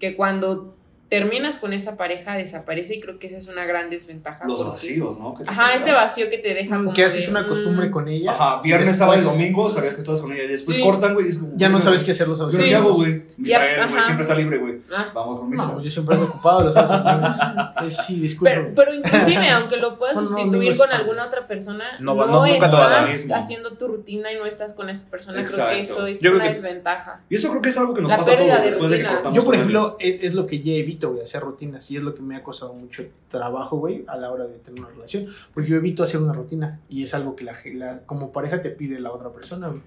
Speaker 4: que cuando terminas con esa pareja desaparece y creo que esa es una gran desventaja.
Speaker 1: Los
Speaker 4: porque-
Speaker 1: vacíos, ¿no? Que te
Speaker 4: Ajá,
Speaker 1: generan.
Speaker 4: ese vacío que te deja como
Speaker 3: Que haces
Speaker 4: de,
Speaker 3: una costumbre
Speaker 4: mm,
Speaker 3: con ella.
Speaker 1: Ajá, viernes,
Speaker 3: Después-
Speaker 1: sábado y domingo, sabías que estabas con ella y después
Speaker 4: Sí.
Speaker 1: cortan, güey. y es como,
Speaker 3: Ya no
Speaker 1: güey,
Speaker 3: sabes qué hacer los
Speaker 1: ¿yo
Speaker 3: sábados.
Speaker 1: ¿Qué
Speaker 4: Sí.
Speaker 1: hago, güey?
Speaker 4: Ya,
Speaker 1: Misael, güey,
Speaker 4: ajá.
Speaker 1: siempre está libre, güey.
Speaker 4: ah,
Speaker 1: Vamos con Misa.
Speaker 3: No, yo siempre ando ocupado los sábados. domingos. Eh, sí, disculpa.
Speaker 4: pero, pero inclusive, aunque lo puedas
Speaker 3: No, no,
Speaker 4: sustituir
Speaker 3: amigo, es
Speaker 4: con
Speaker 3: fan.
Speaker 4: alguna otra persona,
Speaker 2: No
Speaker 4: no,
Speaker 2: va- no, nunca
Speaker 1: te va a dar
Speaker 4: estás
Speaker 1: mismo.
Speaker 4: haciendo tu rutina y no estás con esa persona. Creo
Speaker 1: Exacto.
Speaker 4: que eso es
Speaker 1: Yo creo
Speaker 4: una
Speaker 1: que-
Speaker 4: desventaja.
Speaker 1: Y eso creo que es algo que nos
Speaker 4: La
Speaker 1: pasa a
Speaker 4: pérdida
Speaker 1: todos
Speaker 4: de
Speaker 1: después de que
Speaker 4: rutinas.
Speaker 1: cortamos.
Speaker 3: Yo, por
Speaker 1: con alguien.
Speaker 3: ejemplo, e, es, es lo que ya evito, güey, hacer rutinas. Y es lo que me ha costado mucho trabajo, güey, a la hora de tener una relación. Porque yo evito hacer una rutina. Y es algo que la, la- como pareja te pide la otra persona, güey.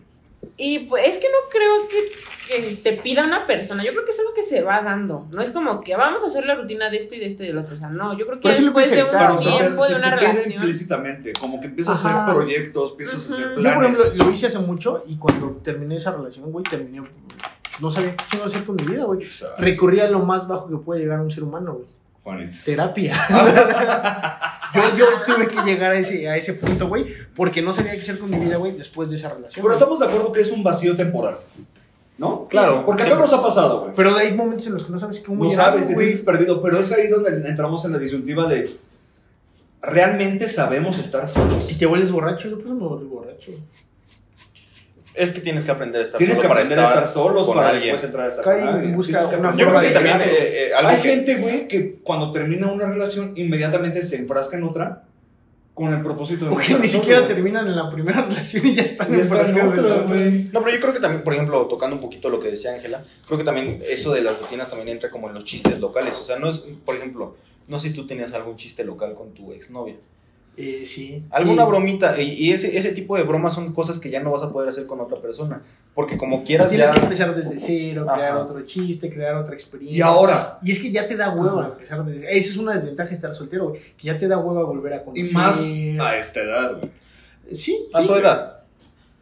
Speaker 4: Y pues es que no creo que, que te pida una persona. Yo creo que es algo que se va dando. No es como que "Ah, vamos a hacer la rutina de esto y de esto y del otro. O sea, no. Yo creo que
Speaker 3: Pero sí lo
Speaker 4: después
Speaker 3: puedes
Speaker 4: de un
Speaker 3: evitar,
Speaker 1: Pero
Speaker 3: ¿no?
Speaker 1: se te,
Speaker 4: tiempo,
Speaker 1: se
Speaker 4: de una
Speaker 1: te pide
Speaker 4: relación.
Speaker 1: implícitamente, como que empiezas a
Speaker 3: Ajá.
Speaker 1: hacer proyectos, empiezas a hacer
Speaker 4: Ujú.
Speaker 1: planes.
Speaker 3: Yo, por ejemplo, lo hice hace mucho y cuando terminé esa relación, güey, terminé. No sabía qué chingo hacer con mi vida, güey.
Speaker 1: Exacto.
Speaker 3: Recorría lo más bajo que puede llegar un ser humano, güey.
Speaker 1: Juanito.
Speaker 3: terapia. yo, yo tuve que llegar a ese, a ese punto, güey, porque no sabía qué hacer con mi vida, güey, después de esa relación.
Speaker 12: Pero estamos de acuerdo que es un vacío temporal. ¿No?
Speaker 2: Claro,
Speaker 12: Porque acá
Speaker 2: siempre.
Speaker 12: nos ha pasado, güey.
Speaker 3: Pero hay momentos en los que no sabes cómo
Speaker 12: No
Speaker 3: llegar,
Speaker 12: sabes, te
Speaker 3: güey.
Speaker 12: sientes perdido, pero es ahí donde entramos en la disyuntiva de ¿realmente sabemos estar
Speaker 3: Si
Speaker 12: solos?
Speaker 3: te vuelves borracho, yo pues me vuelvo borracho.
Speaker 2: Es que tienes que aprender a estar
Speaker 12: Tienes que
Speaker 2: solo para
Speaker 12: aprender a estar solos
Speaker 2: con
Speaker 12: para
Speaker 2: alguien.
Speaker 12: después entrar a estar
Speaker 3: Cae y
Speaker 12: con alguien.
Speaker 3: busca
Speaker 12: Tienes que
Speaker 3: una
Speaker 12: aprender.
Speaker 3: forma
Speaker 12: Yo creo que
Speaker 3: de
Speaker 12: también,
Speaker 2: llegar.
Speaker 12: eh, eh,
Speaker 2: algo
Speaker 12: Hay
Speaker 2: que-
Speaker 12: gente, güey, que cuando termina una relación inmediatamente se enfrasca en otra con el propósito de no
Speaker 3: Porque
Speaker 12: estar
Speaker 3: ni
Speaker 12: solo,
Speaker 3: siquiera
Speaker 12: güey.
Speaker 3: terminan en la primera relación y ya están
Speaker 12: Y está en
Speaker 3: enfrascados en
Speaker 12: otra,
Speaker 3: la otra.
Speaker 12: güey.
Speaker 2: No, pero yo creo que también, por ejemplo, tocando un poquito lo que decía Ángela, creo que también eso de las rutinas también entra como en los chistes locales. O sea, no es, por ejemplo, no sé si tú tenías algún chiste local con tu exnovia.
Speaker 3: Eh, sí.
Speaker 2: Alguna
Speaker 3: Sí.
Speaker 2: bromita, y, y ese, ese tipo de bromas son cosas que ya no vas a poder hacer con otra persona. Porque como quieras
Speaker 3: Tienes
Speaker 2: ya.
Speaker 3: que empezar desde cero, crear
Speaker 2: Ajá.
Speaker 3: otro chiste, crear otra experiencia.
Speaker 12: Y ahora,
Speaker 3: Y es que ya te da hueva empezar desde... Esa es una desventaja de estar soltero, güey, que ya te da hueva volver a
Speaker 12: y
Speaker 3: conocer.
Speaker 12: más a esta edad, güey.
Speaker 3: Sí,
Speaker 2: A
Speaker 3: sí.
Speaker 2: su edad.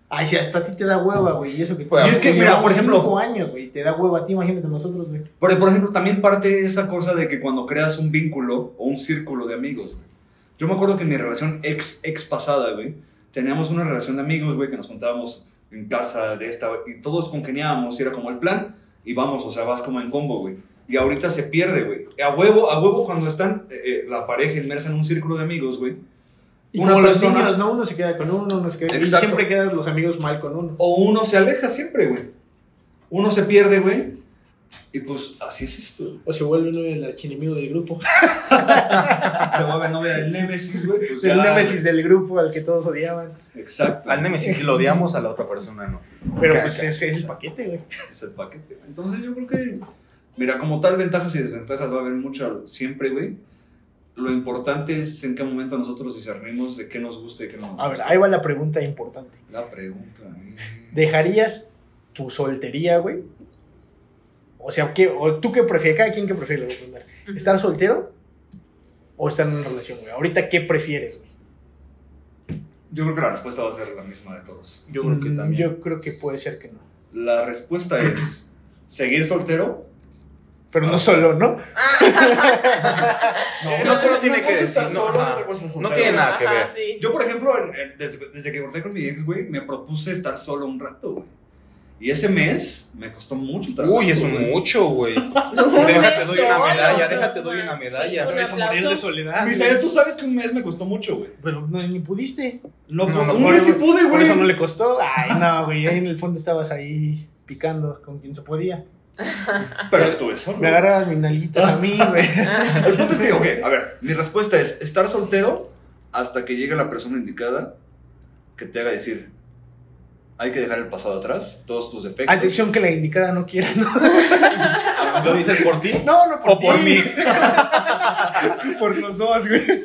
Speaker 3: Ay, sí, hasta a ti te da hueva, güey. Y eso que...
Speaker 2: Bueno,
Speaker 3: y es que,
Speaker 12: yo
Speaker 3: mira,
Speaker 12: llevo
Speaker 3: por ejemplo...
Speaker 12: cinco
Speaker 3: años, güey. Te da hueva a ti, imagínate nosotros, güey.
Speaker 1: Pero, por ejemplo, también parte esa cosa de que cuando creas un vínculo o un círculo de amigos, güey. Yo me acuerdo que en mi relación ex, ex pasada, güey, teníamos una relación de amigos, güey, que nos juntábamos en casa de esta, güey, y todos congeniábamos, y era como el plan, y vamos, o sea, vas como en combo, güey. Y ahorita se pierde, güey. A huevo, a huevo cuando están eh, eh, la pareja inmersa en un círculo de amigos, güey.
Speaker 3: Y
Speaker 1: Una
Speaker 3: como los
Speaker 1: persona-
Speaker 3: niños, ¿no? Uno se queda con uno, uno se queda... Y
Speaker 1: Exacto.
Speaker 3: siempre quedan los amigos mal con uno.
Speaker 1: O uno se aleja siempre, güey. Uno se pierde, güey. Y pues así es esto, güey.
Speaker 3: O se vuelve uno el archienemigo del grupo.
Speaker 1: Se vuelve novia del Némesis, güey. pues
Speaker 3: El
Speaker 1: ya,
Speaker 3: némesis del grupo al que todos odiaban.
Speaker 1: Exacto.
Speaker 2: Al Nemesis si lo odiamos, a la otra persona no.
Speaker 3: Pero
Speaker 2: Caca.
Speaker 3: pues ese es el paquete, güey.
Speaker 1: Es el paquete. Entonces yo creo que, mira, como tal ventajas y desventajas va a haber mucho siempre, güey. Lo importante es en qué momento nosotros discernimos de qué nos gusta y qué no nos
Speaker 3: A ver,
Speaker 1: gusta.
Speaker 3: ahí va la pregunta importante.
Speaker 1: La pregunta. eh.
Speaker 3: ¿Dejarías tu soltería, güey? O sea, ¿qué, o ¿tú qué prefieres? Cada quien que prefiere, le voy a preguntar. ¿Estar soltero o estar en una relación, güey? Ahorita, ¿qué prefieres, güey?
Speaker 1: Yo creo que la respuesta va a ser la misma de todos.
Speaker 2: Yo creo que
Speaker 3: Mm,
Speaker 2: también.
Speaker 3: Yo creo que puede ser que no.
Speaker 1: La respuesta es seguir soltero.
Speaker 3: Pero no solo, ¿no?
Speaker 1: Eh,
Speaker 2: No, no, pero tiene que
Speaker 1: cosa es estar
Speaker 2: decir, no,
Speaker 1: solo,
Speaker 2: ajá.
Speaker 1: otra cosa es
Speaker 2: No
Speaker 1: soltero.
Speaker 2: tiene nada que ver.
Speaker 4: Sí.
Speaker 1: Yo, por ejemplo, en- en- desde, desde que corté con mi ex, güey, me propuse estar solo un rato, güey. Y ese mes me costó mucho trabajo.
Speaker 2: Uy, es un
Speaker 1: güey.
Speaker 2: mucho, güey.
Speaker 4: No,
Speaker 2: Déjate, doy una
Speaker 4: solo,
Speaker 2: medalla,
Speaker 4: no
Speaker 2: déjate, doy una
Speaker 4: manches.
Speaker 2: medalla.
Speaker 4: Sí, un
Speaker 2: Te vas a
Speaker 4: aplauso.
Speaker 3: soledad.
Speaker 1: Misael, tú sabes que un mes me costó mucho, güey.
Speaker 3: Pero no, ni pudiste.
Speaker 1: No,
Speaker 2: No,
Speaker 1: por-
Speaker 2: no,
Speaker 1: un
Speaker 3: por
Speaker 1: mes sí
Speaker 3: eso-
Speaker 1: pude,
Speaker 3: Por
Speaker 1: güey.
Speaker 3: eso no le costó. Ay, no, güey. Ahí en el fondo estabas ahí picando con quien se podía.
Speaker 1: Ah, Pero estuve solo.
Speaker 3: Me agarrabas mis nalguitas a mí, güey.
Speaker 1: El punto es que, ok, a ver, mi respuesta es estar soltero hasta que llegue la persona indicada que te haga decir, hay que dejar el pasado atrás, todos tus
Speaker 3: A
Speaker 1: defectos.
Speaker 3: excepción que la indicada no quiera, ¿no?
Speaker 2: ¿Lo dices por ti?
Speaker 3: No, no por
Speaker 2: O por
Speaker 3: ti.
Speaker 2: mí.
Speaker 3: por los dos, güey.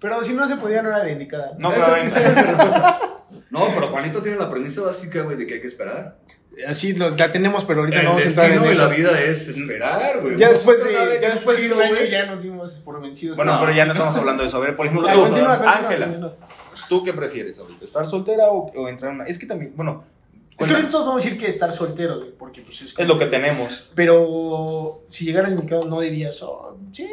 Speaker 3: Pero si no se podía, no era la indicada.
Speaker 2: No,
Speaker 1: Esa
Speaker 2: pero
Speaker 1: sí
Speaker 2: venga.
Speaker 1: es mi respuesta. No, pero Juanito tiene la premisa básica, güey, de que hay que esperar.
Speaker 3: Así lo- la tenemos, pero ahorita no
Speaker 1: el
Speaker 3: vamos a entrar en
Speaker 1: destino de
Speaker 3: eso.
Speaker 1: la vida es esperar, güey.
Speaker 3: Ya
Speaker 1: Uno
Speaker 3: después
Speaker 1: siempre
Speaker 3: de,
Speaker 1: sabe
Speaker 3: ya
Speaker 1: que
Speaker 3: después de
Speaker 1: un
Speaker 3: un año
Speaker 1: güey-
Speaker 3: ya nos dimos por vencidos.
Speaker 2: Bueno,
Speaker 1: No.
Speaker 2: pero ya no estamos hablando de eso. A ver, por ejemplo,
Speaker 3: Ah,
Speaker 2: tú,
Speaker 3: continúa, continúa,
Speaker 2: Ángela,
Speaker 3: continúa.
Speaker 2: ¿tú qué prefieres ahorita? ¿Estar soltera o, o entrar en una.? Es que también, bueno.
Speaker 3: Es que ahorita
Speaker 2: cuéntanos.
Speaker 3: todos vamos a decir que estar solteros, güey, porque pues es,
Speaker 2: es lo que tenemos.
Speaker 3: Pero si llegara el indicado, no dirías, oh, sí.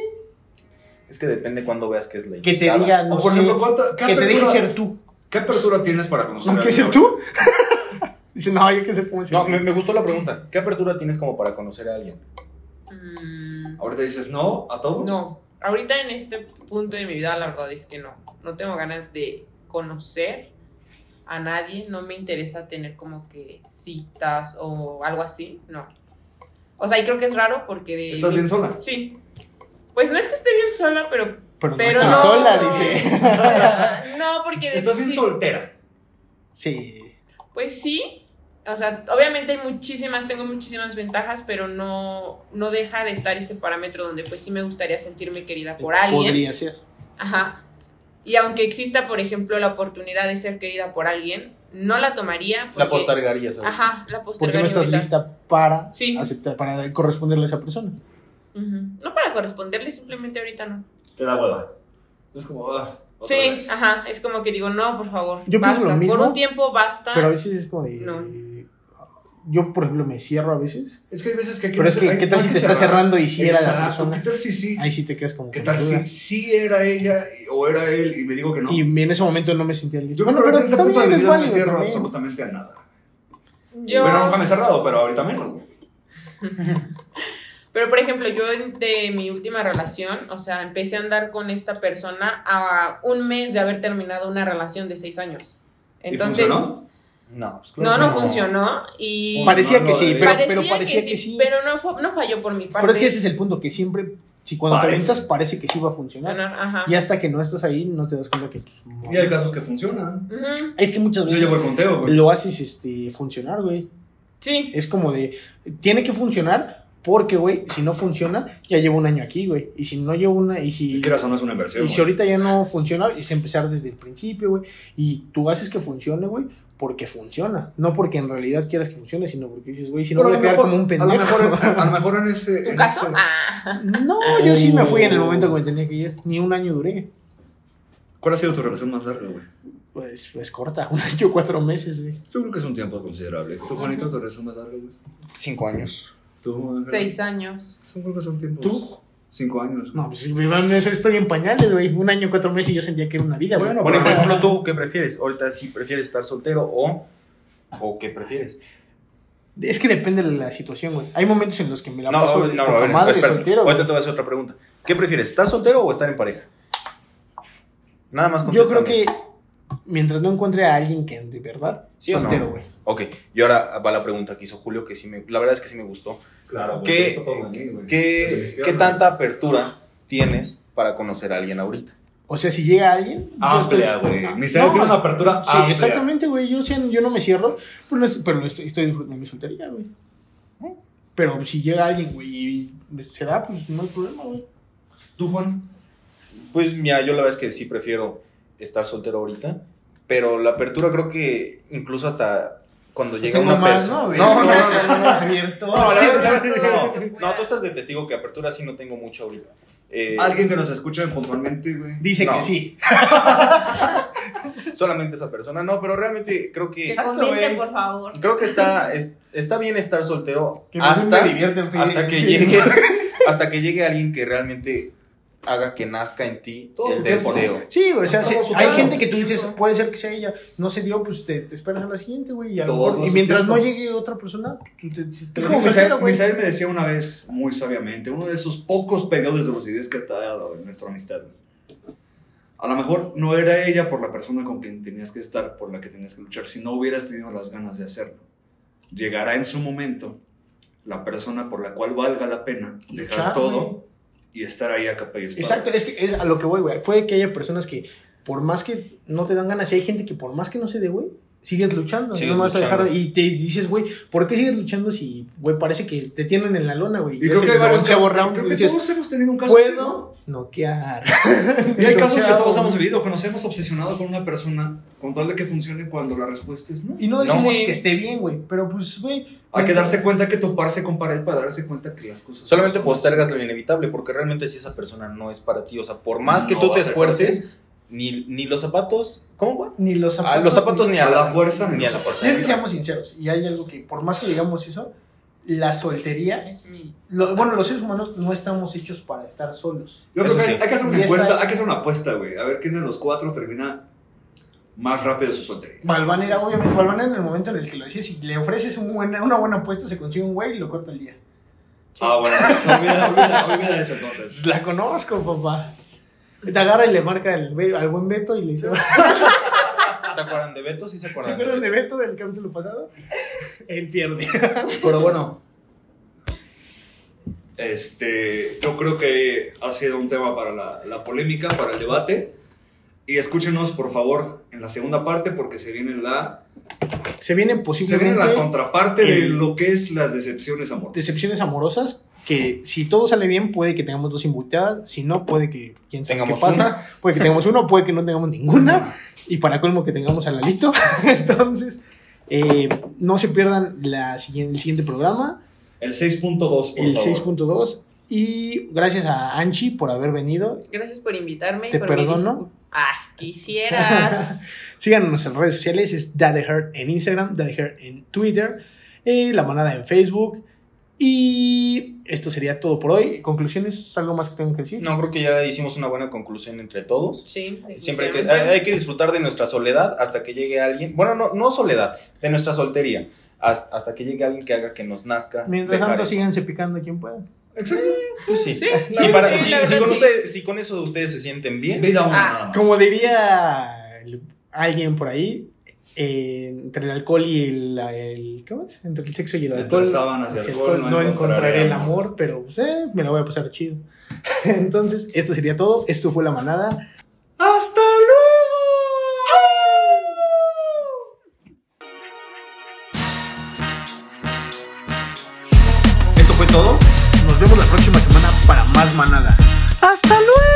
Speaker 2: Es que depende cuando veas que es ley.
Speaker 3: Que te diga, no
Speaker 1: O por
Speaker 3: sé,
Speaker 1: ejemplo, ¿cuánta- qué
Speaker 3: que te deje
Speaker 1: apertura-
Speaker 3: ser tú.
Speaker 1: ¿Qué apertura tienes para conocer
Speaker 3: ¿No quieres ser
Speaker 1: alguien?
Speaker 3: tú? Dice, no, yo que sé cómo ser.
Speaker 2: No, me, me gustó la pregunta. ¿Qué apertura tienes como para conocer a alguien?
Speaker 4: Mm,
Speaker 1: Ahorita dices no a todo.
Speaker 4: No, ahorita en este punto de mi vida la verdad es que no. No tengo ganas de conocer a nadie, no me interesa tener como que citas o algo así, no. O sea, y creo que es raro porque de...
Speaker 1: Estás bien sola.
Speaker 4: Sí. Pues no es que esté bien sola, pero...
Speaker 3: Pero,
Speaker 4: pero
Speaker 3: no,
Speaker 4: no.
Speaker 3: estás sola, dice.
Speaker 4: No, porque... de-
Speaker 1: Estás bien
Speaker 4: sí,
Speaker 1: soltera.
Speaker 3: Sí.
Speaker 4: Pues sí. O sea, obviamente hay muchísimas, tengo muchísimas ventajas, pero no, no deja de estar este parámetro donde pues sí me gustaría sentirme querida
Speaker 3: Eh,
Speaker 4: por alguien.
Speaker 3: Podría ser.
Speaker 4: Ajá. Y aunque exista, por ejemplo, la oportunidad de ser querida por alguien, no la tomaría.
Speaker 2: La
Speaker 4: porque-
Speaker 2: postergarías. ¿sabes?
Speaker 4: Ajá,
Speaker 3: Porque
Speaker 4: la
Speaker 3: no
Speaker 4: postergaría.
Speaker 3: estás
Speaker 4: ahorita.
Speaker 3: lista para
Speaker 4: Sí.
Speaker 3: aceptar, para corresponderle a esa persona.
Speaker 4: Ujú. No para corresponderle, simplemente ahorita no.
Speaker 1: Te da hueva. No es como, ah, otra
Speaker 4: Sí,
Speaker 1: vez.
Speaker 4: ajá. Es como que digo, no, por favor.
Speaker 3: Yo pienso
Speaker 4: basta.
Speaker 3: lo mismo,
Speaker 4: Ah. por un tiempo basta.
Speaker 3: Pero a veces es como de.
Speaker 4: No.
Speaker 3: yo, por ejemplo, me cierro a veces.
Speaker 13: Es que hay veces que hay
Speaker 3: Pero es que,
Speaker 13: hay-
Speaker 3: ¿qué tal
Speaker 13: hay
Speaker 3: si
Speaker 13: que
Speaker 3: te está
Speaker 13: cerrar.
Speaker 3: cerrando y sí era la
Speaker 13: Exacto,
Speaker 3: persona?
Speaker 13: ¿Qué tal si sí?
Speaker 3: Ahí sí te quedas como...
Speaker 13: ¿Qué
Speaker 3: con
Speaker 13: tal
Speaker 3: duda.
Speaker 13: si sí era ella y- o era él y me digo que no?
Speaker 3: Y en ese momento no me sentía listo.
Speaker 13: yo
Speaker 3: Bueno,
Speaker 13: creo
Speaker 3: pero
Speaker 13: que desde
Speaker 3: está
Speaker 13: punto de
Speaker 3: bien,
Speaker 13: mi
Speaker 3: es
Speaker 13: vida no me
Speaker 3: válido
Speaker 13: cierro
Speaker 3: también.
Speaker 13: absolutamente a nada.
Speaker 4: Yo-
Speaker 13: Bueno, nunca me he cerrado, pero ahorita menos. güey.
Speaker 4: Pero por ejemplo, yo en- de mi última relación, o sea, empecé a andar con esta persona a un mes de haber terminado una relación de seis años. Entonces,
Speaker 13: funcionó?
Speaker 2: No, pues
Speaker 4: no,
Speaker 2: claro
Speaker 4: no
Speaker 2: que
Speaker 4: funcionó y
Speaker 3: Parecía que
Speaker 13: eh.
Speaker 3: sí, pero,
Speaker 4: parecía,
Speaker 3: pero parecía que, sí.
Speaker 4: pero no, fu- no falló por mi parte.
Speaker 3: Pero es que ese es el punto, que siempre, si cuando
Speaker 13: Parece.
Speaker 3: te aventas parece que sí va a funcionar.
Speaker 4: Ajá.
Speaker 3: Y hasta que no estás ahí, no te das cuenta que... pues,
Speaker 1: Y hay casos que funcionan.
Speaker 4: Ujú.
Speaker 3: es que muchas
Speaker 1: Yo
Speaker 3: veces
Speaker 1: llevo el conteo, güey.
Speaker 3: lo haces este, funcionar, güey.
Speaker 4: Sí,
Speaker 3: Es como de, tiene que funcionar porque, güey, si no funciona, ya llevo un año aquí, güey. Y si no llevo una, y si...
Speaker 1: Y quieras o no es una inversión.
Speaker 3: Y si
Speaker 1: güey.
Speaker 3: ahorita ya no funciona, es empezar desde el principio, güey. Y tú haces que funcione, güey, porque funciona. No porque en realidad quieras que funcione, sino porque dices, güey, si no
Speaker 13: Pero
Speaker 3: voy a quedar como un
Speaker 13: a, lo
Speaker 3: pendejo.
Speaker 13: mejor, a lo mejor en ese...
Speaker 3: Eh,
Speaker 4: tu
Speaker 13: en
Speaker 4: caso.
Speaker 13: ese-
Speaker 4: Ah.
Speaker 3: No, yo sí me fui
Speaker 1: Uh.
Speaker 3: en el momento que me tenía que ir. Ni un año duré.
Speaker 1: ¿Cuál ha sido tu relación más larga, güey?
Speaker 3: Pues, pues corta, un año, cuatro meses, güey.
Speaker 1: Yo creo que es un tiempo considerable. ¿Tú, Juanito, tu relación más larga, güey?
Speaker 2: no. Cinco años.
Speaker 1: ¿Tú, Ángel?
Speaker 4: Seis años.
Speaker 1: Son, creo que son tiempos...
Speaker 3: ¿Tú?
Speaker 1: Cinco años.
Speaker 3: No, pues si me van a hacer, estoy en pañales, güey. Un año, cuatro meses y yo sentía que era una vida, güey.
Speaker 2: Bueno, por ejemplo, tú, ¿qué prefieres? Ahorita sí prefieres estar soltero o. ¿O qué prefieres?
Speaker 3: Es que depende de la situación, güey. Hay momentos en los que me la
Speaker 2: No, no,
Speaker 3: paso
Speaker 2: no,
Speaker 3: poca
Speaker 2: a ver,
Speaker 3: madre
Speaker 2: espérate.
Speaker 3: soltero, güey.
Speaker 2: Ahorita te voy a hacer otra pregunta. ¿Qué prefieres, estar soltero o estar en pareja? Nada más
Speaker 3: Yo
Speaker 2: contéstame
Speaker 3: creo que
Speaker 2: eso.
Speaker 3: mientras no encuentre a alguien que de verdad,
Speaker 2: ¿Sí o no?
Speaker 3: soltero, güey.
Speaker 2: Ok, y ahora va la pregunta que hizo Julio, que sí me, la verdad es que sí me gustó.
Speaker 13: Claro, güey,
Speaker 2: ¿Qué-
Speaker 13: está todo aquí, güey. Se les
Speaker 2: ¿Qué,
Speaker 13: pierde.
Speaker 2: qué tanta apertura tienes para conocer a alguien ahorita?
Speaker 3: O sea, si llega alguien. yo
Speaker 1: Amplia,
Speaker 3: estoy-
Speaker 1: güey.
Speaker 3: Ah,
Speaker 1: Mi ser
Speaker 3: no,
Speaker 1: tiene una apertura
Speaker 3: Sí,
Speaker 1: amplia.
Speaker 3: exactamente, güey. Yo, sí- yo no me cierro, pero, no estoy, pero no estoy, estoy disfrutando mi soltería, güey. Pero si llega alguien, güey, y se da, pues no hay problema, güey.
Speaker 13: ¿Tú, Juan?
Speaker 2: Pues mira, yo la verdad es que sí prefiero estar soltero ahorita, pero la apertura creo que incluso hasta cuando llega
Speaker 3: Tengo
Speaker 2: una
Speaker 3: más,
Speaker 2: persona...
Speaker 3: No,
Speaker 2: No, no, no,
Speaker 3: no, no, no, abierto.
Speaker 2: no, la verdad, no,
Speaker 4: Que pueda.
Speaker 2: no, tú estás de testigo que apertura sí no tengo mucho ahorita. Eh,
Speaker 1: Alguien que nos escuche puntualmente, güey.
Speaker 3: Dice que
Speaker 2: No.
Speaker 3: sí.
Speaker 2: solamente esa persona, no, pero realmente creo que...
Speaker 4: Que
Speaker 2: Exacto,
Speaker 4: comenten,
Speaker 2: güey.
Speaker 4: por favor.
Speaker 2: Creo que está, es- está bien estar soltero
Speaker 3: Que
Speaker 2: hasta...
Speaker 3: me divierte en fin.
Speaker 2: hasta que llegue hasta que llegue alguien que realmente haga que nazca en ti
Speaker 13: Todo
Speaker 2: el
Speaker 13: su tiempo,
Speaker 2: deseo
Speaker 3: Sí, o sea, sí,
Speaker 13: Todo su
Speaker 3: hay
Speaker 13: tiempo.
Speaker 3: gente que tú dices, puede ser que sea ella, no se dio, pues te, te esperas a la siguiente, güey, y a lo
Speaker 13: Todo
Speaker 3: mejor- y
Speaker 13: su
Speaker 3: mientras
Speaker 13: tiempo.
Speaker 3: no llegue otra persona, tú te, te- te
Speaker 13: Es como
Speaker 3: dejas
Speaker 13: Misael,
Speaker 3: soltero, güey.
Speaker 13: Misael me decía una vez, muy sabiamente, uno de esos pocos periodos de lucidez que te ha dado en nuestra amistad. A lo mejor no era ella por la persona con quien tenías que estar, por la que tenías que luchar, si no hubieras tenido las ganas de hacerlo. Llegará en su momento la persona por la cual valga la pena dejar
Speaker 3: Luchar,
Speaker 13: todo
Speaker 3: güey.
Speaker 13: y estar ahí a capa y espada.
Speaker 3: Exacto, es que es a lo que voy, güey. Puede que haya personas que por más que no te dan ganas, y hay gente que por más que no se dé, güey, sigues luchando,
Speaker 2: Sigues
Speaker 3: no vas a dejar
Speaker 2: luchando.
Speaker 3: y te dices, güey, ¿por qué sigues luchando si güey parece que te tienen en la lona, güey?
Speaker 13: Y creo que hay varios casos, creo que
Speaker 3: dices,
Speaker 13: todos hemos tenido un caso así, ¿no?
Speaker 3: puedo noquear.
Speaker 13: Y hay casos que
Speaker 3: Noqueado.
Speaker 13: todos hemos vivido, que nos hemos obsesionado con una persona con tal de que funcione cuando la respuesta es no.
Speaker 3: y no decimos
Speaker 4: No.
Speaker 3: que esté bien, güey, pero pues güey,
Speaker 13: Hay que
Speaker 3: mientras-
Speaker 13: darse cuenta que toparse con pared para darse cuenta que las cosas.
Speaker 2: solamente
Speaker 13: no son
Speaker 2: postergas
Speaker 13: así.
Speaker 2: lo inevitable porque realmente si esa persona no es para ti o sea por más que
Speaker 13: No
Speaker 2: tú
Speaker 13: va
Speaker 2: te
Speaker 13: a ser para ti.
Speaker 2: esfuerces ni, ni los zapatos cómo güey?
Speaker 3: ni los
Speaker 2: Ah,
Speaker 3: zapatos,
Speaker 2: los zapatos ni a la fuerza ni a la
Speaker 3: Y es que
Speaker 2: fuerza
Speaker 3: seamos sinceros, y hay algo que por más que digamos eso, la soltería,
Speaker 4: Es mi-
Speaker 3: lo- bueno, los seres humanos no estamos hechos para estar solos.
Speaker 13: Yo creo
Speaker 2: Eso
Speaker 13: que hay,
Speaker 2: sí.
Speaker 13: hay que hacer
Speaker 3: Y
Speaker 13: una
Speaker 3: esa-
Speaker 13: encuesta, hay que hacer una apuesta, güey. A ver quién de los cuatro termina más rápido su soltería.
Speaker 3: Balván era, obviamente, Balván era en el momento en el que lo decías, si le ofreces un buen- una buena apuesta, se consigue un güey y lo corta el día.
Speaker 4: Sí.
Speaker 13: Ah, bueno, pues, olvida, olvida, olvida eso entonces.
Speaker 3: La conozco, papá. Te agarra y le marca el be- al buen Beto y le dice,
Speaker 2: se acuerdan de Beto sí se
Speaker 3: ¿se
Speaker 2: acuerdan de
Speaker 3: acuerdan
Speaker 2: Beto?
Speaker 3: de Beto del capítulo pasado? Él pierde.
Speaker 13: Pero bueno,
Speaker 1: Este, yo creo que ha sido un tema para la, la polémica, para el debate. Y escúchenos, por favor, en la segunda parte, porque se viene la,
Speaker 3: Se vienen
Speaker 13: se viene
Speaker 3: posiblemente
Speaker 13: la contraparte de
Speaker 3: el-
Speaker 13: lo que es las decepciones amorosas.
Speaker 3: decepciones amorosas que si todo sale bien puede que tengamos dos invitadas, si no puede que quién sabe
Speaker 2: Tengamos
Speaker 3: qué pasa,
Speaker 2: una.
Speaker 3: puede que tengamos uno, puede que no tengamos ninguna y para colmo que tengamos a Lalito. Entonces, eh, no se pierdan la siguiente, el siguiente programa.
Speaker 1: El 6.2, por
Speaker 3: el
Speaker 1: favor.
Speaker 3: 6.2 y gracias a Anchi por haber venido.
Speaker 4: Gracias por invitarme. y
Speaker 3: Te
Speaker 4: por Mi
Speaker 3: perdono.
Speaker 4: discu- ah, quisieras.
Speaker 3: Síganos en redes sociales, es Daddy Heart en Instagram, Daddy Heart en Twitter. eh, La Manada en Facebook. Y esto sería todo por hoy. ¿Conclusiones? ¿Algo más que tengo que decir?
Speaker 2: No, creo que ya hicimos una buena conclusión entre todos.
Speaker 4: Sí,
Speaker 2: Siempre hay que, hay,
Speaker 4: definitivamente.
Speaker 2: hay que disfrutar de nuestra soledad hasta que llegue alguien. Bueno, no, no soledad, de nuestra soltería. Has- Hasta, que llegue alguien que haga que nos nazca.
Speaker 3: Mientras
Speaker 2: dejar
Speaker 3: tanto,
Speaker 2: eso.
Speaker 3: síganse picando a quien pueda.
Speaker 1: Exacto.
Speaker 2: Pues sí.
Speaker 4: Sí,
Speaker 2: Si
Speaker 4: la
Speaker 2: para-
Speaker 4: verdad sí,
Speaker 2: si-
Speaker 4: la
Speaker 2: si
Speaker 4: verdad
Speaker 2: con
Speaker 4: sí.
Speaker 2: usted- si con eso ustedes se sienten bien,
Speaker 1: Vida una
Speaker 4: Ah,
Speaker 1: nada más.
Speaker 3: Como diría el- alguien por ahí, eh, entre el alcohol y el, el- ¿Cómo es? Entre el sexo y el
Speaker 1: Entre
Speaker 3: alcohol.
Speaker 1: sábanas y
Speaker 3: hacia el
Speaker 1: alcohol,
Speaker 3: alcohol,
Speaker 1: no
Speaker 3: no encontraré
Speaker 1: encontraré
Speaker 3: el
Speaker 1: amor.
Speaker 3: amor, pero pues, eh, me la voy a pasar chido. Entonces, esto sería todo. Esto fue La Manada.
Speaker 1: ¡Hasta luego!
Speaker 2: esto fue todo.
Speaker 5: Nos vemos la próxima semana para más manada. ¡Hasta luego!